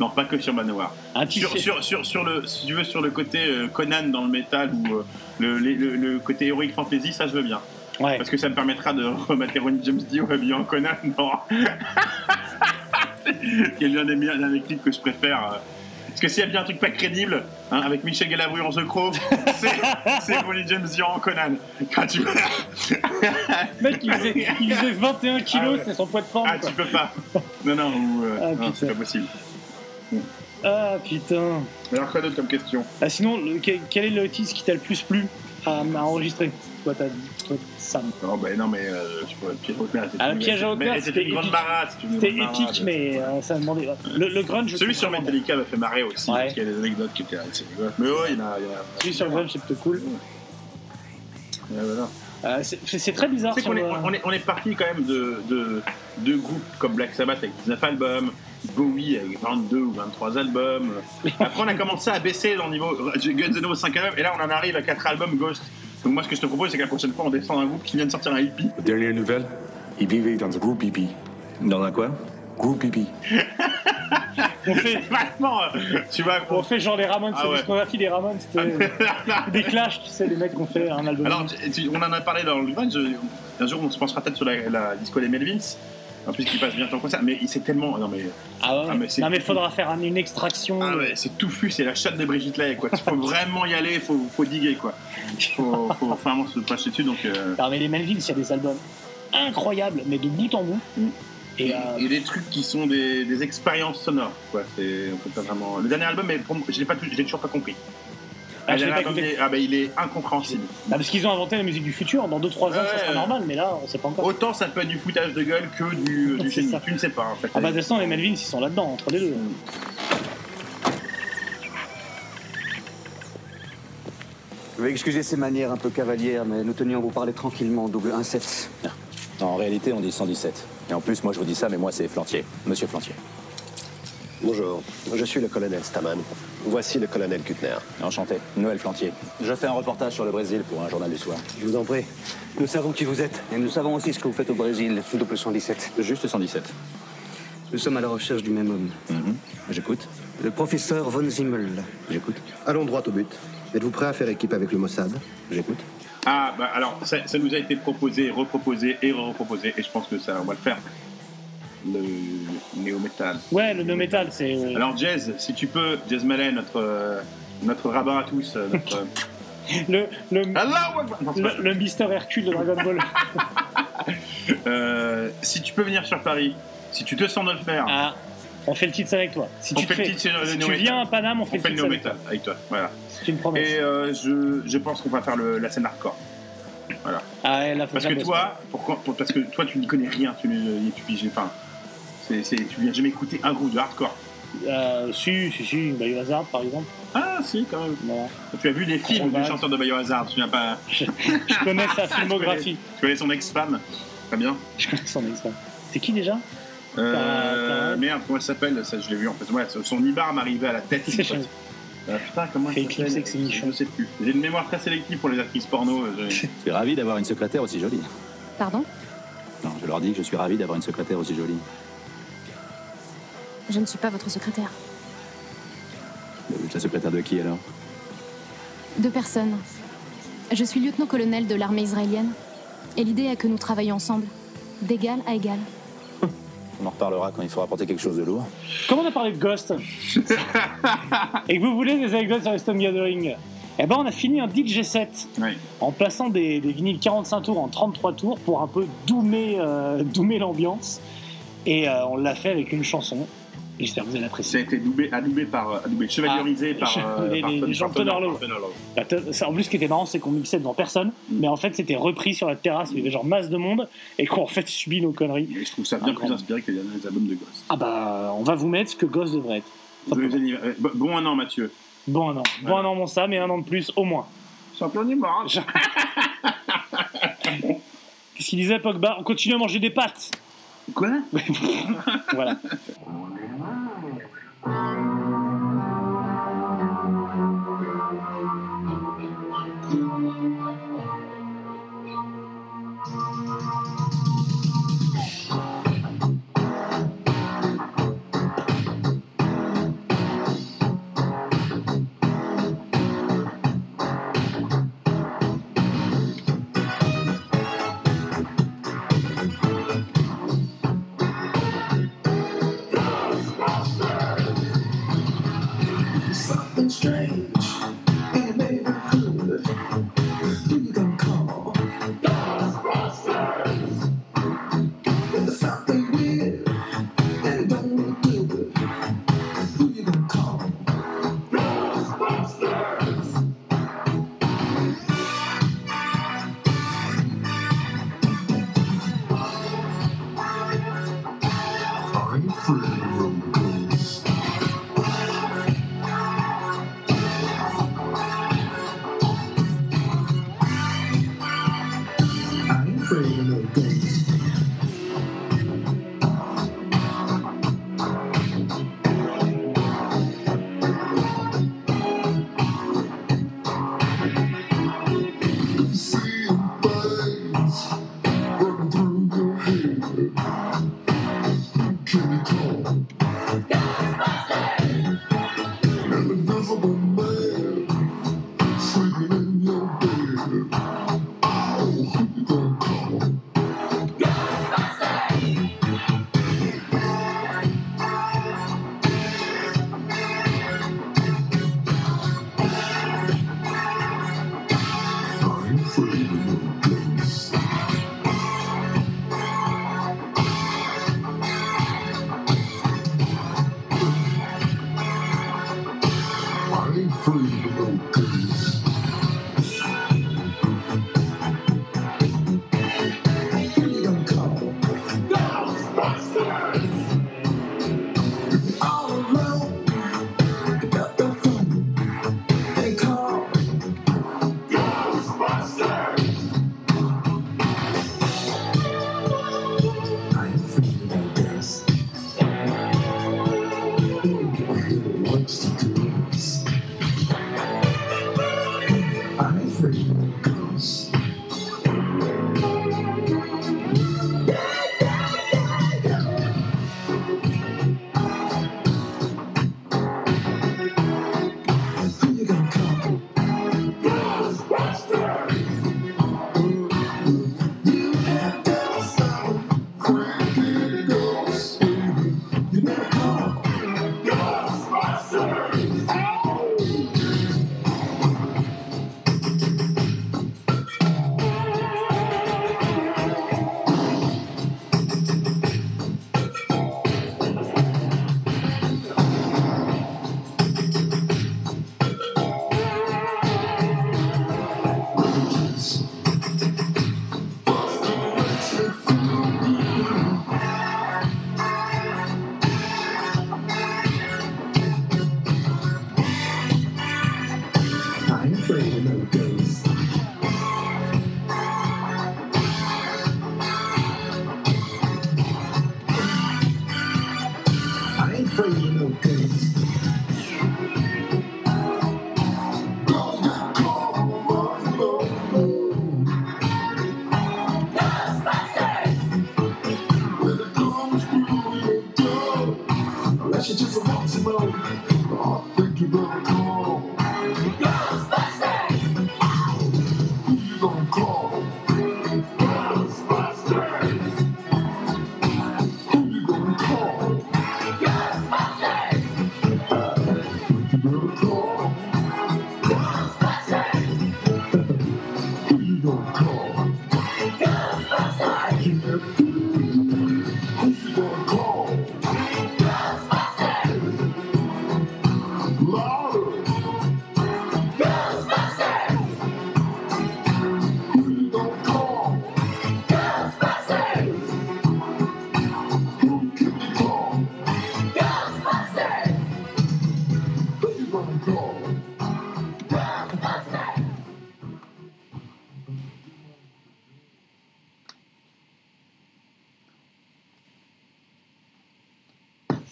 Speaker 2: Non, pas que sur Manoir.
Speaker 1: Un titre.
Speaker 2: Sur, sur, sur, sur le, si tu veux, sur le côté euh, Conan dans le métal ou euh, le, les- le, le côté héroïque fantasy, ça je veux bien.
Speaker 1: Ouais.
Speaker 2: Parce que ça me permettra de remater Ron James Dio habillé en Conan dans. qui est l'un des, meilleurs- l'un des clips que je préfère. euh. Parce que s'il y a bien un truc pas crédible, hein, avec Michel Galabru en The Crow, c'est- c'est Ronnie James Dio en Conan. Quand tu...
Speaker 1: Le mec, il faisait, il faisait 21 kilos,
Speaker 2: Ah ouais.
Speaker 1: c'est son poids de forme.
Speaker 2: ah,
Speaker 1: quoi.
Speaker 2: tu peux pas. Non, non, ou, euh,
Speaker 1: Ah,
Speaker 2: non,
Speaker 1: putain.
Speaker 2: c'est pas possible.
Speaker 1: Ah putain.
Speaker 2: Alors, quoi d'autre comme question
Speaker 1: Ah, sinon, le- quel quel est le titre qui t'a le plus plu à, à enregistrer Toi, t'as dit. Toi, Sam.
Speaker 2: Non, bah, non, mais euh, je pourrais piège au clair. c'était
Speaker 1: Ah,
Speaker 2: une-
Speaker 1: piège au clair,
Speaker 2: mais
Speaker 1: c'était
Speaker 2: C'était une grande
Speaker 1: épique.
Speaker 2: marade. c'était une
Speaker 1: C'était
Speaker 2: grande marade.
Speaker 1: épique, mais euh, ça a demandé. Le, le grunge. je
Speaker 2: Celui
Speaker 1: trouve
Speaker 2: sur
Speaker 1: vraiment-
Speaker 2: Metallica m'a fait marrer aussi,
Speaker 1: Ouais.
Speaker 2: parce qu'il y a des anecdotes qui étaient assez rigolotes. Mais ouais, il y en a. il y en a-
Speaker 1: Celui sur grunge, c'est plutôt cool.
Speaker 2: Ouais, voilà.
Speaker 1: Euh, c'est- c'est c'est très bizarre.
Speaker 2: Tu sais
Speaker 1: sur
Speaker 2: qu'on est,
Speaker 1: le-
Speaker 2: on est, on est parti quand même de, de, de groupes comme Black Sabbath avec 19 albums, Bowie avec 22 ou 23 albums. Après, on a commencé à baisser dans le niveau Guns N' Roses 5 albums, et là, on en arrive à 4 albums Ghost. Donc, moi, ce que je te propose, c'est que la prochaine fois, on descend un groupe qui vient de sortir un hippie.
Speaker 7: Dernière nouvelle, il vivait dans un groupe hippie.
Speaker 5: Dans un quoi
Speaker 7: Groupe hippie.
Speaker 1: on fait.
Speaker 2: Vraiment, euh, tu vois,
Speaker 1: On fait genre les Ramones,
Speaker 2: Ah
Speaker 1: c'est
Speaker 2: ouais.
Speaker 1: discographie des Ramones, c'était des clashs, tu sais, les mecs qui ont fait un album.
Speaker 2: Alors, tu- tu- on en a parlé dans le van, je- un jour on se penchera peut-être sur la, la disco des Melvins, en plus qui passe bientôt en concert, mais il- c'est tellement. Non mais,
Speaker 1: ah ouais.
Speaker 2: ah, mais c'est-
Speaker 1: non mais faudra faire un- une extraction. euh,
Speaker 2: ah ouais, c'est touffu, c'est la chatte de Brigitte Lay, quoi. Il faut vraiment y aller, faut, faut diguer, quoi. Faut, faut vraiment se passer dessus, donc. euh,
Speaker 1: Non mais les Melvins, il y a des albums incroyables, mais de bout en bout.
Speaker 2: Mm.
Speaker 1: Et,
Speaker 2: Et,
Speaker 1: euh,
Speaker 2: et des trucs qui sont des, des expériences sonores, quoi. C'est- On peut pas vraiment. Le dernier album, mais pour moi, je l'ai pas tout- je l'ai toujours pas compris.
Speaker 1: Ah, je l'ai
Speaker 2: Adrien
Speaker 1: pas
Speaker 2: Cormier,
Speaker 1: écouté.
Speaker 2: ah, bah, il est incompréhensible.
Speaker 1: Ah, parce qu'ils ont inventé la musique du futur. Dans 2-3 ans, ça
Speaker 2: Ouais, Oh.
Speaker 1: sera
Speaker 2: ouais.
Speaker 1: normal, mais là, on sait pas encore.
Speaker 2: Autant ça peut être du foutage de gueule que du, du
Speaker 1: Ah, C'est
Speaker 2: génie.
Speaker 1: ça.
Speaker 2: Tu ne sais pas. en fait.
Speaker 1: Ah bah de toute façon, les Melvins, ils sont là-dedans, entre les deux.
Speaker 2: Mm.
Speaker 6: Je vais excuser ces manières un peu cavalières, mais nous tenions à vous parler tranquillement, double inceps.
Speaker 5: En réalité, on dit 117. Et en plus, moi, je vous dis ça, mais moi, c'est Flantier. Monsieur Flantier.
Speaker 6: Bonjour, je suis le colonel Staman. Voici le colonel Kuttner.
Speaker 5: Enchanté. Noël Flantier. Je fais un reportage sur le Brésil pour un journal du soir.
Speaker 6: Je vous en prie. Nous savons qui vous êtes. Et nous savons aussi ce que vous faites au Brésil, double 117.
Speaker 5: Juste 117.
Speaker 6: Nous sommes à la recherche du même homme,
Speaker 5: J'écoute.
Speaker 6: le professeur Von Zimmel.
Speaker 5: J'écoute.
Speaker 6: Allons droit au but. Êtes-vous prêt à faire équipe avec le Mossad
Speaker 5: J'écoute.
Speaker 2: Ah, bah alors, ça, ça nous a été proposé, reproposé et reproposé, et je pense que ça, on va le faire. Le néo-metal.
Speaker 1: Ouais, le no metal, c'est. euh,
Speaker 2: Alors, Jazz, si tu peux, Jazz Mallet, notre, euh, notre rabbin à tous, euh, notre.
Speaker 1: le, le,
Speaker 2: Allahu Akbar Non, c'est pas ça.
Speaker 1: le, le Mister Hercule de Dragon Ball.
Speaker 2: Ah. Euh, si tu peux venir sur Paris, si tu te sens de le faire,
Speaker 1: Ah, on fait le titre avec toi. Si
Speaker 2: On
Speaker 1: tu, te
Speaker 2: fait le
Speaker 1: fais-
Speaker 2: titre, c'est le
Speaker 1: si
Speaker 2: no
Speaker 1: tu
Speaker 2: metal.
Speaker 1: viens à Paname, on fait
Speaker 2: on fait
Speaker 1: le
Speaker 2: le
Speaker 1: titre avec toi.
Speaker 2: néo-metal avec toi. Voilà.
Speaker 1: C'est une promesse.
Speaker 2: Et euh, je, je pense qu'on va faire le- la scène hardcore.
Speaker 1: Ah ouais, là, faut
Speaker 2: Parce
Speaker 1: faire
Speaker 2: que
Speaker 1: bosser.
Speaker 2: toi, pourquoi, pour- parce que toi, tu n'y connais rien, tu ne tu piges- enfin, c'est, c'est- tu viens jamais écouter un groupe de hardcore.
Speaker 1: Euh, si, si, si, Biohazard par exemple.
Speaker 2: Ah, si, quand même.
Speaker 1: Voilà.
Speaker 2: Tu as vu les films
Speaker 1: Crobat.
Speaker 2: du chanteur de Biohazard, tu n'as pas,
Speaker 1: Je connais sa filmographie.
Speaker 2: tu connais son ex-femme, très bien.
Speaker 1: Je connais son expert. C'est qui déjà T'as- t'as-
Speaker 2: Euh, merde, comment elle s'appelle Ça, je l'ai vu en fait. Ouais, son Ibar m'arrivait à la tête.
Speaker 1: C'est
Speaker 2: en fait. Euh, putain, comment
Speaker 1: Fait
Speaker 2: elle
Speaker 1: éclipser
Speaker 2: s'appelle
Speaker 1: que c'est Michon.
Speaker 2: Je sais plus. J'ai une mémoire très sélective pour les actrices porno. euh, j'ai-
Speaker 5: Je suis ravi d'avoir une secrétaire aussi jolie.
Speaker 10: Pardon
Speaker 5: Non, je leur dis que je suis ravi d'avoir une secrétaire aussi jolie.
Speaker 10: Je ne suis pas votre secrétaire.
Speaker 5: Euh, La secrétaire de qui alors
Speaker 10: Deux personnes. Je suis lieutenant-colonel de l'armée israélienne. Et l'idée est que nous travaillons ensemble, d'égal à égal.
Speaker 5: On en reparlera quand il faudra porter quelque chose de lourd.
Speaker 1: Comment on a parlé de Ghost Et que vous voulez des anecdotes sur les Stone Gathering Eh ben, on a fini un DJ set
Speaker 2: Ouais.
Speaker 1: en passant des, des vinyles 45 tours en 33 tours pour un peu doomer, euh, doomer l'ambiance. Et euh, on l'a fait avec une chanson. Et J'espère que vous allez
Speaker 2: Ça a
Speaker 1: apprécier.
Speaker 2: été doublé, adoubé par, euh, adoubé, chevalierisé
Speaker 1: Ah,
Speaker 2: par,
Speaker 1: je-
Speaker 2: euh,
Speaker 1: les-
Speaker 2: par
Speaker 1: les-
Speaker 2: Tom-
Speaker 1: les gens
Speaker 2: par Tom-
Speaker 1: Tonerlo.
Speaker 2: par Tonerlo.
Speaker 1: Bah, t- ça, En plus, ce qui était marrant, c'est qu'on mixait devant personne, mais en fait, c'était repris sur la terrasse, où il y avait genre masse de monde, et qu'on en fait subit nos conneries.
Speaker 2: Et je trouve ça bien
Speaker 1: Incroyable.
Speaker 2: plus inspiré que les derniers albums de Ghost.
Speaker 1: Ah bah, on va vous mettre ce que Ghost devrait être.
Speaker 2: Joyeux anniversaire. Euh, bon- Bon un an, Mathieu.
Speaker 1: Bon un an, bon un an mon Sam et un an de plus au moins.
Speaker 2: Champion du monde.
Speaker 1: Qu'est-ce qu'il disait Pogba On continue à manger des pâtes.
Speaker 2: Quoi
Speaker 1: Voilà.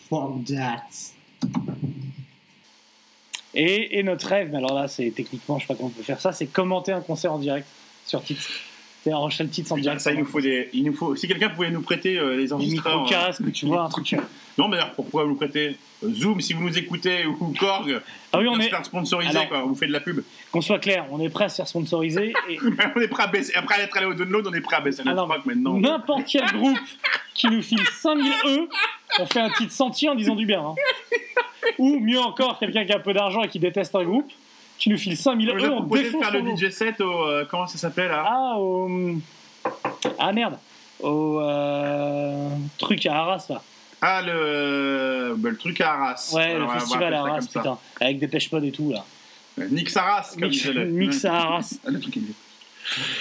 Speaker 1: Fuck that. Et, et notre rêve, mais alors là, c'est techniquement, je sais pas comment on peut faire ça, c'est commenter un concert en direct sur titre. C'est enregistrer le titre en
Speaker 2: Putain,
Speaker 1: direct.
Speaker 2: ça, il nous faut des. Il nous faut... Si quelqu'un pouvait nous prêter euh, les
Speaker 1: des
Speaker 2: enregistreurs. euh,
Speaker 1: micro-casques, tu vois, un truc.
Speaker 2: Non, mais alors, pourquoi vous prêter Euh, Zoom, si vous nous écoutez, ou Korg,
Speaker 1: Ah oui,
Speaker 2: on
Speaker 1: on
Speaker 2: se
Speaker 1: est,
Speaker 2: faire sponsoriser,
Speaker 1: Alors-
Speaker 2: quoi. On vous fait de la pub.
Speaker 1: qu'on soit clair, on est prêt à se faire sponsoriser et
Speaker 2: on est prêt à baisser. Après être allé au download, on est prêt à baisser notre
Speaker 1: Alors-
Speaker 2: rock maintenant.
Speaker 1: n'importe quel groupe qui nous file 5000 E, on fait un titre sentier en disant du bien. hein. Ou mieux encore, quelqu'un qui a peu d'argent et qui déteste un groupe, qui nous file 5000
Speaker 2: Je
Speaker 1: E, on
Speaker 2: proposé de
Speaker 1: défonce
Speaker 2: faire
Speaker 1: son
Speaker 2: le
Speaker 1: groupe.
Speaker 2: DJ set au. euh, comment ça s'appelait là
Speaker 1: Ah, au... Ah merde Au euh, truc à Arras, là.
Speaker 2: Ah, le. bah, le truc à Arras.
Speaker 1: Ouais,
Speaker 2: Alors, on
Speaker 1: le
Speaker 2: va
Speaker 1: festival
Speaker 2: appeler
Speaker 1: à
Speaker 2: ça
Speaker 1: Arras,
Speaker 2: comme ça.
Speaker 1: putain. Avec des pêche et tout, là.
Speaker 2: Euh, Nix Arras, comme
Speaker 1: Mix,
Speaker 2: disait le-
Speaker 1: mix à Arras.
Speaker 2: Ah, le truc est-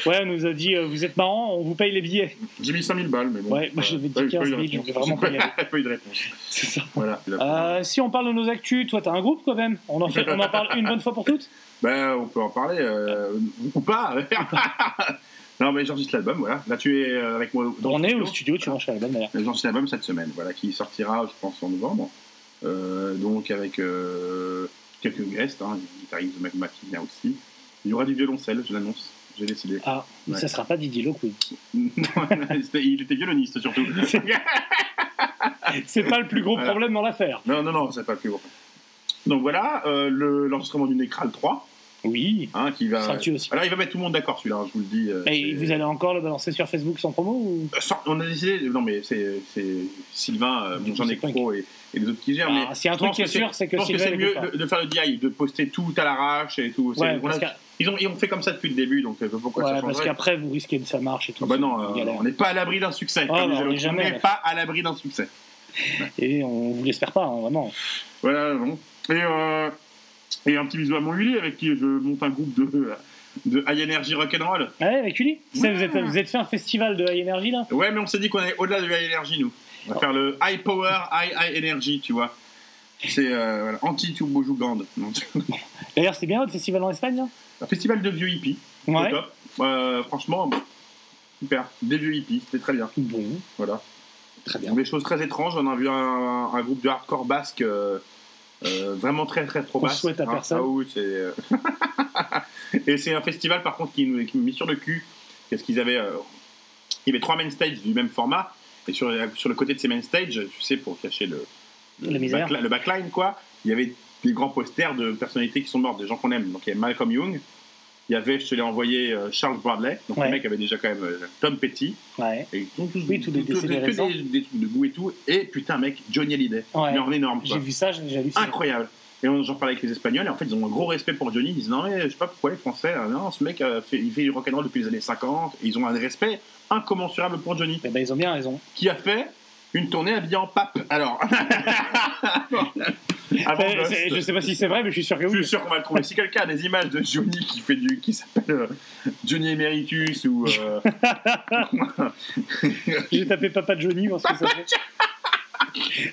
Speaker 1: Ouais, on nous a dit, euh, vous êtes marrants, on vous paye les billets.
Speaker 2: J'ai mis 5000 balles, mais bon.
Speaker 1: Ouais, moi, j'avais dit
Speaker 2: pas eu- pas eu de
Speaker 1: 15 000,
Speaker 2: réponse.
Speaker 1: je vais vraiment pas y aller.
Speaker 2: Pas eu de réponse.
Speaker 1: C'est ça.
Speaker 2: Voilà.
Speaker 1: Euh, si on parle de nos actus, toi t'as un groupe quand même. On en, fait, on en parle une bonne fois pour toutes.
Speaker 2: Ben, on peut en parler, euh, ou pas. non, mais j'enregistre l'album, voilà. Là, tu es euh, avec moi. dans
Speaker 1: On
Speaker 2: le
Speaker 1: est au
Speaker 2: studio.
Speaker 1: studio, tu manges la bonne d'ailleurs.
Speaker 2: J'enregistre l'album cette semaine, voilà, qui sortira, je pense, en novembre. Euh, donc, avec euh, quelques guests, hein, le guitariste de Magma qui vient aussi. Il y aura du violoncelle, je l'annonce. J'ai décidé.
Speaker 1: Ah,
Speaker 2: Ouais.
Speaker 1: ça sera pas Didier Lockwood.
Speaker 2: Non, c'était- il était violoniste surtout.
Speaker 1: C'est pas le plus gros
Speaker 2: Voilà.
Speaker 1: problème dans l'affaire.
Speaker 2: non, non, non, c'est pas le plus gros. Donc voilà, euh, le- l'enregistrement du Necral 3,
Speaker 1: Oui,
Speaker 2: hein, qui va.
Speaker 1: ça tue aussi.
Speaker 2: Alors il va mettre tout le monde d'accord celui-là, hein, je vous le dis. euh,
Speaker 1: Et
Speaker 2: c'est-
Speaker 1: vous allez encore le balancer sur Facebook sans promo ou...
Speaker 2: Euh, sans- On a décidé, non mais c'est c'est Sylvain, euh,
Speaker 1: Du
Speaker 2: mon
Speaker 1: coup,
Speaker 2: j'en
Speaker 1: c'est
Speaker 2: ai pro et, et les autres qui gèrent. mais
Speaker 1: Ah, S'il y a un
Speaker 2: je
Speaker 1: truc
Speaker 2: pense
Speaker 1: qui est
Speaker 2: que c'est-
Speaker 1: sûr, c'est
Speaker 2: je
Speaker 1: que
Speaker 2: pense que
Speaker 1: Sylvain
Speaker 2: c'est
Speaker 1: l'écoute
Speaker 2: mieux
Speaker 1: pas.
Speaker 2: de, de faire le DI, de poster tout à l'arrache et tout. C'est-
Speaker 1: Ouais,
Speaker 2: on a-
Speaker 1: parce qu'à-
Speaker 2: ils, ont, ils ont fait comme ça depuis le début, donc euh, je vois pas pourquoi
Speaker 1: ouais,
Speaker 2: ça
Speaker 1: parce
Speaker 2: changerait.
Speaker 1: qu'après vous risquez de ça marche et tout.
Speaker 2: Ah bah
Speaker 1: c'est
Speaker 2: non,
Speaker 1: une
Speaker 2: euh,
Speaker 1: galère.
Speaker 2: on n'est pas à l'abri d'un succès.
Speaker 1: Ah,
Speaker 2: comme
Speaker 1: bah,
Speaker 2: disait
Speaker 1: on
Speaker 2: l'autre,
Speaker 1: est jamais à
Speaker 2: on n'est
Speaker 1: l'abri.
Speaker 2: pas à l'abri d'un succès.
Speaker 1: Et on vous l'espère pas, hein, vraiment.
Speaker 2: Voilà, non. Et, euh, et un petit bisou à mon Uli avec qui je monte un groupe de, de high energy rock'n'roll.
Speaker 1: Ouais, avec Uli Ça,
Speaker 2: Ouais.
Speaker 1: vous, êtes, vous êtes fait un festival de High Energy là
Speaker 2: Ouais, mais on s'est dit qu'on est au-delà du high energy, nous. On va faire le high power, high high energy, tu vois. C'est euh, voilà, anti-tubojougande.
Speaker 1: D'ailleurs, c'est bien votre festival en Espagne là
Speaker 2: Un festival de vieux hippies. au
Speaker 1: Ouais.
Speaker 2: top. Euh, franchement, pff, super. Des vieux hippies, c'était très bien.
Speaker 1: Bon,
Speaker 2: Voilà.
Speaker 1: très bien.
Speaker 2: Des choses très étranges. On a vu un, un groupe de hardcore basque euh, euh, vraiment très très pro
Speaker 1: Qu'on
Speaker 2: basque.
Speaker 1: souhaite à
Speaker 2: Ah,
Speaker 1: personne.
Speaker 2: ah oui, c'est, euh, Et c'est un festival par contre qui nous qui nous mis sur le cul. Parce qu'ils avaient, euh, il y avait trois main stages du même format. Et sur, sur le côté de ces main stages, tu sais, pour cacher le,
Speaker 1: La
Speaker 2: le,
Speaker 1: misère.
Speaker 2: backli- le backline, quoi, il y avait des grands posters de personnalités qui sont mortes, des gens qu'on aime. Donc il y avait Malcolm Young, il y avait, je te l'ai envoyé, euh, Charles Bradley. Donc
Speaker 1: Ouais.
Speaker 2: le mec avait déjà quand même euh, Tom Petty.
Speaker 1: Ouais.
Speaker 2: Et ils ont tous,
Speaker 1: Oui, tous des
Speaker 2: que
Speaker 1: décédés récents.
Speaker 2: des, des trucs de goût et tout. Et putain, mec, Johnny Hallyday.
Speaker 1: Ouais.
Speaker 2: Mais en énorme, quoi.
Speaker 1: J'ai vu ça, j'ai déjà vu ça.
Speaker 2: Bah. Incroyable. Et on- j'en parlais avec les Espagnols, et en fait, ils ont un gros respect pour Johnny. Ils disent, non, mais je sais pas pourquoi les Français, euh, non, ce mec, euh, fait- il fait du rock'n'roll depuis les années 50. Et ils ont un respect incommensurable pour Johnny,
Speaker 1: Eh ben, ils ont bien raison.
Speaker 2: qui a fait une tournée habillée en pape. Alors. Avant
Speaker 1: Euh,
Speaker 2: Lost.
Speaker 1: c'est- je sais pas si c'est vrai, mais je suis sûr que
Speaker 2: bah, Je
Speaker 1: oui.
Speaker 2: suis sûr qu'on va le trouver. Si quelqu'un a des images de Johnny qui fait du, qui s'appelle euh, Johnny Emeritus ou euh,
Speaker 1: J'ai tapé Papa Johnny, voir ce que ça fait.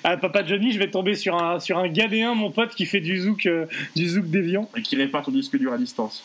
Speaker 1: Ah, Papa Johnny, je vais tomber sur un, sur un Ghanéen, mon pote, qui fait du zouk, euh, du zouk déviant.
Speaker 2: qui répare ton disque dur à distance.